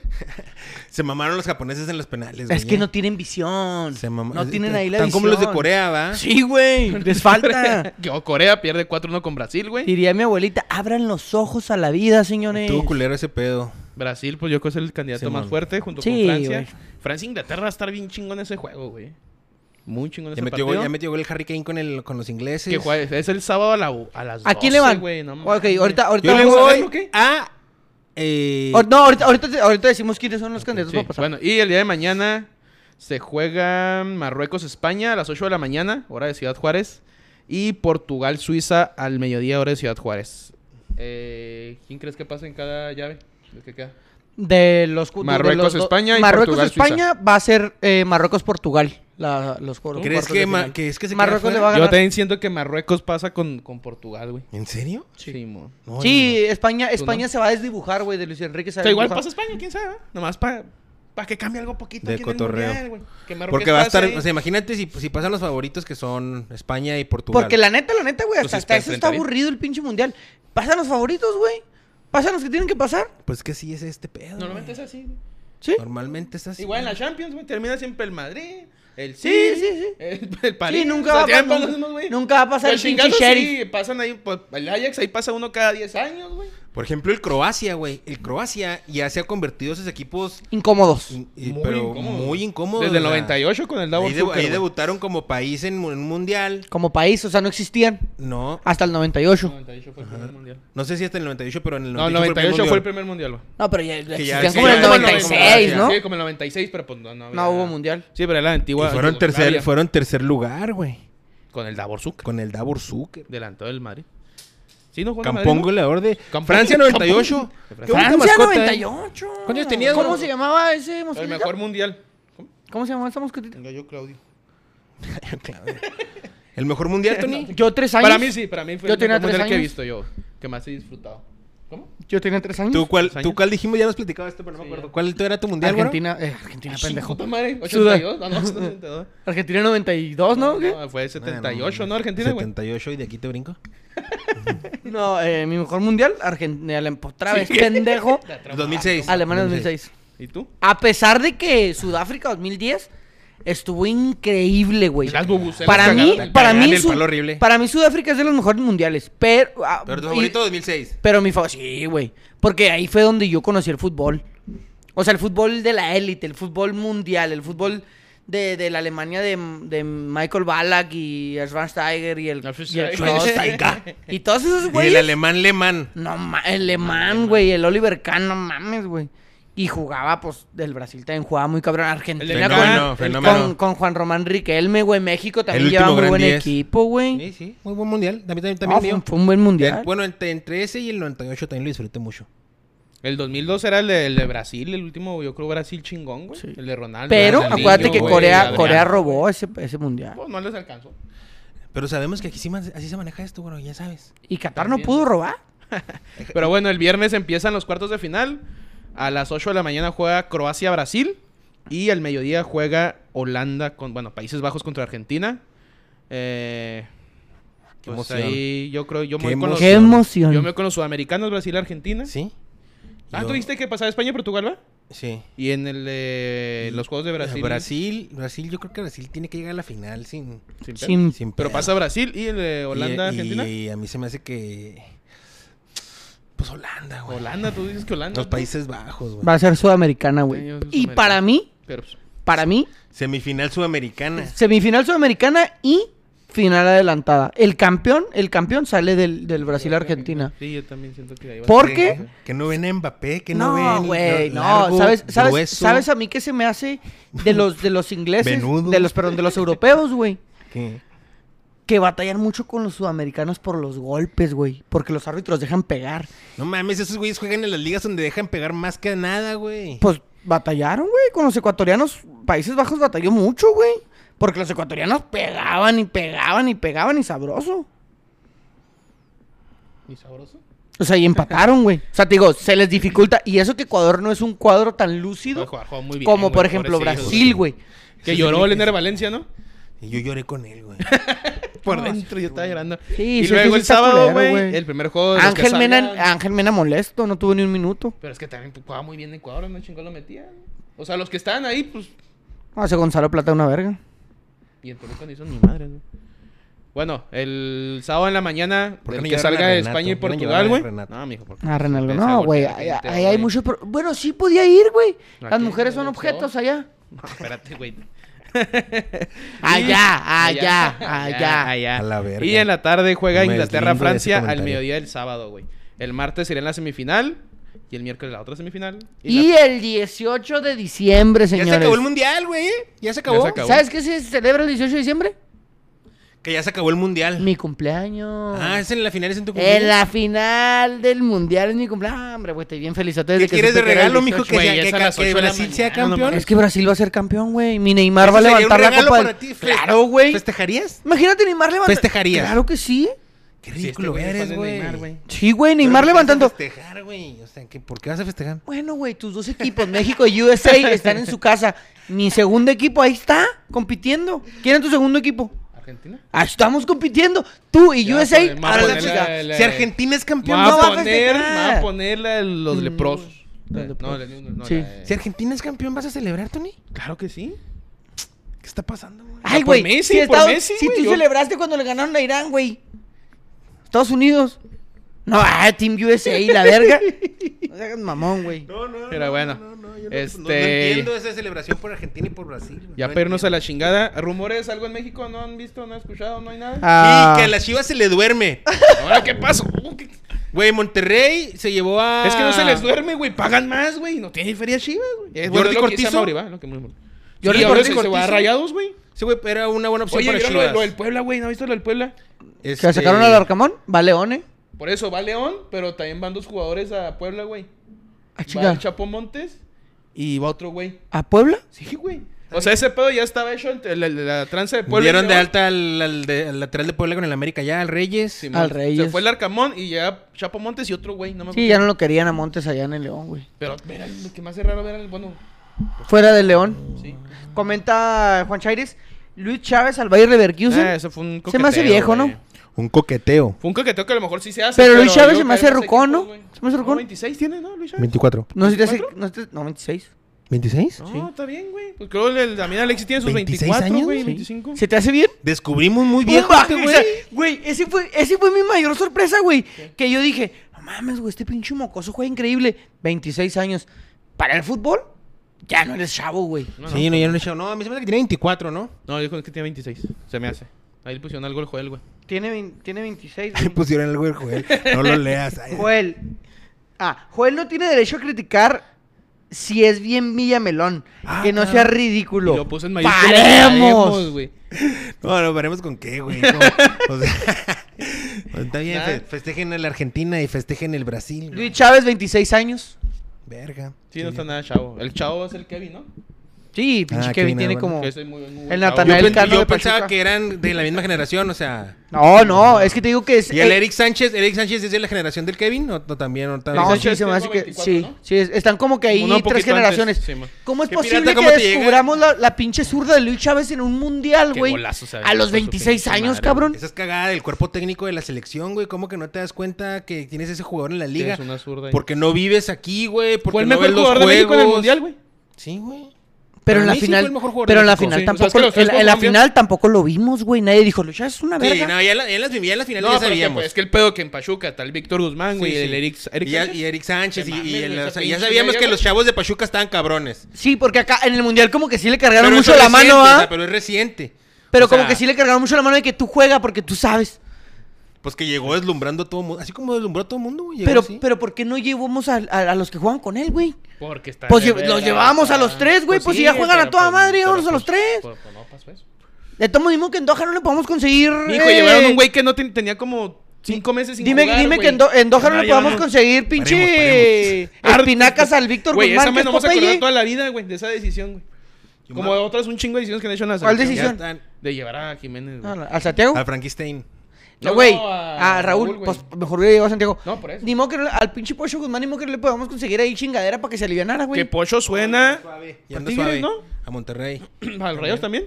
Se mamaron los japoneses en los penales,
Es
güey,
que
¿eh?
no tienen visión.
Se mama-
No tienen ahí la
Están
visión.
como los de Corea, ¿va?
Sí,
[LAUGHS]
güey. Les
[LAUGHS]
falta.
Que- o Corea pierde 4-1 con Brasil, güey.
Diría mi abuelita, abran los ojos a la vida, señores.
Tuvo culero ese pedo.
Brasil, pues yo creo que es el candidato
Sí,
más
man.
fuerte junto
Sí,
con Francia.
güey.
Francia e Inglaterra va a estar bien chingón ese juego, güey. Muy chingón ese
Ya metió,
partido.
gol, ya metió gol el Harry Kane con, el, con los ingleses.
Que juega- es el sábado a, la, a las 12,
¿A quién le van?
güey, no
ok,
mames.
ahorita, ahorita
Yo le
vamos a ver-
o
voy
qué?
a... eh,
Ahor- No, ahorita, ahorita, te- ahorita decimos quiénes son los candidatos
Sí,
para pasar.
Bueno, y el día de mañana se juega Marruecos-España a las 8 de la mañana, hora de Ciudad Juárez. Y Portugal-Suiza al mediodía, hora de Ciudad Juárez. Eh, ¿Quién crees que pasa en cada llave? ¿De qué queda?
De los cu- de
Marruecos,
los do-
España y
Marruecos,
Portugal,
España va a ser eh, Marruecos, Portugal. la- los cuartos.
¿Crees
cuartos
que
de
ma-
final.
que es que se queda
Marruecos le
fuera?
va a
Yo
ganar.
también siento que Marruecos pasa con, con Portugal, güey.
¿En serio?
Sí, mo.
No,
sí, España,
¿Tú
España
no?
se va a desdibujar, güey, de Luis Enrique. se va a
O sea, igual
desdibujar.
pasa España, quién sabe. ¿eh? Nomás para Para que cambie algo poquito.
De
aquí en el
cotorreo.
mundial, güey. Que ¿eh? Marruecos
Porque va a
pase
estar.
ahí.
O sea, imagínate si, si pasan los favoritos que son España y Portugal.
Porque la neta, la neta, güey, hasta,
Pues
hasta
espera,
eso
frente
está
a bien.
aburrido el pinche mundial. Pasan los favoritos, güey. Pasan los que tienen que pasar.
Pues que sí es este pedo. Normalmente
Normalmente es así. güey.
¿Sí?
Normalmente es así.
Igual en la Champions, güey, termina siempre el Madrid, el
Sí,
City,
sí, sí.
el, el París.
Sí, nunca
o sea,
va a
tienen
pa-
los mismos, güey.
nunca va a pasar
Los
el pinche
chingados
sheriff.
sí, pasan ahí, pues, el Ajax ahí pasa uno cada 10 años, güey.
Por ejemplo, el Croacia, güey. El Croacia ya se ha convertido esos equipos.
Incómodos.
in- y- pero muy incómodos.
Desde el
o sea,
98 con el Davos
Ahí, de- ahí debutaron como país en mu- en un mundial.
Como país, o sea, no existían
No.
hasta el 98.
98 fue el primer mundial.
No sé si hasta el 98, pero en el
No, el
98,
98 fue el
mundial.
primer mundial, güey.
No, pero ya existían
sí,
como en el
ya,
Como el
96, ¿no?
Sí, como el 96, pero pues no, no, había-
No hubo mundial.
Sí, pero era la
Y
antigua.
fueron tercer,
Yugoslavia,
fueron tercer lugar, güey.
Con el Davor Zucker,
Con el Davor Zucker.
delante del Madrid. Sí, no jugó en
Campón
Madrid,
goleador de
Campón-
Francia 98.
Campón.
Qué bonita
Francia
mascota, ¿eh?
98.
¿Cuántos tenías,
¿Cómo
güey?
se llamaba ese
¿no? El
mosquitito?
mejor mundial. ¿Cómo?
¿Cómo se llamaba esa mosquitita?
yo, Claudio.
Claro. El mejor mundial, Tony.
Yo tres años.
Para mí sí, para mí fue
Yo
el
tenía
mejor
tres
mundial que he
años.
visto yo, que más he disfrutado. ¿Cómo?
Yo tenía tres años.
¿Tú cuál,
años.
¿Tú cuál dijimos? Ya nos platicaba esto, pero no me
Sí,
acuerdo.
ya.
¿Cuál era tu mundial, güey?
Argentina, eh, Argentina, pendejo.
Puta madre,
Suda.
82, no,
[LAUGHS]
no, 72.
Argentina 92, ¿no? ¿Qué?
No, fue 78, ¿no? Argentina, güey.
78 y de aquí te brinco.
No, eh, mi mejor mundial, Argentina, Alem- otra
[LAUGHS]
vez, pendejo.
Está traumado.
2006.
Alemania 2006.
¿Y tú?
A pesar de que Sudáfrica 2010 estuvo increíble, güey.
Las bubucelas
Pues, Para mí,
cagadas.
para mí,
El
Su-
palo horrible.
para mí Sudáfrica es de los mejores mundiales, pero ah,
Pero tu
y-
favorito 2006.
pero mi favorito, sí, güey, porque ahí fue donde yo conocí el fútbol. O sea, el fútbol de la élite, el fútbol mundial, el fútbol de, de la Alemania de, de Michael Ballack y Schweinsteiger y el, y el
[LAUGHS]
Schweinsteiger.
Klopp. y todos esos
Y
güeyes.
el alemán Lehmann.
No, ma- el Lemán, güey, el Oliver Kahn, no mames, güey. Y jugaba, pues, del Brasil también jugaba muy cabrón. Argentina
El de
con,
Kahn,
fenómeno.
con- con Juan Román Riquelme, güey. México también
El último
lleva muy
gran
buen
10.
equipo, güey.
Sí, sí. Muy buen mundial. También, también,
No,
también
Ah, fue,
mío.
un- fue un buen mundial.
Eh, Bueno, entre, entre ese y el 98 también lo disfruté mucho.
El 2002 era el de, el de Brasil, el último, yo creo, Brasil chingón, güey.
Sí.
El de Ronaldo.
Pero
Ronaldinho,
acuérdate que
güey,
Corea,
Adriano.
Corea robó ese, ese mundial.
Pues no les alcanzó.
Pero sabemos que aquí sí man- así se maneja esto, bueno, ya sabes.
Y Qatar no pudo robar.
Pero bueno, el viernes empiezan los cuartos de final. A las 8 de la mañana juega Croacia-Brasil. Y al mediodía juega Holanda con, bueno, Países Bajos contra Argentina. Eh,
Qué
pues
emoción.
ahí yo creo, yo me
Qué
voy con los,
Qué
Emoción.
emoción.
yo me voy con los sudamericanos, Brasil, Argentina.
¿Sí?
Ah,
Yo-
tú dijiste que pasaba España y Portugal, ¿va?
Sí.
Y en el de Eh, los Juegos de Brasil.
Eh, Brasil, Brasil, yo creo que Brasil tiene que llegar a la final sin,
sin pedo.
Sin-
sin
Mm, Pero
pedo.
pasa Brasil y el de
Y-
Holanda,
y,
Argentina.
Y a mí se me hace que. Pues Holanda, güey.
Holanda, tú dices que Holanda.
Los
¿no?
Países Bajos, güey.
Va a ser sudamericana,
Sí,
güey.
yo soy
Y
sudamericano.
para mí,
Pero, pues,
para mí,
Semifinal sudamericana.
Semifinal sudamericana y final adelantada. El campeón, el campeón sale del, del Brasil-Argentina.
sí, yo también siento que ahí va a
¿Por
ser-
qué?
Que no ven a Mbappé, que
No,
no, ven.
güey,
lo
no,
largo,
¿sabes, sabes,
grueso.
sabes a mí qué se me hace de los, de los ingleses,
Venudo.
de los, perdón, de los europeos, güey?
¿Qué?
Que batallan mucho con los sudamericanos por los golpes, güey, porque los árbitros dejan pegar.
No mames, esos güeyes juegan en las ligas donde dejan pegar más que nada, güey.
Pues batallaron, güey, con los ecuatorianos, Países Bajos batalló mucho, güey, porque los ecuatorianos pegaban y pegaban y pegaban y sabroso.
¿Y sabroso?
O sea, y empataron, güey. O sea, te digo, se les dificulta. Y eso que Ecuador no es un cuadro tan
Juega-
lúcido
juega- juega muy bien,
como,
güey,
por ejemplo,
pobrecillos,
Brasil, güey.
Que
Sí,
lloró
sí,
el
sí.
Ener Valencia, ¿no?
Y yo lloré con
[LAUGHS]
él, güey.
Por dentro yo estaba llorando.
Sí,
y
sí, sí,
luego
sí
el
está
sábado,
culero,
güey,
güey.
el primer juego de los que
Ángel Mena, ah.
salgan.
Ángel Mena molesto, no tuvo ni un minuto.
Pero es que también jugaba muy bien Ecuador, no chingón lo metía. O sea, los que estaban ahí, pues.
Hace Gonzalo Plata una verga.
Y en Toluca no hizo ni madre, ¿no? Bueno, el sábado en la mañana,
¿Por qué
el
no
que
llevaron a
salga de
Renato?
España y
¿Por qué no
Portugal, güey.
llevaron a Renato?
No, mijo, porque.
Ah, Renaldo.
empieza a
No, güey.
golpear
ahí-
gente,
Ahí hay
güey.
mucho. pro- Bueno, sí podía ir, güey. Las
Aquí,
mujeres son
no,
objetos
no.
allá.
No, espérate,
[LAUGHS]
güey.
Ah,
Ah,
Allá, allá, allá.
A la verga.
Y en la tarde juega
No me deslindo de ese
Inglaterra-Francia al
comentario.
mediodía del sábado, güey. El martes sería en la semifinal y el miércoles la otra semifinal.
Y
la-
el 18 de diciembre,
Ya
señores.
se acabó el mundial, güey. ¿eh? Ya se acabó.
Ya se acabó.
¿Sabes qué se celebra el 18 de diciembre?
Que ya se acabó el mundial.
Mi cumpleaños.
Ah, es en la final, es en tu cumpleaños.
En la final del mundial es mi cumpleaños. Ah, Hombre, güey, estoy bien feliz.
¿Qué quieres de regalo, mijo? Que,
Güey,
sea-
es
que,
a las
que
ocho de la
Brasil sea
mañana, no
campeón.
Es que Brasil va a ser campeón, güey. Mi Neymar
¿Eso
va a
sería un
levantar la
regalo
copa.
para
del-
ti? Fe-
Claro, güey.
¿Festejarías?
Imagínate Neymar levantar.
Festejarías.
Claro que sí.
Qué
Sí, este
ridículo
güey es fan
eres,
de Neymar,
güey.
güey.
Sí, güey,
Pero
Neymar
¿por qué
levantando.
vas a festejar, güey? O sea, ¿qué- ¿por qué vas a festejar?
Bueno, güey, tus dos equipos, México y
[LAUGHS]
USA, están en su casa. Mi segundo equipo ahí está, compitiendo. ¿Quién es tu segundo equipo?
¿Argentina?
Ah, estamos compitiendo. Tú y
Ya,
USA,
pues, vamos a
ahora la
ponerle
chica.
a- El,
Ah, Si
eh,
Argentina es
Me
campeón,
Ma-
va
no
a
vas a
poner, me va
festejar.
a poner la de los
Mm,
leprosos.
los
No,
leprosos.
la- no,
Sí.
la- eh,
Si Argentina es campeón, ¿vas a celebrar, Tony?
Claro que sí.
¿Qué está pasando, güey?
Ay,
por
güey.
Messi,
si
por
Estados-
Messi,
si
güey,
tú
yo-
celebraste cuando le ganaron a Irán, güey. Estados Unidos. No, ah, Team USA, la
[LAUGHS]
verga. No seas mamón, güey.
No, no,
Pero
no,
bueno,
no, no, yo no-
este-
no, no entiendo esa celebración por Argentina y por Brasil. güey.
Ya
No
pernos a
entiendo.
la chingada. ¿Rumores algo en México? ¿No han visto? ¿No han escuchado? ¿No hay nada?
Ah,
Y que a las chivas se le duerme.
¿Ahora qué pasó? Uh, qué-
Güey, Monterrey se llevó a.
Es que no se les duerme, güey. Pagan más, güey. No tiene feria chivas, güey. Eh,
Jordi
es lo que
Cortizo.
dice Mauri, ¿va? Lo que-
Jordi
Sí, ahora se-
Cortizo.
Se va a rayados, güey.
Sí, güey, era una buena opción
Oye,
para
¿vieron lo, de-
Chivas.
lo del Puebla, güey? ¿No has visto lo del Puebla?
¿Que
Este,
sacaron al Arcamón? Va León, eh.
Por eso va León, pero también van dos jugadores a Puebla, güey.
Ah,
Va
chica.
el Chapo Montes y va otro, güey.
¿A Puebla?
Sí, güey. O sea, ese pedo ya estaba hecho entre la, la- la tranza de Puebla. y
Dieron de
León.
alta al, al de- al lateral de Puebla con el América ya, al Reyes.
Simón.
Al Reyes.
Se fue el Arcamón y ya Chapo Montes y otro, güey. No me
Sí,
acuerdo.
ya no lo querían a Montes allá en el León, güey.
Pero mira, lo que más es raro ver al bueno.
Fuera del León.
Sí.
Comenta Juan Chaires, Luis Chávez al Bayer Leverkusen.
Ah, eso fue un
se me hace
coqueteo,
viejo, ¿no?
güey.
Un coqueteo.
Fue un coqueteo que a lo mejor sí se hace.
Pero Luis Chávez
yo
se me
creo
hace
que los
rucón, ¿no?
equipos, güey.
Se me hace
No,
rucón.
26 tiene, ¿no, Luis Chávez?
24.
No sé si te hace-
¿Cuatro?
no, sé- no, 26.
¿26?
No, está bien, güey. Pues creo que el- también Alexis tiene sus
26
24,
años,
güey,
sí.
25.
¿Se te hace bien?
Descubrimos
[LAUGHS]
muy
Bien,
bien,
güey. Pues, O sea, Güey, ese fue, ese fue mi mayor sorpresa, güey. Que yo dije, no mames, güey, este pinche mocoso juega increíble. 26 años. Para el fútbol, ya no eres chavo, güey.
Sí, no, ya no le he echado. No, a mí se me hace que tiene 24, [LAUGHS] ¿no?
No, dijo que tiene 26. Se me hace. Ahí le pusieron algo el Joel, güey.
Tiene, vein- tiene 26,
Le
güey.
pusieron algo de Joel. No lo [LAUGHS] leas. ay.
Joel. Ah, Joel no tiene derecho a criticar si es bien Villamelón.
Ah,
que no sea
claro.
ridículo.
Y lo puso en mayúsculas.
¡Paremos!
güey.
No, no, veremos con qué,
[LAUGHS]
güey. No, o sea, [LAUGHS] está bien,
Nah.
fe- festejen en la Argentina y festejen el Brasil. güey.
Luis Chávez, 26 años.
Verga.
Sí, no está nada chavo. El chavo es el Kevin, ¿no?
Sí, pinche
Ah,
Kevin
Kevin
tiene
Álvarez.
como...
Que ese es muy, muy
El
chavo.
Yo,
Natanael
pen-
Cano
yo
de
pensaba
Pachuca.
que eran de la misma generación, o sea.
No, no, es que te digo que es...
¿Y el
eh,
Eric Sánchez? ¿Eric Sánchez es de la generación del Kevin? ¿O, o también? o tal-
No,
Sánchez
sí, se me
tengo
hace que...
24,
sí,
¿no?
sí, es- están como que ahí
Uno un
tres
poquito
generaciones.
antes, sí, man.
¿Cómo es
Qué
posible
pirata, ¿cómo
que
te llega?
descubramos la, la pinche zurda de Luis Chávez en un mundial,
Qué
güey?
golazo se aventó
A los
su
26
pinche
años,
madre,
cabrón.
Esa es cagada del cuerpo técnico de la selección, güey. ¿Cómo que no te das cuenta que tienes ese jugador en la liga?
Tienes una zurda ahí.
Porque no vives aquí, güey. Porque
Fue el
no
mejor
ves los
jugador de México en el
juegos.
Mundial, güey.
Sí, güey.
Pero
Para
en la
mí sí fue
final,
el mejor jugador Pues
pero
de
en la
México.
final
Sí, o sea, es
tampoco,
que los tres
en la- en, la
juegos cambian.
final tampoco lo vimos, güey. Nadie dijo, Luis Chávez es una verga.
Sí, no, ya, la- ya las, ya en las finales
Ah, No,
ya
pero es que,
sabíamos.
pues, es que el pedo que en Pachuca está el Víctor Guzmán, güey,
Sí,
y
sí.
el Eric, Eric
y, ya-
Sánchez.
y Eric Sánchez.
Te
Y,
mames,
y el-
güey,
o sea, ya
esa pinche
sabíamos
media,
que
güey.
los chavos de Pachuca estaban cabrones.
Sí, porque acá en el mundial como que sí le cargaron mucho
eso es
la mano,
reciente, o
¿ah?
sea, pero es reciente.
pero
O
como
sea,
que sí le cargaron mucho la mano de que tú juegas porque tú sabes.
Pues que llegó deslumbrando a todo mundo. Así como deslumbró a todo mundo, güey. llegó
Pero,
así.
pero ¿por qué no llevamos a, a- a los que juegan con él, güey?
Porque está.
Pues
de
lle- los
verga,
llevábamos a los
está-
tres, güey, pues si ya
sí,
juegan a
pero
toda
pues-
madre,
pero
vámonos a
pues-
los tres.
Pues, pues no pasó eso.
De todo modo, mismo que en Doha no le podemos conseguir.
Mijo,
eh,
llevaron un güey que no ten- tenía como cinco meses sin
Dime,
jugar,
dime
güey.
que en, Do- en Doha no
Ah,
le podemos
llevaron-
conseguir pinche
Paremos,
espinacas al Víctor
Güey, esa
Guzmán. que
me
es
no vamos a
Popeye.
acordar toda la vida, güey, de esa decisión, güey. Como de otras un chingo de decisiones que han hecho en la
¿Cuál
selección.
Ya
decisión?
están-
De llevar a Jiménez, güey.
No, no, ¿Al Santiago?
Al Frankenstein.
No,
No,
güey.
no,
a,
a-
Raúl,
Raúl, güey.
pues mejor hubiera llegado a Santiago.
No, por eso.
Ni modo que no- al pinche Pocho Guzmán, ni modo que no le podamos conseguir ahí chingadera para que se alivianara,
Que
güey.
Pocho [CLEARS THROAT] suena
Y
a
anda suave.
Tigres, ¿no?
A Monterrey.
Al Rayos también.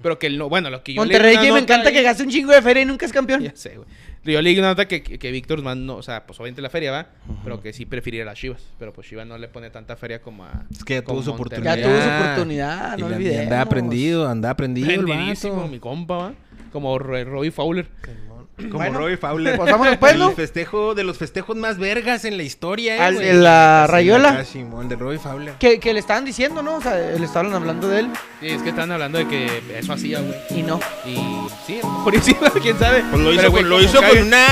Pero que el no, bueno, lo que yo leí
Monterrey,
una
que me
nota
encanta
ahí-
que gaste un chingo de feria y nunca es campeón.
[LAUGHS] Ya sé, güey. Yo leí una nota que, que, que Víctor Guzmán no, o sea, pues obviamente la feria va, pero que sí prefiriera a las Chivas. Pero pues Chivas no le pone tanta feria como a.
Es que ya
como
tuvo su
Monterrey.
oportunidad.
Ya tuvo su oportunidad, no
Y la- y
olvidemos.
Andaba aprendido, andaba aprendido el
Prendidísimo,
vato.
mi compa, ¿va? Como Ro- Robbie Fowler.
Como Robbie Fowler.
pues vámonos, pues, ¿no?
El festejo de los festejos más vergas en la historia, eh,
Al
güey.
de la
Sí,
Rayuela.
acá, Simón, de Robbie Fowler.
Que, que le estaban diciendo, ¿no? O sea, le estaban hablando de él
Sí, es que estaban hablando de que eso hacía, güey.
y no.
Y sí, a lo mejor y sí, quién sabe.
Pues lo hizo, con,
Pero, güey,
lo
como
hizo
cabe-
con una,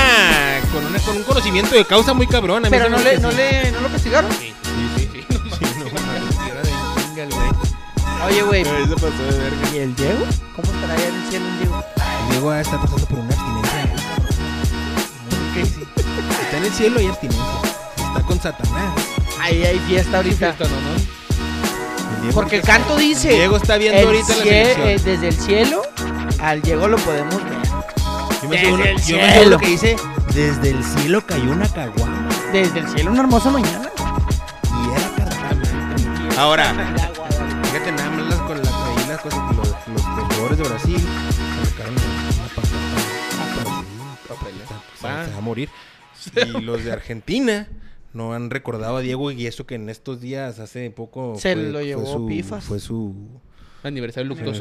con una- con un conocimiento de causa muy cabrón. a mí
Pero
se me
no
hace
le,
que
no
sí.
le, no lo castigaron.
Sí, sí, sí. sí, no mames, sí, era de chinga el güey.
Oye, güey.
Pero eso pasó de verga.
¿Y el Diego? ¿Cómo estará allá en el cielo el Diego?
Diego a estar pasando por una abstinencia. ¿Qué? Está en el cielo y abstinencia. Está con Satanás.
Ahí hay fiesta ahorita.
Esto no, ¿no?
El Diego-
Porque el canto dice.
Diego está viendo
el
ahorita la
cie-
selección.
eh, Desde el cielo, al Diego lo podemos ver.
Yo me aseguro,
el
yo me aseguro
cielo.
que dice, desde el cielo cayó una caguama
Desde el cielo, una hermosa mañana.
y era cartama. Ahora, fíjate nada más las- con las, ahí las cosas que los, los, los jugadores de Brasil sacaron una pancarta. Se pues, se va
[LAUGHS]
a morir. Y los de Argentina no han recordado a Diego y eso que en estos días, hace poco...
Se lo llevó
su,
Pifas.
Fue su...
Aniversario luctuoso.